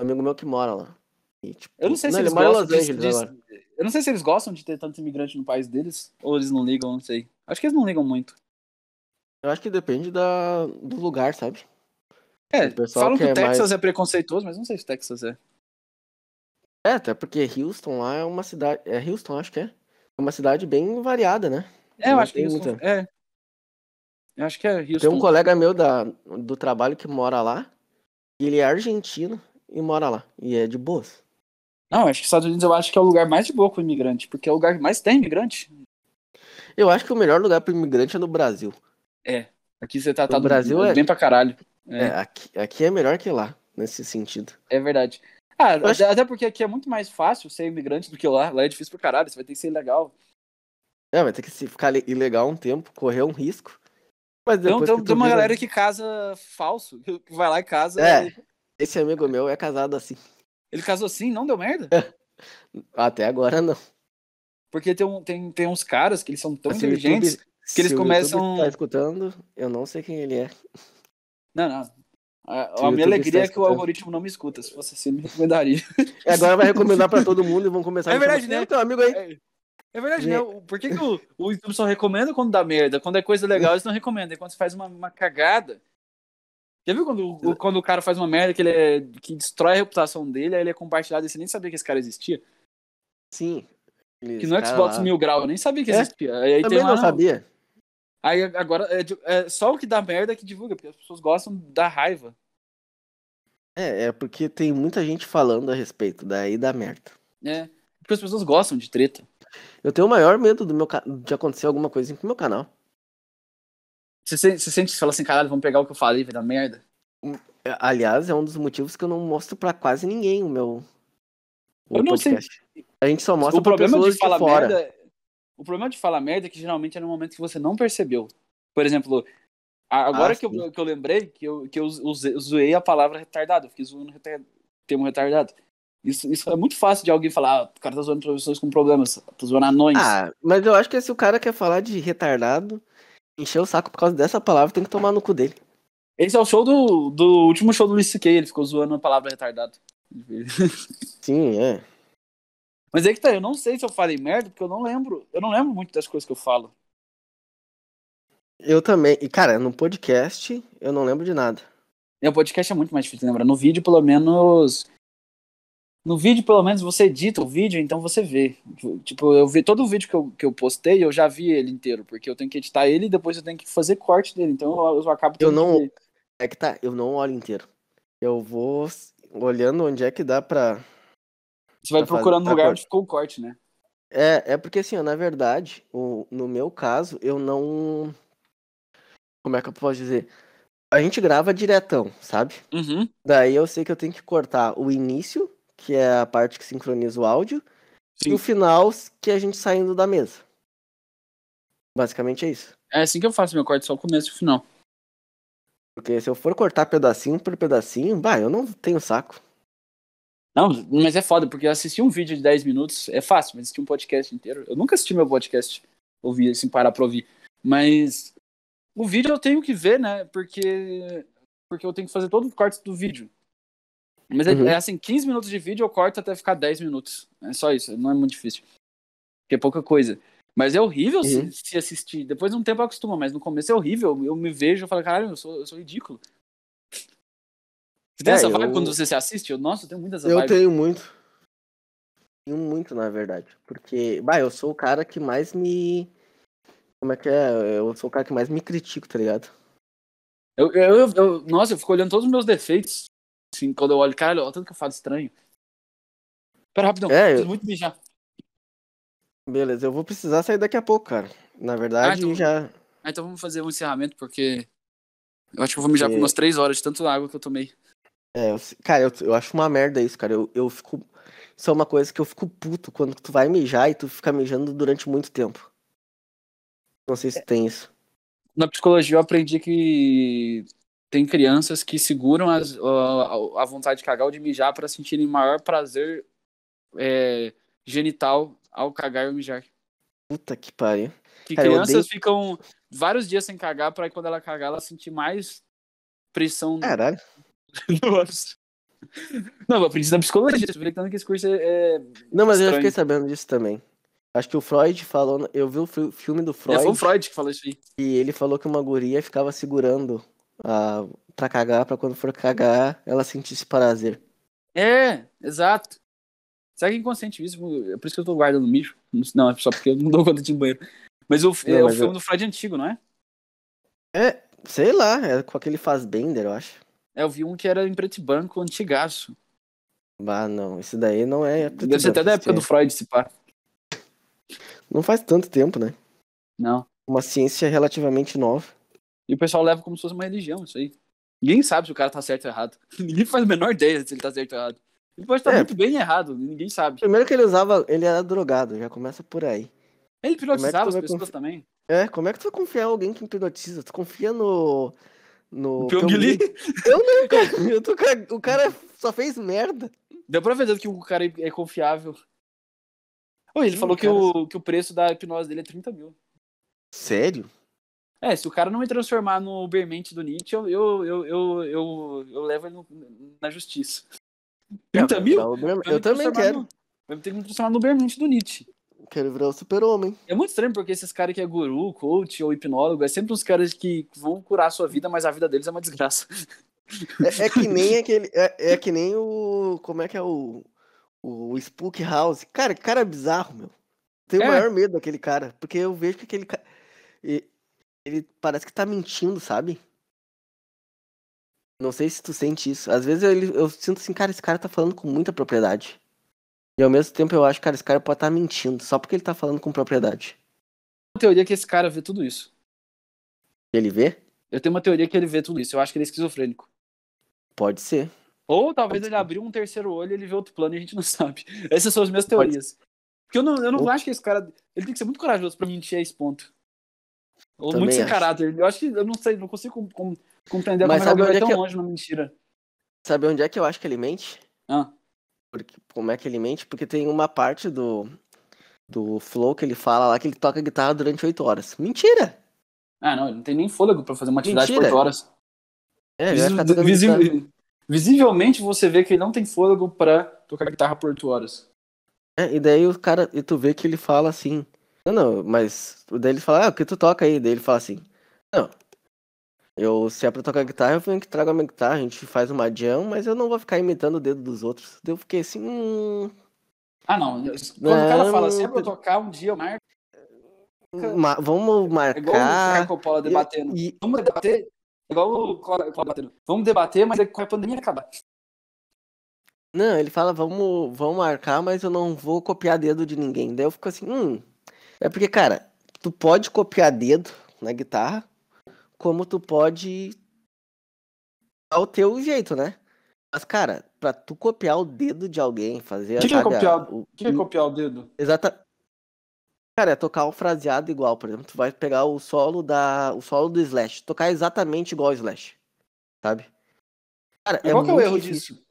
Um amigo meu que mora lá. E, tipo, Eu não sei se ele eles mora em gostam Los de, Angeles de- agora. Eu não sei se eles gostam de ter tanto imigrante no país deles, ou eles não ligam, não sei. Acho que eles não ligam muito. Eu acho que depende da, do lugar, sabe? É, O pessoal falam que o quer Texas mais- é preconceituoso, mas não sei se o Texas é. É, até porque Houston lá é uma cidade. É Houston, acho que é. É uma cidade bem variada, né? É, eu Não acho que tem Houston. muita. É. Eu acho que é Houston. Tem um colega meu da, do trabalho que mora lá. e Ele é argentino e mora lá. E é de boas. Não, acho que Estados Unidos eu acho que é o lugar mais de boa com imigrante, porque é o lugar que mais tem imigrante. Eu acho que o melhor lugar para imigrante é no Brasil. Aqui você tá, tá Brasil é- bem pra caralho. É. É, aqui, aqui é melhor que lá, nesse sentido. É verdade. Ah, Eu acho- até, até porque aqui é muito mais fácil ser imigrante do que lá. Lá é difícil pra caralho, você vai ter que ser legal. É, vai ter que se ficar le- ilegal um tempo, correr um risco. Mas Então, depois tem, que tem tu uma vira- galera que casa falso, que vai lá e casa. É. e- Esse amigo meu é casado assim. Ele casou assim, não deu merda? É. Até agora não. Porque tem, um, tem, tem uns caras que eles são tão Mas se o inteligentes. YouTube- que eles se o começam- YouTube Tá escutando, eu não sei quem ele é. Não, não. A, Se a o minha YouTube alegria está é que o escutando. algoritmo não me escuta. Se fosse assim, me recomendaria. E agora vai recomendar para todo mundo e vão começar É a me chamar, verdade, né? "Ei, Teu amigo aí. É verdade, Né? né? O- Por que, que o, o YouTube só recomenda quando dá merda? Quando é coisa legal, eles não recomendam. E quando você faz uma, uma cagada. Já viu quando, o- quando o cara faz uma merda que ele é, que destrói a reputação dele, aí ele é compartilhado e você nem sabia que esse cara existia? Sim. Que no Xbox mil. Mil Grau, eu nem sabia que É? existia. Aí, aí Também tem lá, não sabia. Aí agora é, de- é só o que dá merda que divulga, porque as pessoas gostam da raiva. É, é porque tem muita gente falando a respeito, daí dá merda. né? Porque as pessoas gostam de treta. Eu tenho o maior medo do meu ca- de acontecer alguma coisa com o meu canal. Você, se- você sente, você fala assim, caralho, vamos pegar o que eu falei, vai dar merda. É, Aliás, é um dos motivos que eu não mostro pra quase ninguém o meu o Eu não sei. podcast. A gente só mostra o pra problema pessoas de falar fora. merda. é O problema de falar merda é que geralmente é no momento que você não percebeu. Por exemplo, a- agora Ah, que, sim. eu, que eu lembrei que eu, que eu usei- zoei a palavra retardado, eu fiquei zoando retar- termo retardado. Isso, isso é muito fácil de alguém falar, ah, o cara tá zoando pessoas com problemas, tá zoando anões. Ah, mas eu acho que se o cara quer falar de retardado, encher o saco por causa dessa palavra, tem que tomar no cu dele. Esse é o show do, do último show do Luis C.K., ele ficou zoando a palavra retardado. Sim, é. Mas aí que tá, eu não sei se eu falei merda, porque eu não lembro. Eu não lembro muito das coisas que eu falo. Eu também. E, cara, no podcast eu não lembro de nada. E o podcast é muito mais difícil de lembrar. No vídeo, pelo menos. No vídeo, pelo menos, você edita o vídeo, então você vê. Tipo, eu vi todo o vídeo que eu, que eu postei, eu já vi ele inteiro, porque eu tenho que editar ele e depois eu tenho que fazer corte dele. Então eu, eu acabo Eu tendo não- que- É que tá, eu não olho inteiro. Eu vou s- olhando onde é que dá pra. Você vai Pra procurando um fazer- lugar pra onde ficou o corte, né? É, é porque assim, ó, na verdade, o- no meu caso, eu não. Como é que eu posso dizer? A gente grava diretão, sabe? Uhum. Daí eu sei que eu tenho que cortar o início, que é a parte que sincroniza o áudio, e Sim. o final, que é a gente saindo da mesa. Basicamente é isso. É assim que eu faço meu corte, só o começo e o final. Porque se eu for cortar pedacinho por pedacinho, bah, eu não tenho saco. Não, mas é foda, porque assistir um vídeo de 10 minutos é fácil, mas assistir um podcast inteiro. Eu nunca assisti meu podcast, ouvir, assim, parar pra ouvir. Mas o vídeo eu tenho que ver, né? Porque, porque eu tenho que fazer todo o corte do vídeo. Mas é, Uhum. é assim, 15 minutos de vídeo eu corto até ficar 10 minutos. É só isso, não é muito difícil. Porque é pouca coisa. Mas é horrível Uhum. se, se assistir. Depois de um tempo acostuma, mas no começo é horrível. Eu me vejo e falo, caralho, eu sou, eu sou ridículo. Você tem É, essa vibe eu- quando você se assiste? Eu, nossa, eu tenho muitas Eu vibes. tenho muito. Tenho muito, na verdade. Porque, bah, eu sou o cara que mais me. Como é que é? Eu sou o cara que mais me critico, tá ligado? Eu, eu- eu- nossa, eu fico olhando todos os meus defeitos. Assim, quando eu olho, cara, olha o tanto que eu falo estranho. Pera, rapidão. É, eu- preciso muito mijar. Beleza, eu vou precisar sair daqui a pouco, cara. Na verdade, então- já. Ah, então vamos fazer um encerramento, porque eu acho que eu vou mijar por É. umas três horas de tanta água que eu tomei. É, eu- cara, eu, eu acho uma merda isso, cara. Eu, eu fico. Isso é uma coisa que eu fico puto quando tu vai mijar e tu fica mijando durante muito tempo. Não sei se É. tem isso. Na psicologia eu aprendi que tem crianças que seguram as- a, a- a vontade de cagar ou de mijar para sentirem maior prazer é, genital ao cagar ou mijar. Puta que pariu. Que Cara, É, eu crianças odeio- ficam vários dias sem cagar para quando ela cagar ela sentir mais pressão Caralho. É. Nossa. Não, eu aprendi na psicologia, tô brincando que esse curso é. é... Não, mas eu Estranho. já fiquei sabendo disso também. Acho que o Freud falou. Eu vi o fi- filme do é, Freud Foi o Freud que falou isso aí. e ele falou que uma guria ficava segurando a... pra cagar, pra quando for cagar, ela sentisse prazer. É, exato. Será que inconscientemente, é por isso que eu tô guardando lixo? Não, é só porque eu não dou conta de ir no banheiro. Mas o, é Não, o mas filme eu- do Freud antigo, não é? É, sei lá, é com aquele fazbender, eu acho. É, eu vi um que era em preto e branco, antigaço. Bah, não, esse daí não é. preto e Deve ser até branco, da esse época é- do Freud, se pá. Não faz tanto tempo, né? Não. Uma ciência relativamente nova. E o pessoal leva como se fosse uma religião, isso aí. Ninguém sabe se o cara tá certo ou errado. Ninguém faz a menor ideia se ele tá certo ou errado. Ele pode estar É. muito bem errado, ninguém sabe. Primeiro que ele usava, ele era drogado, já começa por aí. Ele hipnotizava as é vai pessoas confi- também. É, como é que tu vai confiar em alguém que hipnotiza? Tu confia no. No. O Pyong Lee. Eu não, cara. Eu tô ca- O cara só fez merda. Deu pra ver que o cara é confiável. Ô, ele Sim, falou que cara. o, que o preço da hipnose dele é 30 mil. Sério? É, se o cara não me transformar no Ubermente do Nietzsche, eu, eu, eu, eu, eu, eu levo ele no- na justiça. 30 mil? É, Eu, Vai me também transformar quero. no- Vai ter que me transformar no Ubermente do Nietzsche. Quero virar o super-homem. É muito estranho porque esses caras que é guru, coach ou hipnólogo, é sempre uns caras que vão curar a sua vida, mas a vida deles é uma desgraça. É, é que nem aquele. É, é que nem o. Como é que é o. O Spook House. Cara, que cara bizarro, meu. Tenho o É. maior medo daquele cara. Porque eu vejo que aquele cara. ele parece que tá mentindo, sabe? Não sei se tu sente isso. Às vezes eu, eu sinto assim, cara, esse cara tá falando com muita propriedade. E ao mesmo tempo eu acho, cara, esse cara pode estar tá mentindo, só porque ele tá falando com propriedade. Uma teoria que esse cara vê tudo isso. Ele vê? Eu tenho uma teoria que ele vê tudo isso. Eu acho que ele é esquizofrênico. Pode ser. Ou talvez ele abriu um terceiro olho e ele vê outro plano e a gente não sabe. Essas são as minhas teorias. Porque eu não, eu não Ou- acho que esse cara. Ele tem que ser muito corajoso pra mentir a esse ponto. Ou Também muito sem acho. caráter. Eu acho que eu não sei, não consigo com- com- compreender Mas como sabe ele vai onde é tão que eu- longe na mentira. Sabe onde é que eu acho que ele mente? Ah, Porque, como é que ele mente? Porque tem uma parte do, do Flow que ele fala lá que ele toca guitarra durante oito horas. Mentira! ah não, ele não tem nem fôlego pra fazer uma atividade Mentira. por horas. É, ele vai Visi- ficar tocando visi- guitarra. Visivelmente você vê que ele não tem fôlego pra tocar guitarra por oito horas. É, e daí o cara, e tu vê que ele fala assim, não, não, mas o daí ele fala, ah, o que tu toca aí? Daí ele fala assim, não, eu, se é pra tocar guitarra, eu venho que trago a minha guitarra, a gente faz uma jam, mas eu não vou ficar imitando o dedo dos outros. Daí eu fiquei assim, hum, Ah, não. Quando o Não, cara fala assim, é não- pra eu tocar um dia, eu marco. ma- vamos É igual um o marcar. Caco Paula E- debatendo. e- Vamos debater. é Igual o Cola Cola debatendo. Vamos debater, mas é quando a pandemia acabar. não, ele fala, vamos, vamos marcar, mas eu não vou copiar dedo de ninguém. Daí eu fico assim, hum, é porque, cara, tu pode copiar dedo na guitarra, como tu pode ao teu jeito, né? Mas, cara, pra tu copiar o dedo de alguém, fazer Que que é sabe, a- copiar? o- O que é copiar o dedo? Exata. Cara, é tocar um fraseado igual, por exemplo, tu vai pegar o solo da, o solo do Slash, tocar exatamente igual ao Slash, sabe? Cara, Mas qual que é o muito erro difícil. disso?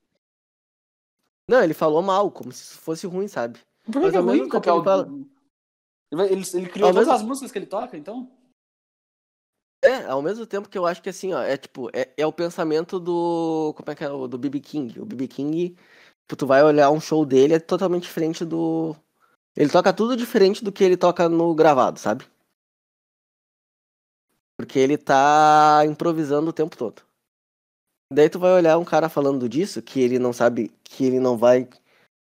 Não, ele falou mal, como se isso fosse ruim, sabe? Por que, Mas que é ao mesmo ruim tempo copiar o ele fala- dedo? Ele, vai- ele- ele criou Ao todas mesmo- as músicas que ele toca, então? É, ao mesmo tempo que eu acho que assim, ó, é tipo, é, é o pensamento do. Como é que é? o- Do BB King. O BB King, tipo, tu vai olhar um show dele, é totalmente diferente do. Ele toca tudo diferente do que ele toca no gravado, sabe? Porque ele tá improvisando o tempo todo. Daí tu vai olhar um cara falando disso, que ele não sabe, que ele não vai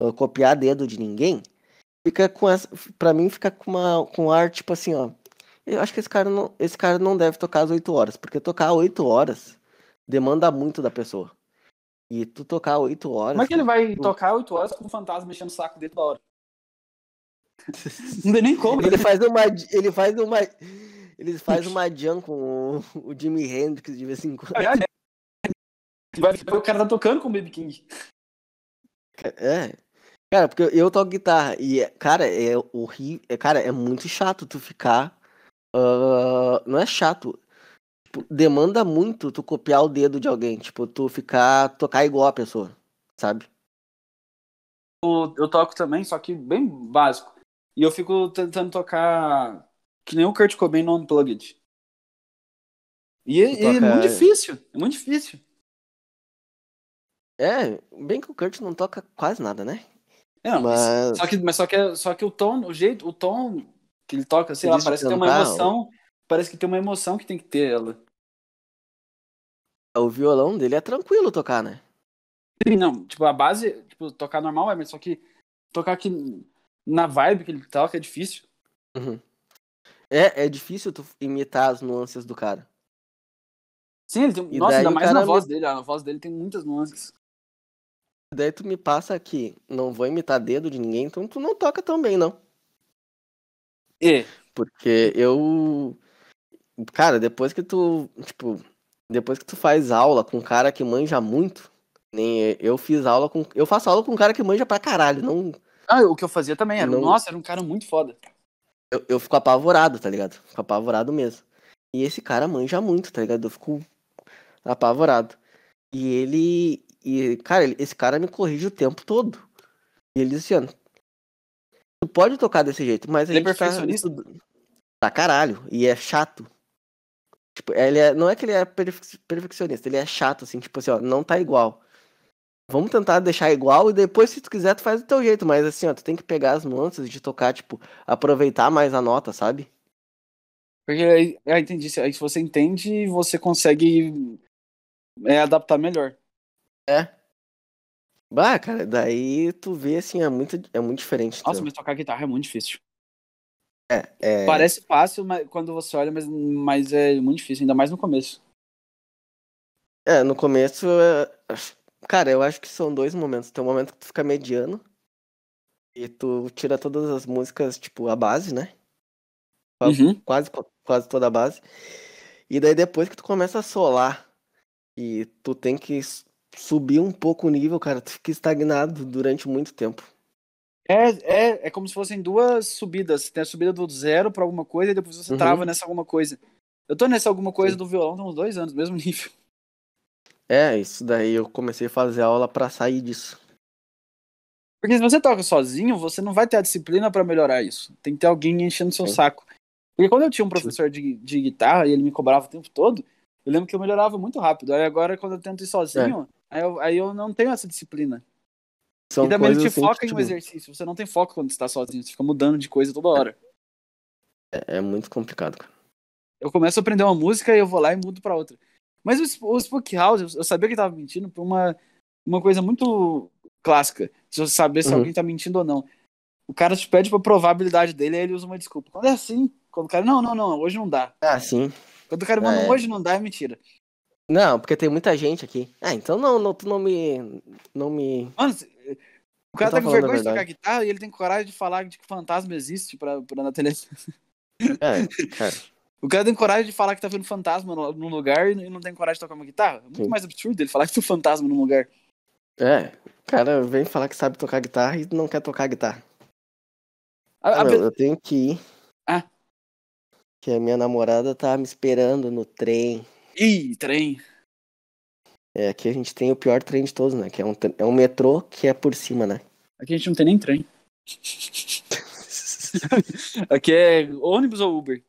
uh, copiar dedo de ninguém. Fica com essa. Pra mim, fica com, uma, com um ar, tipo assim, ó. Eu acho que esse cara não, esse cara não deve tocar às 8 horas, porque tocar 8 horas demanda muito da pessoa. E tu tocar 8 horas. Como é que ele vai o- tocar oito horas com um fantasma mexendo o saco dele da hora? Não tem nem como. Ele faz uma. Ele faz uma. Ele faz uma jam com o, o Jimi Hendrix de vez em quando. Vai ver o cara tá tocando com o Baby King. É. Cara, porque eu- eu toco guitarra e, é- cara, é horrível. Cara, é muito chato tu ficar. ah, não é chato. Tipo, demanda muito tu copiar o dedo de alguém. Tipo, tu ficar. tocar igual a pessoa, sabe? Eu, eu toco também, só que bem básico. E eu fico tentando tocar que nem o Kurt Cobain no Unplugged. E, é- Tu e é toca- muito difícil. É muito difícil. É, bem que o Kurt não toca quase nada, né? É, não, mas- Mas. Só que, mas só que, é- só que o tom, o jeito, o tom que ele toca, sei lá, Eles parece que tem uma cantaram. emoção. Parece que tem uma emoção que tem que ter ela. O violão dele é tranquilo tocar, né? Sim, Não, tipo, a base, tipo, tocar normal é, mas só que tocar aqui na vibe que ele toca é difícil. Uhum. É, é difícil tu imitar as nuances do cara. Sim, ele tem, E nossa, ainda daí o mais na cara- voz dele, a voz dele tem muitas nuances. Daí tu me passa que não vou imitar dedo de ninguém, então tu não toca tão bem, não. E, Porque eu. Cara, depois que tu. Tipo, depois que tu faz aula com um cara que manja muito. Nem eu fiz aula com. Eu faço aula com um cara que manja pra caralho. Não, ah, o que eu fazia também era, Não- nossa, era um cara muito foda. eu, eu fico apavorado, tá ligado? Fico apavorado mesmo. E esse cara manja muito, tá ligado? Eu fico apavorado. E ele. E, cara, ele- esse cara me corrige o tempo todo. E ele diz assim, ó, tu pode tocar desse jeito, mas a Ele é gente tá perfeccionista? estudo- Pra caralho. E é chato. Tipo, ele é- não é que ele é perfe- perfeccionista, ele é chato, assim, tipo assim, ó, não tá igual. Vamos tentar deixar igual e depois, se tu quiser, tu faz do teu jeito, mas assim, ó, tu tem que pegar as nuances de tocar, tipo, aproveitar mais a nota, sabe? Porque aí, ah, entendi, se- aí se você entende, você consegue é, adaptar melhor. Bah, cara, daí tu vê assim, é muito, é muito diferente. Nossa, tu- mas tocar guitarra é muito difícil. É, é, Parece fácil mas, quando você olha, mas, mas é muito difícil, ainda mais no começo. é, no começo, é, acho- cara, eu acho que são dois momentos. Tem um momento que tu fica mediano e tu tira todas as músicas, tipo, a base, né? Qual- Uhum. quase, quase toda a base. E daí depois que tu começa a solar e tu tem que s- subir um pouco o nível, cara, tu fica estagnado durante muito tempo. É, é, é como se fossem duas subidas. Tem a subida do zero pra alguma coisa e depois você Uhum. trava nessa alguma coisa. Eu tô nessa alguma coisa Sim. do violão há uns dois anos, mesmo nível. É, isso daí eu comecei a fazer aula pra sair disso. Porque se você toca sozinho, você não vai ter a disciplina pra melhorar isso. Tem que ter alguém enchendo seu Sim. saco. Porque quando eu tinha um professor de, de guitarra e ele me cobrava o tempo todo, eu lembro que eu melhorava muito rápido. Aí agora, quando eu tento ir sozinho, aí, eu, aí eu não tenho essa disciplina. São e também ele te coisas assim que, foca em um tipo, exercício. Você não tem foco quando você tá sozinho. Você fica mudando de coisa toda hora. é, é muito complicado, cara. Eu começo a aprender uma música e eu vou lá e mudo pra outra. Mas o, Sp- o Spook House, eu- eu sabia que ele tava mentindo por uma, uma coisa muito clássica. Se você saber se Uhum. alguém tá mentindo ou não. O cara te pede pra provar a habilidade dele, aí ele usa uma desculpa. Quando é assim, quando o cara, não, não, não, hoje não dá. Ah, sim. Quando o cara manda, É. hoje não dá, é mentira. Não, porque tem muita gente aqui. Ah, então não, não tu não me. Não me. Mano, se- o cara Não tá tá com falando a vergonha de tocar verdade. guitarra e ele tem coragem de falar de que tipo, fantasma existe pra, pra na tele. É, cara. O cara tem coragem de falar que tá vendo fantasma no- num lugar e não e não tem coragem de tocar uma guitarra. É muito Sim. mais absurdo ele falar que tem um fantasma num lugar. É. Cara, vem falar que sabe tocar guitarra e não quer tocar guitarra. A- Ah, a meu, pe- eu tenho que ir. Ah. Que a minha namorada tá me esperando no trem. Ih, trem. É, aqui a gente tem o pior trem de todos, né? Que é um, tre- é um metrô que é por cima, né? Aqui a gente não tem nem trem. Aqui é ônibus ou Uber.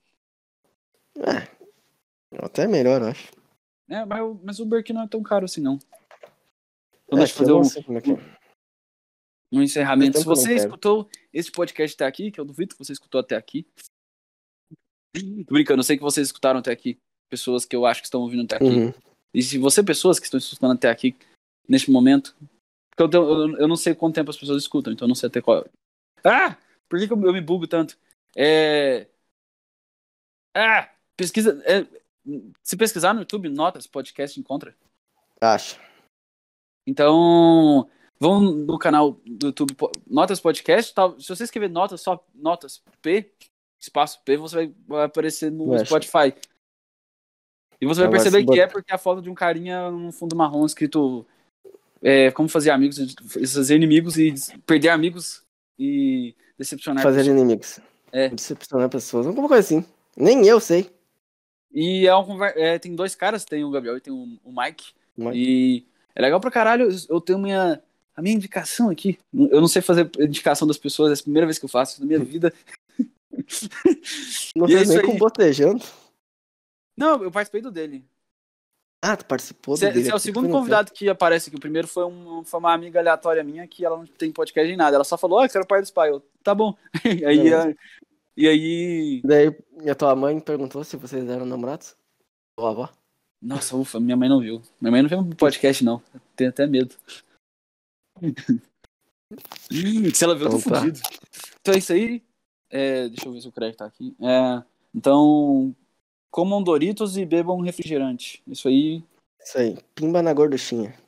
ah, até melhor, eu acho. É, mas, o- mas Uber aqui não é tão caro assim, não. Então É, deixa eu aqui fazer eu um, não sei como é que é. um encerramento. Faz Se tempo que eu você não pego. escutou esse podcast até aqui, que eu duvido que você escutou até aqui. Tô brincando, eu sei que vocês escutaram até aqui. Pessoas que eu acho que estão ouvindo até aqui. Uhum. E se você, pessoas que estão escutando até aqui, neste momento. Porque eu, tenho- eu, eu não sei quanto tempo as pessoas escutam, então eu não sei até qual. Ah! Por que, que eu, eu me bugo tanto? É. Ah! Pesquisa. é, se pesquisar no YouTube, notas, podcast encontra. Acho. Então, vão no canal do YouTube po- Notas Podcast. Tal. Se você escrever notas, só notas P, espaço P, você vai, vai aparecer no Vai achar. Spotify. E você vai Agora, se perceber que botar- é porque a foto de um carinha num fundo marrom escrito é, como fazer amigos, fazer inimigos e des- perder amigos e decepcionar Fazer pessoas. inimigos. Ah, né? É. Decepcionar pessoas. Alguma coisa assim. Nem eu sei. E é um, conver- é, tem dois caras, tem o Gabriel e tem o, o Mike. Mas... E é legal pra caralho. Eu tenho minha, a minha indicação aqui. Eu não sei fazer indicação das pessoas, é a primeira vez que eu faço isso na minha vida. Não e é fez nem isso com aí. botejando. Não, eu participei do dele. Ah, tu participou Você do dele é o aqui, tu segundo foi no convidado que aparece aqui. O primeiro foi, um, foi uma amiga aleatória minha que ela não tem podcast nem nada. Ela só falou, ah, eu quero participar. Eu, tá bom. aí, Beleza. a- e aí. Daí a tua mãe perguntou se vocês eram namorados. Ou avó. Nossa, ufa, minha mãe não viu. Minha mãe não viu o podcast, não. Eu Tenho até medo. Se ela viu, eu tô Então tá. fudido. Então é isso aí. É, deixa eu ver se o crédito tá aqui. É, então, comam Doritos e bebam refrigerante. Isso aí. Isso aí. Pimba na gorduchinha.